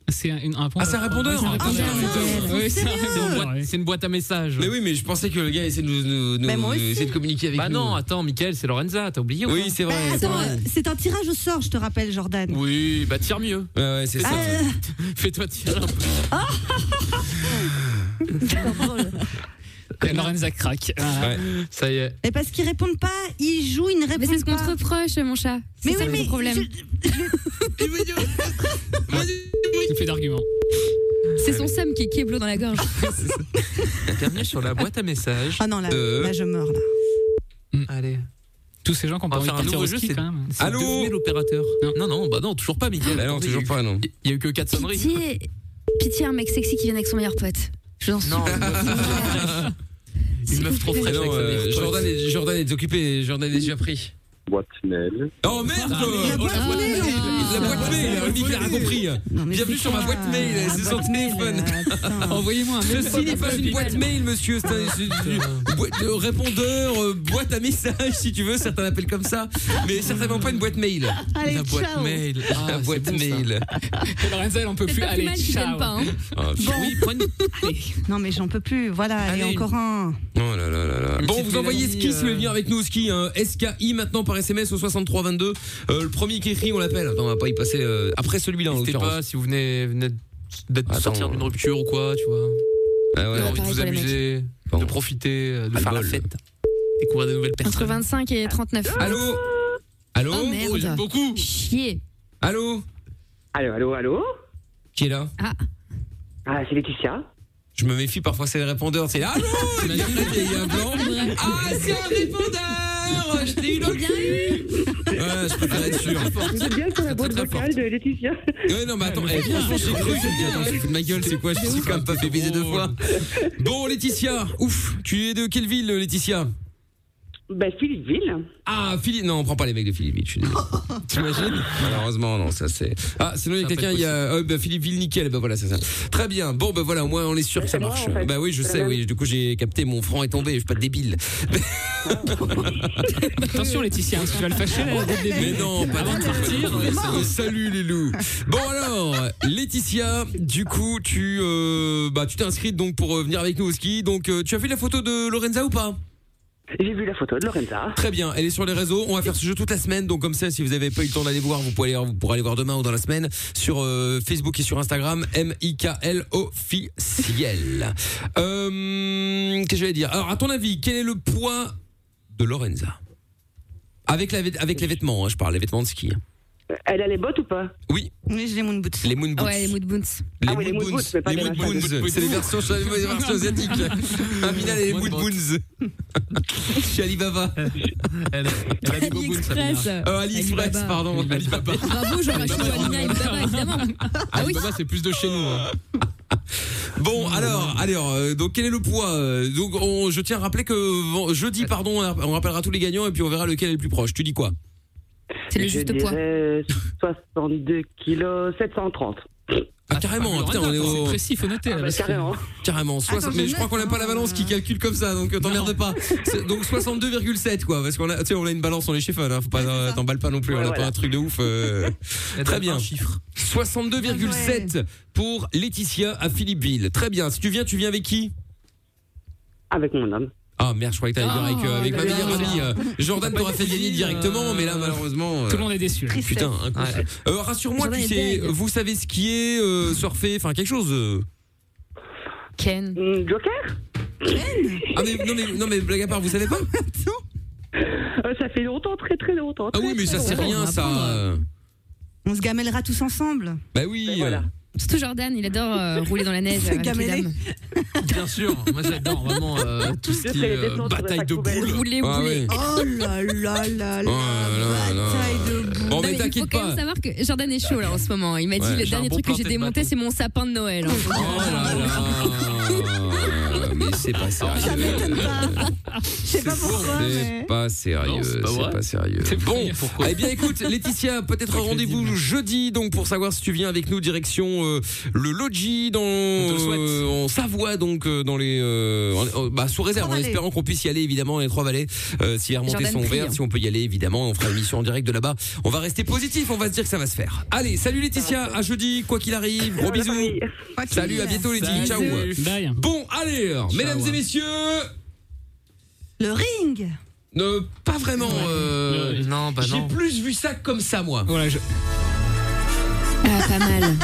Speaker 6: C'est un, une- un répondeur.
Speaker 2: Ah, c'est un répondeur.
Speaker 6: Oui, c'est un
Speaker 2: Ah,
Speaker 6: répondeur.
Speaker 2: merde.
Speaker 6: Oui, c'est un-
Speaker 2: Sérieux
Speaker 6: c'est une boîte- c'est une boîte à messages.
Speaker 2: Mais oui, mais je pensais que le gars essayait de nous, nous- nous- essayer de communiquer avec
Speaker 4: Bah
Speaker 2: nous.
Speaker 4: non, attends, Michael, c'est Lorenza, t'as oublié ou
Speaker 2: Oui,
Speaker 4: quoi
Speaker 2: c'est vrai.
Speaker 5: Bah, attends, euh, c'est un tirage au sort, je te rappelle, Jordan.
Speaker 4: Oui, bah tire mieux.
Speaker 2: Ouais, ouais, c'est ça.
Speaker 4: Fais-toi tirer un peu.
Speaker 6: Lorenza craque. Ah,
Speaker 4: Ça y est.
Speaker 5: Et parce qu'ils répondent pas, ils jouent, ils ne répondent pas. Mais c'est ce qu'on te
Speaker 3: reproche, mon chat.
Speaker 5: Mais
Speaker 3: ça
Speaker 5: oui,
Speaker 3: le
Speaker 5: mais
Speaker 3: problème.
Speaker 6: Il fait d'arguments.
Speaker 3: C'est son seum qui, qui est bleu dans la gorge.
Speaker 4: Bienvenue sur la boîte à messages.
Speaker 5: Ah non, là,
Speaker 2: Euh.
Speaker 5: là, je meurs. Là.
Speaker 6: Mm.
Speaker 4: Allez.
Speaker 6: Tous ces gens qui ont
Speaker 4: On
Speaker 6: pas
Speaker 4: va
Speaker 6: envie de
Speaker 4: faire un
Speaker 6: partir
Speaker 4: nouveau
Speaker 6: au
Speaker 4: jeu,
Speaker 6: ski,
Speaker 4: c'est
Speaker 6: quand même.
Speaker 4: c'est
Speaker 2: Allô
Speaker 4: devenez l'opérateur. Non, non, bah non, toujours pas, Michael.
Speaker 2: Ah non, toujours
Speaker 4: pas,
Speaker 2: non.
Speaker 4: Il y a eu que 4 sonneries.
Speaker 3: Pitié, pitié, un mec sexy qui vient avec son meilleur pote. Je l'en supplie.
Speaker 4: Une meuf trop fraîche.
Speaker 2: Non,
Speaker 4: avec sa
Speaker 2: euh,
Speaker 4: meilleure pote.
Speaker 2: Jordan, est, Jordan est occupé, Jordan est déjà pris.
Speaker 15: Boîte mail.
Speaker 2: Oh merde
Speaker 15: la
Speaker 2: Oh,
Speaker 15: boîte
Speaker 2: mail La boîte mail Le mec, il a rien compris. Bienvenue sur ma boîte mail, c'est son téléphone.
Speaker 6: Envoyez-moi un mail.
Speaker 2: Ceci n'est pas une boîte mail, monsieur. C'est un- c'est une boîte- euh, répondeur, euh, boîte à messages, si tu veux. Certains l'appellent comme ça. Mais certainement pas une boîte mail.
Speaker 5: Allez,
Speaker 2: La boîte
Speaker 5: ciao.
Speaker 2: mail.
Speaker 4: Ah,
Speaker 2: La
Speaker 4: c'est
Speaker 2: boîte
Speaker 4: bon, ça.
Speaker 2: mail.
Speaker 6: Lorenza, elle en peut
Speaker 3: C'est
Speaker 6: plus.
Speaker 3: pas plus
Speaker 6: Allez,
Speaker 3: mal qu'il
Speaker 6: ciao.
Speaker 3: t'aime pas. hein.
Speaker 2: Ah, putain.
Speaker 5: Bon. Non, mais j'en peux plus. Voilà, allez,
Speaker 2: Allez.
Speaker 5: encore un.
Speaker 17: Oh là là là là.
Speaker 2: Bon, vous envoyez
Speaker 4: mélodie,
Speaker 2: ski si vous voulez
Speaker 4: euh,
Speaker 2: venir avec nous au ski. hein. SKI maintenant par SMS au 6322. Euh, le premier qui écrit, on l'appelle. Attends, on va pas y passer euh, après celui-là. en
Speaker 4: N'hésitez
Speaker 2: l'occurrence.
Speaker 4: pas si vous venez, venez d'être
Speaker 17: Attends,
Speaker 4: sortir d'une rupture ou quoi, tu vois.
Speaker 17: Ah ouais.
Speaker 4: Vous avez envie de vous
Speaker 3: pareil pour les mecs.
Speaker 4: amuser, de profiter, euh, de
Speaker 17: Pas
Speaker 4: faire
Speaker 17: de
Speaker 4: la
Speaker 17: bol.
Speaker 4: fête, découvrir de nouvelles
Speaker 3: Entre
Speaker 4: personnes.
Speaker 3: 25 et 39.
Speaker 2: Allô Allô
Speaker 3: Oh
Speaker 4: Oh, j'aime
Speaker 3: merde.
Speaker 4: beaucoup.
Speaker 3: Chier.
Speaker 2: Allô
Speaker 9: Allô, allô, allô
Speaker 2: Qui est là
Speaker 9: Ah, c'est Laetitia.
Speaker 2: Je me méfie parfois, c'est les répondeurs. C'est là. Allô Et puis après, Il y a un hein, blanc. Ah, c'est un répondeur Je t'ai eu dans le cul Ouais, je préfère être sûr.
Speaker 9: Vous êtes bien sur la boîte vocale de Laetitia.
Speaker 2: Ouais, non, mais attends, eh, franchement, j'ai cru. J'ai dit, attends, je fous de ma gueule, c'est quoi Je me suis quand même pas fait baiser deux fois. Bon, Laetitia, ouf, tu es de quelle ville, Laetitia
Speaker 9: Bah, Philippeville.
Speaker 2: Ah, Philippe. Non, on prend pas les mecs de Philippeville, je suis désolé. T'imagines Malheureusement, non, ça c'est. Ah, sinon, il y a
Speaker 4: Ça peut
Speaker 2: quelqu'un,
Speaker 4: être
Speaker 2: il y a. euh, bah, Philippeville, nickel, bah voilà, c'est ça. Très bien. Bon, bah voilà, au moins, on est sûr que ça
Speaker 9: c'est moi,
Speaker 2: marche.
Speaker 9: en fait.
Speaker 2: Bah oui, je
Speaker 9: C'est
Speaker 2: sais,
Speaker 9: la
Speaker 2: oui. Du coup, j'ai capté, mon franc est tombé, je suis pas débile.
Speaker 6: Attention, Laetitia, hein, parce que tu vas le fâcher là, dès le début.
Speaker 2: Mais non, pas du tout. pas du tout. Euh, Salut les loups. Bon alors, Laetitia, du coup, tu euh, bah tu t'es inscrite donc pour euh, venir avec nous au ski. Donc euh, tu as vu la photo de Lorenza ou pas
Speaker 9: J'ai vu la photo de Lorenza.
Speaker 2: Très bien, elle est sur les réseaux. On va faire ce jeu toute la semaine, donc comme ça, si vous n'avez pas eu le temps d'aller voir, vous pouvez aller, vous pourrez aller voir demain ou dans la semaine sur euh, Facebook et sur Instagram M I K L officiel. E Euh, Qu'est-ce que j'allais dire Alors, à ton avis, quel est le poids de Lorenza avec la vét- avec les vêtements hein, Je parle les vêtements de ski. hein.
Speaker 9: Elle a les bottes ou pas
Speaker 2: Oui,
Speaker 5: Oui, j'ai mon boots.
Speaker 2: les moon boots.
Speaker 3: Ouais, les mood boons.
Speaker 2: Les
Speaker 9: Ah oui, les
Speaker 2: Moon
Speaker 9: Moon
Speaker 2: Boons.
Speaker 9: Boons, mais pas
Speaker 2: Les
Speaker 9: les
Speaker 2: Moon
Speaker 9: versions
Speaker 2: Boons.
Speaker 9: de-
Speaker 2: C'est les versions, je savais pas, les versions asiatiques. Aminal et les Moon Boons. Chez Alibaba.
Speaker 4: Elle, elle a des beaux bouts, sa mère.
Speaker 3: AliExpress.
Speaker 2: Euh, AliExpress,
Speaker 3: Alibaba.
Speaker 2: pardon. Alibaba.
Speaker 3: Bravo,
Speaker 2: Bah,
Speaker 3: j'aurais acheté au Alina Alibaba, évidemment. Ah oui.
Speaker 4: Alibaba, c'est plus de chez nous. hein.
Speaker 2: Bon, alors, alors, euh, donc quel est le poids euh, Donc, on- je tiens à rappeler que ven- jeudi, pardon, on a- on rappellera tous les gagnants et puis on verra lequel est le plus proche. Tu dis quoi
Speaker 3: C'est le
Speaker 9: Je
Speaker 3: juste poids.
Speaker 9: dirais 62 kilos 730.
Speaker 2: ah, carrément,
Speaker 6: Ah,
Speaker 2: putain, on est
Speaker 6: Lorenza,
Speaker 2: au-
Speaker 6: C'est précis, faut noter. là, parce que-
Speaker 9: Ah, bah, Carrément.
Speaker 2: carrément 60, mais je crois qu'on n'a pas la balance qui calcule comme ça, donc euh, t'emmerde pas. C'est- Donc 62,7 quoi, parce qu'on a, tu sais, on a une balance, on est chez Fun, hein, faut pas, euh, t'emballes pas non plus,
Speaker 9: Ouais,
Speaker 2: on a pas
Speaker 9: voilà.
Speaker 2: un truc de ouf. euh.
Speaker 4: Elle
Speaker 2: Très
Speaker 4: donne
Speaker 2: bien.
Speaker 4: un chiffre.
Speaker 2: 62,7 pour Laetitia à Philippeville. Très bien. Si tu viens, tu viens avec qui
Speaker 9: Avec mon homme.
Speaker 2: Ah merde, je croyais que t'allais dire avec, euh, avec ma
Speaker 6: là
Speaker 2: meilleure
Speaker 6: là.
Speaker 2: amie. euh, Jordan t'aurait fait gagner directement, mais là malheureusement. euh,
Speaker 6: Tout le monde est déçu.
Speaker 2: Putain, un coup.
Speaker 4: Ouais.
Speaker 2: Euh, rassure-moi,
Speaker 3: Jordan
Speaker 2: tu
Speaker 3: est
Speaker 2: sais,
Speaker 3: dingue.
Speaker 2: vous savez skier, euh, surfer, enfin quelque chose. euh.
Speaker 3: Ken.
Speaker 9: Hmm, Joker
Speaker 2: Ah mais non mais non mais blague à part, vous savez pas
Speaker 9: Euh, Ça fait longtemps, très très longtemps.
Speaker 6: hein.
Speaker 2: Ah oui, mais ça c'est rien ça. euh.
Speaker 7: On se gamellera tous ensemble.
Speaker 2: Bah oui.
Speaker 9: Ben
Speaker 2: euh,
Speaker 3: Surtout Jordan, il adore euh, rouler dans la neige.
Speaker 7: Se
Speaker 3: avec les
Speaker 7: gameler.
Speaker 3: dames.
Speaker 2: Bien sûr, moi j'adore vraiment euh, tout ce qui est euh, bataille de poules.
Speaker 3: Rouler,
Speaker 2: Ah Oh
Speaker 3: rouler.
Speaker 2: ouais.
Speaker 7: Oh là là là là.
Speaker 2: Bon,
Speaker 3: Non,
Speaker 2: mais
Speaker 3: mais il faut
Speaker 2: t'inquiète
Speaker 3: quand même
Speaker 2: pas.
Speaker 3: savoir que Jordan est chaud là en ce moment. Il m'a dit
Speaker 2: Ouais,
Speaker 3: le
Speaker 2: j'ai un
Speaker 3: dernier
Speaker 2: bon
Speaker 3: truc que
Speaker 2: planté
Speaker 3: j'ai
Speaker 2: de
Speaker 3: démonté, c'est mon sapin de Noël.
Speaker 2: Oh,
Speaker 3: hein.
Speaker 2: Ah, Mais c'est pas sérieux.
Speaker 7: Je sais pas pourquoi.
Speaker 2: C'est pas sérieux, c'est pas, sérieux. Bon, eh bien écoute, Laetitia, peut-être rendez-vous jeudi donc pour savoir si tu viens avec nous direction euh, le Lodgy dans euh, en Savoie donc euh, dans les euh, en- euh, bah, sous réserve en
Speaker 15: Trois-Vallées.
Speaker 2: espérant qu'on puisse y aller évidemment dans les trois vallées euh, s'il a remonté
Speaker 15: Jordan
Speaker 2: son
Speaker 15: prie, hein.
Speaker 2: verre si on peut y aller évidemment on fera l'émission en direct de là-bas. On va rester positif, on va se dire que ça va se faire. Allez, salut
Speaker 7: Ah,
Speaker 2: Laetitia,
Speaker 7: bah,
Speaker 2: à jeudi quoi qu'il arrive. Gros bisous. Salut, à bientôt les
Speaker 18: Salut.
Speaker 2: filles. Ciao.
Speaker 18: Bye.
Speaker 2: Bon, allez, alors,
Speaker 18: Ciao,
Speaker 2: mesdames et
Speaker 18: hein.
Speaker 2: messieurs,
Speaker 7: Le ring.
Speaker 2: ne pas vraiment. euh, J'ai plus vu ça comme ça, moi.
Speaker 3: Ah, pas mal.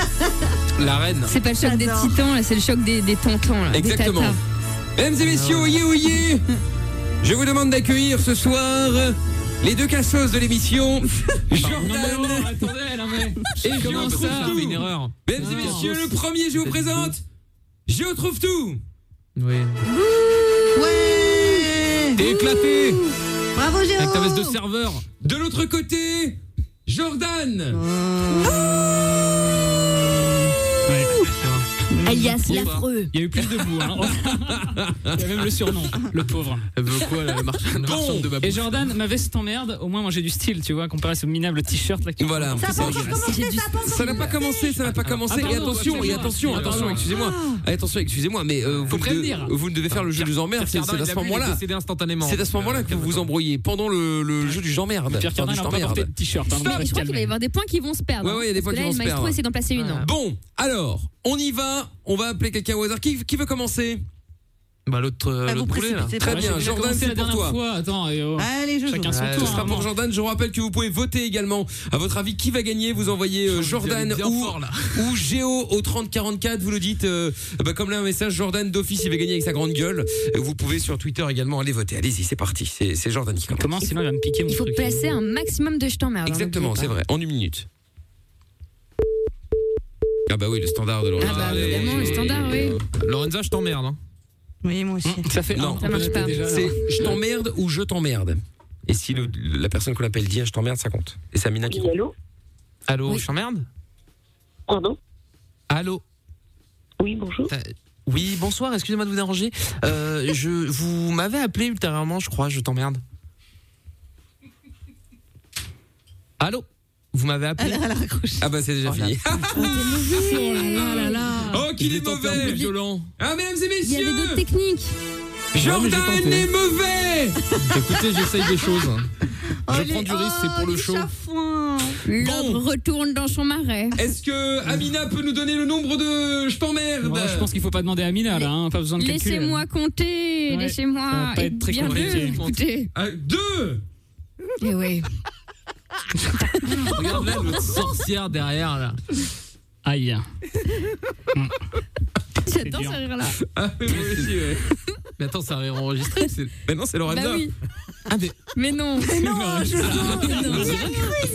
Speaker 2: La reine.
Speaker 3: C'est pas le choc des titans, là, c'est le choc des, des tontons. Là, des
Speaker 2: Exactement.
Speaker 3: tatas.
Speaker 2: Mesdames et messieurs, oyez, oyez. Je vous demande d'accueillir ce soir les deux casseuses de l'émission, Jordan
Speaker 6: Attendez, non mais.
Speaker 2: et Gio
Speaker 6: Comment
Speaker 2: Trouve
Speaker 6: ça
Speaker 2: Tout.
Speaker 6: C'est une erreur.
Speaker 2: Mesdames et
Speaker 6: Non.
Speaker 2: messieurs, le premier, je vous présente Gio Trouve Tout.
Speaker 6: Oui.
Speaker 7: Ouais.
Speaker 2: T'es éclaté.
Speaker 7: Bravo Géo.
Speaker 6: Avec ta veste de serveur.
Speaker 2: De l'autre côté, Jordan.
Speaker 7: Oh.
Speaker 2: Mm.
Speaker 3: Alias l'affreux.
Speaker 6: Il y a eu plus de boue, hein. Il y a même le surnom, le pauvre.
Speaker 2: Euh,
Speaker 15: Elle veut quoi, la marchande
Speaker 2: marchande de ma
Speaker 6: Et Jordan, ma veste t'emmerde, au moins moi j'ai du style, tu vois, comparé à ce minable t-shirt là. Qui
Speaker 2: Voilà, Ça a pas encore commencé, Ça n'a pas commencé, ça n'a pas commencé.
Speaker 6: Ah,
Speaker 2: et
Speaker 6: pardon,
Speaker 2: attention, et
Speaker 6: excusez-moi,
Speaker 2: attention, attention,
Speaker 6: excusez-moi.
Speaker 2: excusez-moi. Ah, Attention, excusez-moi, mais euh, vous, ne
Speaker 6: prévenir.
Speaker 2: devez- vous ne devez faire le jeu du j'emmerde, c'est c'est à ce moment-là.
Speaker 6: C'est instantanément. Euh,
Speaker 2: C'est à ce moment-là que vous vous embrouillez pendant le, le jeu du j'emmerde.
Speaker 6: Pierre
Speaker 2: Enfin,
Speaker 6: Cardin
Speaker 2: du
Speaker 6: n'a pas
Speaker 2: j'emmerde.
Speaker 6: porté de t-shirt. hein, donc on
Speaker 3: Mais
Speaker 6: va
Speaker 3: je
Speaker 6: se
Speaker 3: crois qu'il va y
Speaker 6: calmer.
Speaker 3: avoir des points qui vont se perdre.
Speaker 2: Ouais, ouais, il y a
Speaker 3: hein,
Speaker 2: des
Speaker 3: parce
Speaker 2: fois
Speaker 3: que
Speaker 2: qui
Speaker 3: là,
Speaker 2: vont
Speaker 3: le
Speaker 2: se
Speaker 3: maestro
Speaker 2: perdre.
Speaker 3: essaie d'en placer une. hein.
Speaker 2: Bon, alors, on y va. On va appeler quelqu'un au hasard. Qui, qui veut commencer
Speaker 15: Bah l'autre euh,
Speaker 2: Ah, vous
Speaker 15: l'autre poulet, là.
Speaker 2: précipitez Très pas. bien,
Speaker 6: J'ai déjà
Speaker 2: Jordan,
Speaker 6: commencé
Speaker 2: c'est
Speaker 6: la
Speaker 2: pour
Speaker 6: dernière
Speaker 2: toi.
Speaker 6: fois, Attends, et oh.
Speaker 7: Allez, je
Speaker 6: Chacun son
Speaker 2: Ouais,
Speaker 6: tour. hein.
Speaker 2: Ce sera pour Jordan. Je vous rappelle que vous pouvez voter également. À votre avis, qui va gagner Vous envoyez
Speaker 6: Oh,
Speaker 2: euh, Jordan
Speaker 6: bien
Speaker 2: ou,
Speaker 6: fort, là.
Speaker 2: ou Géo au 3044. Vous le dites euh, bah, comme là un message Jordan d'office. Il va gagner avec sa grande gueule. Et Vous pouvez sur Twitter également aller voter. Allez-y, c'est parti. C'est c'est Jordan qui commence.
Speaker 6: Comment sinon il va me piquer mon
Speaker 3: Il faut
Speaker 6: truc
Speaker 3: placer un maximum de je t'emmerde. hein,
Speaker 2: Exactement,
Speaker 3: n'oubliez
Speaker 2: c'est
Speaker 3: pas.
Speaker 2: vrai. En une minute. Ah bah oui, le standard de Lorenza.
Speaker 3: Ah bah, évidemment, le standard, oui.
Speaker 6: Lorenza, je t'emmerde. hein.
Speaker 7: Oui, moi aussi.
Speaker 6: Ça fait
Speaker 2: Non,
Speaker 6: un, on peut
Speaker 3: marche
Speaker 6: noter
Speaker 3: pas.
Speaker 6: déjà,
Speaker 2: c'est
Speaker 6: alors.
Speaker 2: je t'emmerde ou je t'emmerde. Et si le- la personne qu'on appelle dit je t'emmerde, ça compte. Et c'est Amina qui compte.
Speaker 19: Allô
Speaker 6: Allô,
Speaker 19: Oui.
Speaker 6: je t'emmerde
Speaker 19: Pardon
Speaker 15: Allô
Speaker 19: Oui, bonjour.
Speaker 15: Euh, Oui, bonsoir, excusez-moi de vous déranger. Euh, je, vous m'avez appelé ultérieurement, je crois, je t'emmerde. Allô Vous m'avez appelé
Speaker 2: Ah bah c'est déjà
Speaker 19: Oh
Speaker 2: fini. Oh, qu'il est mauvais
Speaker 6: violent.
Speaker 2: Ah, mesdames et
Speaker 3: Il y avait d'autres
Speaker 2: messieurs
Speaker 3: techniques.
Speaker 2: Jordan
Speaker 6: Ouais, mais j'ai tenté.
Speaker 2: est mauvais
Speaker 6: Écoutez, j'essaye des choses.
Speaker 2: hein.
Speaker 7: Oh,
Speaker 6: je
Speaker 7: les-
Speaker 6: prends du risque, c'est pour
Speaker 7: oh,
Speaker 6: le
Speaker 7: les
Speaker 6: show.
Speaker 7: chafouins.
Speaker 3: L'ogre retourne dans son marais.
Speaker 2: Est-ce que Amina peut nous donner le nombre de je t'emmerde
Speaker 6: Moi, je pense qu'il faut pas demander à Mina là, hein, pas besoin de calcul.
Speaker 3: Laissez-moi compter,
Speaker 6: Ouais, ça
Speaker 3: laissez-moi.
Speaker 6: va pas être
Speaker 3: Et
Speaker 6: très
Speaker 3: bien
Speaker 6: compliqué.
Speaker 3: deux, écoutez.
Speaker 2: Ah, Deux
Speaker 3: Eh oui.
Speaker 6: Regarde là le sorcière derrière là. Aïe.
Speaker 3: J'adore
Speaker 6: dur.
Speaker 3: ce rire-là.
Speaker 2: Ah oui, moi aussi, ouais.
Speaker 6: Mais attends, ça va être enregistré. c'est-
Speaker 2: Mais non, c'est
Speaker 3: Bah
Speaker 2: Lorenza
Speaker 3: oui.
Speaker 6: Ah mais
Speaker 3: Mais non.
Speaker 7: Mais non, je
Speaker 2: Ah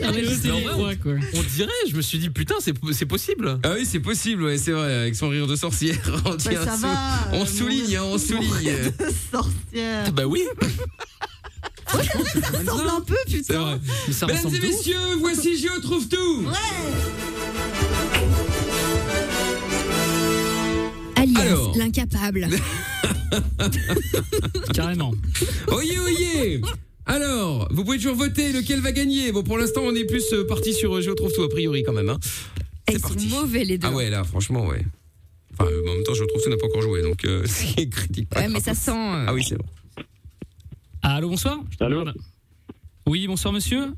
Speaker 6: ça va
Speaker 15: c'est en vrai,
Speaker 6: quoi quoi.
Speaker 15: On dirait, je me suis dit, putain, c'est c'est possible.
Speaker 2: Ah oui, c'est possible, ouais, c'est vrai, avec son rire de sorcière. On,
Speaker 7: Bah,
Speaker 2: tient
Speaker 7: ça
Speaker 2: sou-
Speaker 7: va.
Speaker 2: on
Speaker 7: euh,
Speaker 2: souligne, hein, on souligne. Ah
Speaker 7: mon- Sorcière.
Speaker 15: Bah oui
Speaker 7: Ça ressemble un peu,
Speaker 2: C'est
Speaker 7: putain.
Speaker 2: vrai.
Speaker 6: Mais ça
Speaker 2: Mesdames et
Speaker 6: ressemble tout.
Speaker 2: messieurs, voici Gio trouve tout
Speaker 3: Alias,
Speaker 2: Alors.
Speaker 3: l'incapable.
Speaker 6: Carrément.
Speaker 2: Oyez, oyez Alors, vous pouvez toujours voter lequel va gagner. Bon, pour l'instant, on est plus euh, parti sur euh, Géo trouve tout a priori quand même. Hein.
Speaker 3: Elles sont
Speaker 2: parti.
Speaker 3: mauvais les deux.
Speaker 2: Ah ouais, là, franchement, ouais. Enfin, euh, en même temps, je trouve ça n'a pas encore joué, donc euh, c'est critique.
Speaker 3: Ouais, mais ça sent. euh,
Speaker 2: Ah oui, c'est vrai.
Speaker 6: Ah, allô, bonsoir. Je
Speaker 20: Allô
Speaker 6: t'emmerde. Oui, bonsoir monsieur.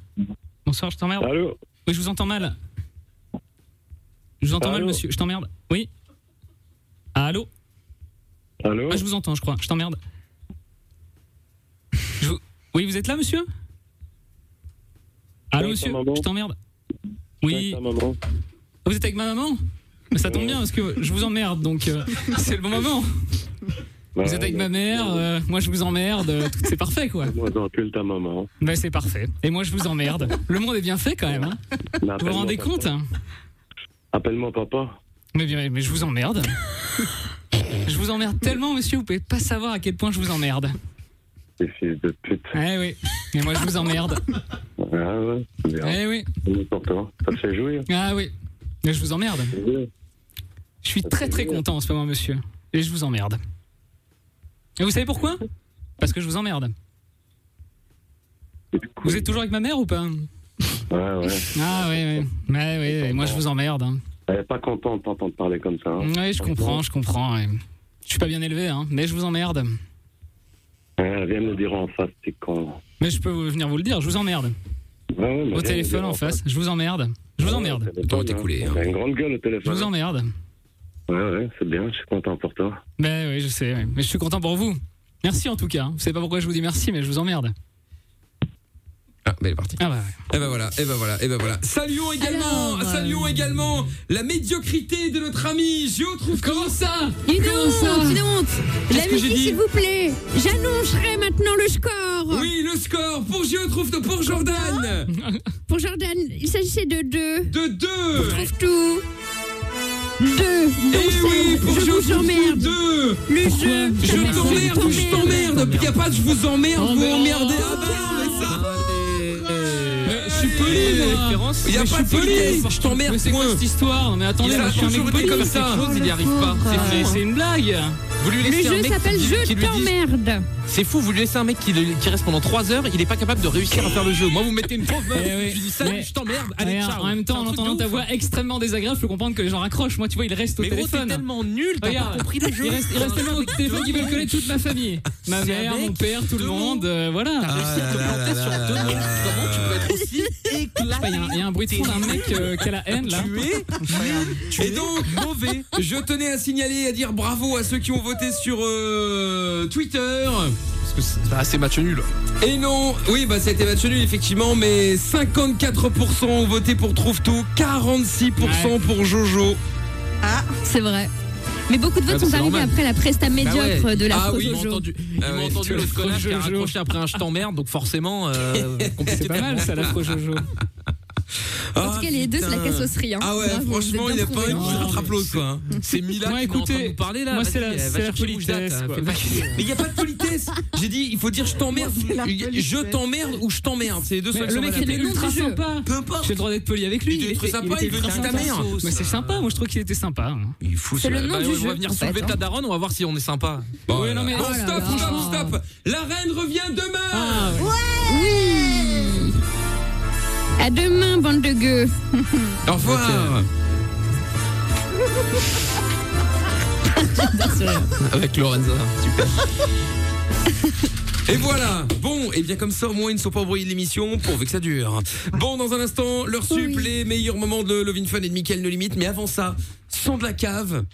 Speaker 6: Bonsoir, je t'emmerde.
Speaker 20: Allô
Speaker 6: Oui, je vous entends mal. Je vous entends mal
Speaker 20: Allô
Speaker 6: monsieur, je t'emmerde. Oui. Ah, allô
Speaker 20: Allô
Speaker 6: Ah, je vous entends, je crois. Je t'emmerde. Je vous- Oui, vous êtes là monsieur Allô
Speaker 20: Ouais,
Speaker 6: monsieur,
Speaker 20: ta maman.
Speaker 6: je t'emmerde. Oui.
Speaker 20: Ouais, ta maman.
Speaker 6: Vous êtes avec ma maman Mais ça tombe bien parce que je vous emmerde donc euh, c'est le bon moment. Vous êtes avec ma mère, euh, moi je vous emmerde, euh, tout c'est parfait quoi.
Speaker 21: Moi, j'encule ta maman.
Speaker 6: Bah c'est parfait. Et moi je vous emmerde. Le monde est bien fait quand même. hein.
Speaker 21: Mais
Speaker 6: Vous vous rendez
Speaker 21: appelle-moi
Speaker 6: compte
Speaker 21: papa.
Speaker 6: hein
Speaker 21: Appelle-moi papa.
Speaker 6: mais, bien- mais je vous emmerde. Je vous emmerde tellement monsieur, vous pouvez pas savoir à quel point je vous emmerde.
Speaker 21: T'es fils de pute.
Speaker 6: Eh oui. Mais moi je vous emmerde.
Speaker 21: Ah ouais, tu verras.
Speaker 6: Eh oui.
Speaker 21: C'est pour toi. Ça te fait jouer.
Speaker 6: Ah oui. Mais je vous emmerde. Je suis très très content en ce moment monsieur. Et je vous emmerde. Et vous savez pourquoi Parce que je vous emmerde. Vous êtes toujours avec ma mère ou pas
Speaker 21: Ouais, ouais.
Speaker 6: Ah oui, oui. Ouais, ouais, ouais. moi je vous emmerde. hein.
Speaker 21: Elle est pas contente de t'entendre parler comme ça. hein.
Speaker 6: Oui, je comprends, je comprends. ouais. Je suis pas bien élevé, hein, mais je vous emmerde.
Speaker 21: Ouais, viens me le dire en face, c'est con.
Speaker 6: Mais je peux vous- venir vous le dire, je vous emmerde.
Speaker 21: Ouais, ouais, mais viens me
Speaker 6: Au
Speaker 21: le
Speaker 6: téléphone
Speaker 21: dire
Speaker 6: en face, je vous emmerde. Je vous emmerde.
Speaker 21: Toi,
Speaker 15: hein.
Speaker 21: t'es coulé.
Speaker 2: hein.
Speaker 21: T'as une grande gueule au
Speaker 6: Je
Speaker 21: téléphone.
Speaker 6: vous emmerde.
Speaker 21: Ouais,
Speaker 15: Ah, é,
Speaker 21: ouais, c'est bien, je suis content pour toi.
Speaker 6: Mais Ben oui, je sais, ouais. mais je suis content pour vous. Merci en tout cas. hein. Vous savez pas pourquoi je vous dis merci, mais je vous emmerde.
Speaker 2: Ah, mais elle est partie.
Speaker 6: Ah bah
Speaker 2: Et ben voilà, et ben voilà, et ben voilà. Saluons également,
Speaker 6: Alors, euh,
Speaker 2: saluons également la médiocrité de notre ami Gio trouve comment ça
Speaker 3: Une
Speaker 2: Comment ça
Speaker 3: honte, une honte
Speaker 2: Qu'est-ce
Speaker 3: La
Speaker 2: que j'ai
Speaker 3: musique,
Speaker 2: dit
Speaker 3: s'il vous plaît J'annoncerai maintenant le score
Speaker 2: Oui, le score pour Gio trouve pour Jordan.
Speaker 6: Hein
Speaker 3: Pour Jordan, il s'agissait de deux.
Speaker 2: De deux
Speaker 3: Je trouve tout Deux Donc
Speaker 2: Eh oui,
Speaker 3: c'est-
Speaker 2: pour
Speaker 3: Je vous
Speaker 2: Gio trouve
Speaker 3: emmerde
Speaker 2: deux.
Speaker 3: Le
Speaker 2: Pourquoi
Speaker 3: jeu
Speaker 2: Je t'emmerde ou je t'emmerde. Il n'y a pas de je vous emmerde, vous emmerdez. Ah ben, mais ça.
Speaker 6: Euh,
Speaker 2: Mais Je suis poli, moi. Il n'y a pas de poli. Je t'emmerde,
Speaker 6: Mais c'est quoi
Speaker 2: point.
Speaker 6: cette histoire Non mais attendez,
Speaker 2: Il
Speaker 6: moi,
Speaker 2: a
Speaker 6: je suis un mec
Speaker 2: toujours été
Speaker 6: poli,
Speaker 2: comme
Speaker 6: faire
Speaker 2: ça.
Speaker 6: quelque chose, il y arrive pas.
Speaker 2: Oh,
Speaker 6: C'est-
Speaker 2: le
Speaker 6: C'est
Speaker 2: pauvre.
Speaker 6: c'est une blague.
Speaker 4: Vous lui
Speaker 3: Le
Speaker 4: laissez un
Speaker 3: jeu
Speaker 4: mec qui,
Speaker 3: s'appelle
Speaker 4: dit-
Speaker 3: Je
Speaker 4: qui lui dit
Speaker 3: t'emmerde
Speaker 4: C'est fou, vous lui laissez un mec qui, le- qui reste pendant 3 heures, il est pas capable de réussir à faire le jeu. Moi, vous mettez une pauvre meuf,
Speaker 6: Eh oui.
Speaker 4: je lui dis ça,
Speaker 6: Mais-
Speaker 4: je t'emmerde, allez,
Speaker 6: Ouais,
Speaker 4: ciao.
Speaker 6: En même temps,
Speaker 4: C'est un
Speaker 6: en
Speaker 4: truc de
Speaker 6: entendant ta
Speaker 4: ouf.
Speaker 6: voix extrêmement désagréable, je peux comprendre que les gens raccrochent. Moi, tu vois, il reste au
Speaker 4: Mais gros,
Speaker 6: téléphone.
Speaker 4: t'es tellement nul, t'as
Speaker 6: Regarde,
Speaker 4: pas compris le jeu.
Speaker 6: Il reste, il reste tellement au téléphone qu'ils veulent connaître toute ma famille. Ma
Speaker 4: C'est un
Speaker 6: mère,
Speaker 4: mec
Speaker 6: mon père, tout le monde, euh,
Speaker 2: Ah
Speaker 6: voilà.
Speaker 4: T'as réussi à te planter sur deux mots. Comment tu peux être aussi
Speaker 6: Je sais pas, Il y a un- il y a un bruit de fond d'un mec euh, qui a la haine là.
Speaker 2: Tu es et donc, mauvais. Je tenais à signaler, à dire bravo à ceux qui ont voté sur euh, Twitter.
Speaker 4: Parce que c'est assez match nul.
Speaker 2: Et non, oui, bah c'était match nul effectivement, mais 54% ont voté pour Trouve Tout, 46% pour Jojo.
Speaker 3: Ah, c'est vrai. Mais beaucoup de
Speaker 4: Ah,
Speaker 3: votes
Speaker 4: bah,
Speaker 3: sont
Speaker 4: c'est
Speaker 3: arrivés
Speaker 4: normal.
Speaker 3: après la presta
Speaker 4: Bah
Speaker 3: médiocre de la
Speaker 4: ah,
Speaker 3: Fro
Speaker 4: oui, ils m'ont
Speaker 3: Jojo.
Speaker 4: entendu, ils
Speaker 2: Ah
Speaker 4: m'ont
Speaker 2: ouais,
Speaker 4: entendu
Speaker 2: tu
Speaker 4: l'autre
Speaker 2: vois,
Speaker 4: connard qui a
Speaker 2: Jojo.
Speaker 4: raccroché après un je t'emmerde, donc forcément, euh, compliqué
Speaker 6: C'est pas
Speaker 4: de
Speaker 6: mal ça,
Speaker 4: faire.
Speaker 6: l'afro Jojo.
Speaker 3: En tout cas, les deux, c'est la cassosserie. Hein.
Speaker 2: Ah ouais,
Speaker 3: Bravo,
Speaker 2: franchement,
Speaker 3: vous êtes
Speaker 2: il
Speaker 3: bien trouvés.
Speaker 2: n'y a pas une qui rattrape l'autre, quoi. hein.
Speaker 4: C'est Mila
Speaker 6: Moi,
Speaker 4: qui est en train de
Speaker 6: écoutez,
Speaker 4: nous parler là.
Speaker 6: moi,
Speaker 4: vas-y,
Speaker 6: c'est la-
Speaker 4: elle va
Speaker 6: c'est la
Speaker 4: chercher où je
Speaker 6: politesse,
Speaker 4: date,
Speaker 6: quoi.
Speaker 4: hein, fais-
Speaker 2: Mais il n'y a pas de politesse. J'ai dit, il faut dire je t'emmerde, je t'emmerde ou je t'emmerde. C'est les deux
Speaker 6: Mais
Speaker 2: seuls qui
Speaker 6: le
Speaker 2: sont
Speaker 6: mec
Speaker 2: valables.
Speaker 6: était ultra sympa.
Speaker 2: Peu importe.
Speaker 6: J'ai le droit d'être poli avec lui.
Speaker 2: Il devait être
Speaker 6: était-
Speaker 2: sympa,
Speaker 6: était
Speaker 2: il veut
Speaker 6: ultra
Speaker 2: niquer ta
Speaker 6: sympa.
Speaker 2: mère.
Speaker 6: Mais c'est sympa, moi je trouve qu'il était sympa. hein.
Speaker 2: Il fout
Speaker 3: C'est le nom
Speaker 4: Bah
Speaker 3: du
Speaker 4: ouais,
Speaker 3: jeu.
Speaker 4: On va venir
Speaker 3: en fait,
Speaker 4: soulever
Speaker 3: hein.
Speaker 4: ta daronne, on va voir si on est sympa.
Speaker 2: Bon,
Speaker 6: Ouais, non, mais-
Speaker 2: Bon,
Speaker 6: Oh là
Speaker 2: stop,
Speaker 6: là.
Speaker 2: stop, stop. La reine revient demain.
Speaker 6: Ah, ouais.
Speaker 3: Oui À demain, bande de gueux.
Speaker 2: Au revoir.
Speaker 4: Avec Lorenza. Super.
Speaker 2: Et voilà. Bon, et bien comme ça, au moins ils ne sont pas embrouillés de l'émission pourvu que ça dure. Bon, dans un instant, leur sup, les meilleurs moments de Lovin Fun et de Mickaël No Limite. Mais avant ça, son de la cave.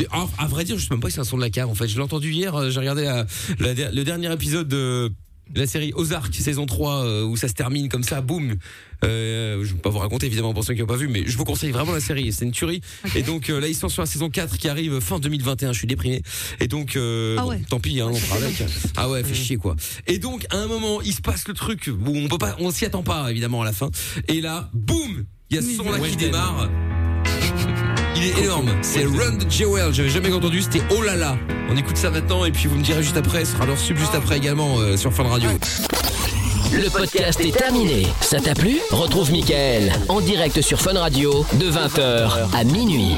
Speaker 2: Et, ah, à vrai dire, je sais même pas si c'est un son de la cave. En fait, je l'ai entendu hier. euh, J'ai regardé la- la der- le dernier épisode de la série Ozark saison 3 euh, où ça se termine comme ça, boum. Euh, je vais pas vous raconter évidemment pour ceux qui n'ont pas vu, mais je vous conseille vraiment la série. C'est une tuerie. Et donc euh, là, ils sont sur la saison 4 qui arrive fin 2021. Je suis déprimé. Et donc, euh,
Speaker 5: Ah
Speaker 2: bon,
Speaker 5: ouais.
Speaker 2: tant pis, hein, on fera avec. Ah ouais, fait chier quoi. Et donc, à un moment, il se passe le truc où on peut pas, on s'y attend pas évidemment à la fin. Et là, boum, il y a ce son là qui démarre. Il est énorme. C'est Run the Jewel. J'avais jamais entendu. C'était Oh là là. On écoute ça maintenant et puis vous me direz juste après. Ce sera leur sub juste après également euh, sur Fun Radio.
Speaker 1: Le podcast est terminé. Ça t'a plu Retrouve Mickaël en direct sur Fun Radio de 20h à minuit.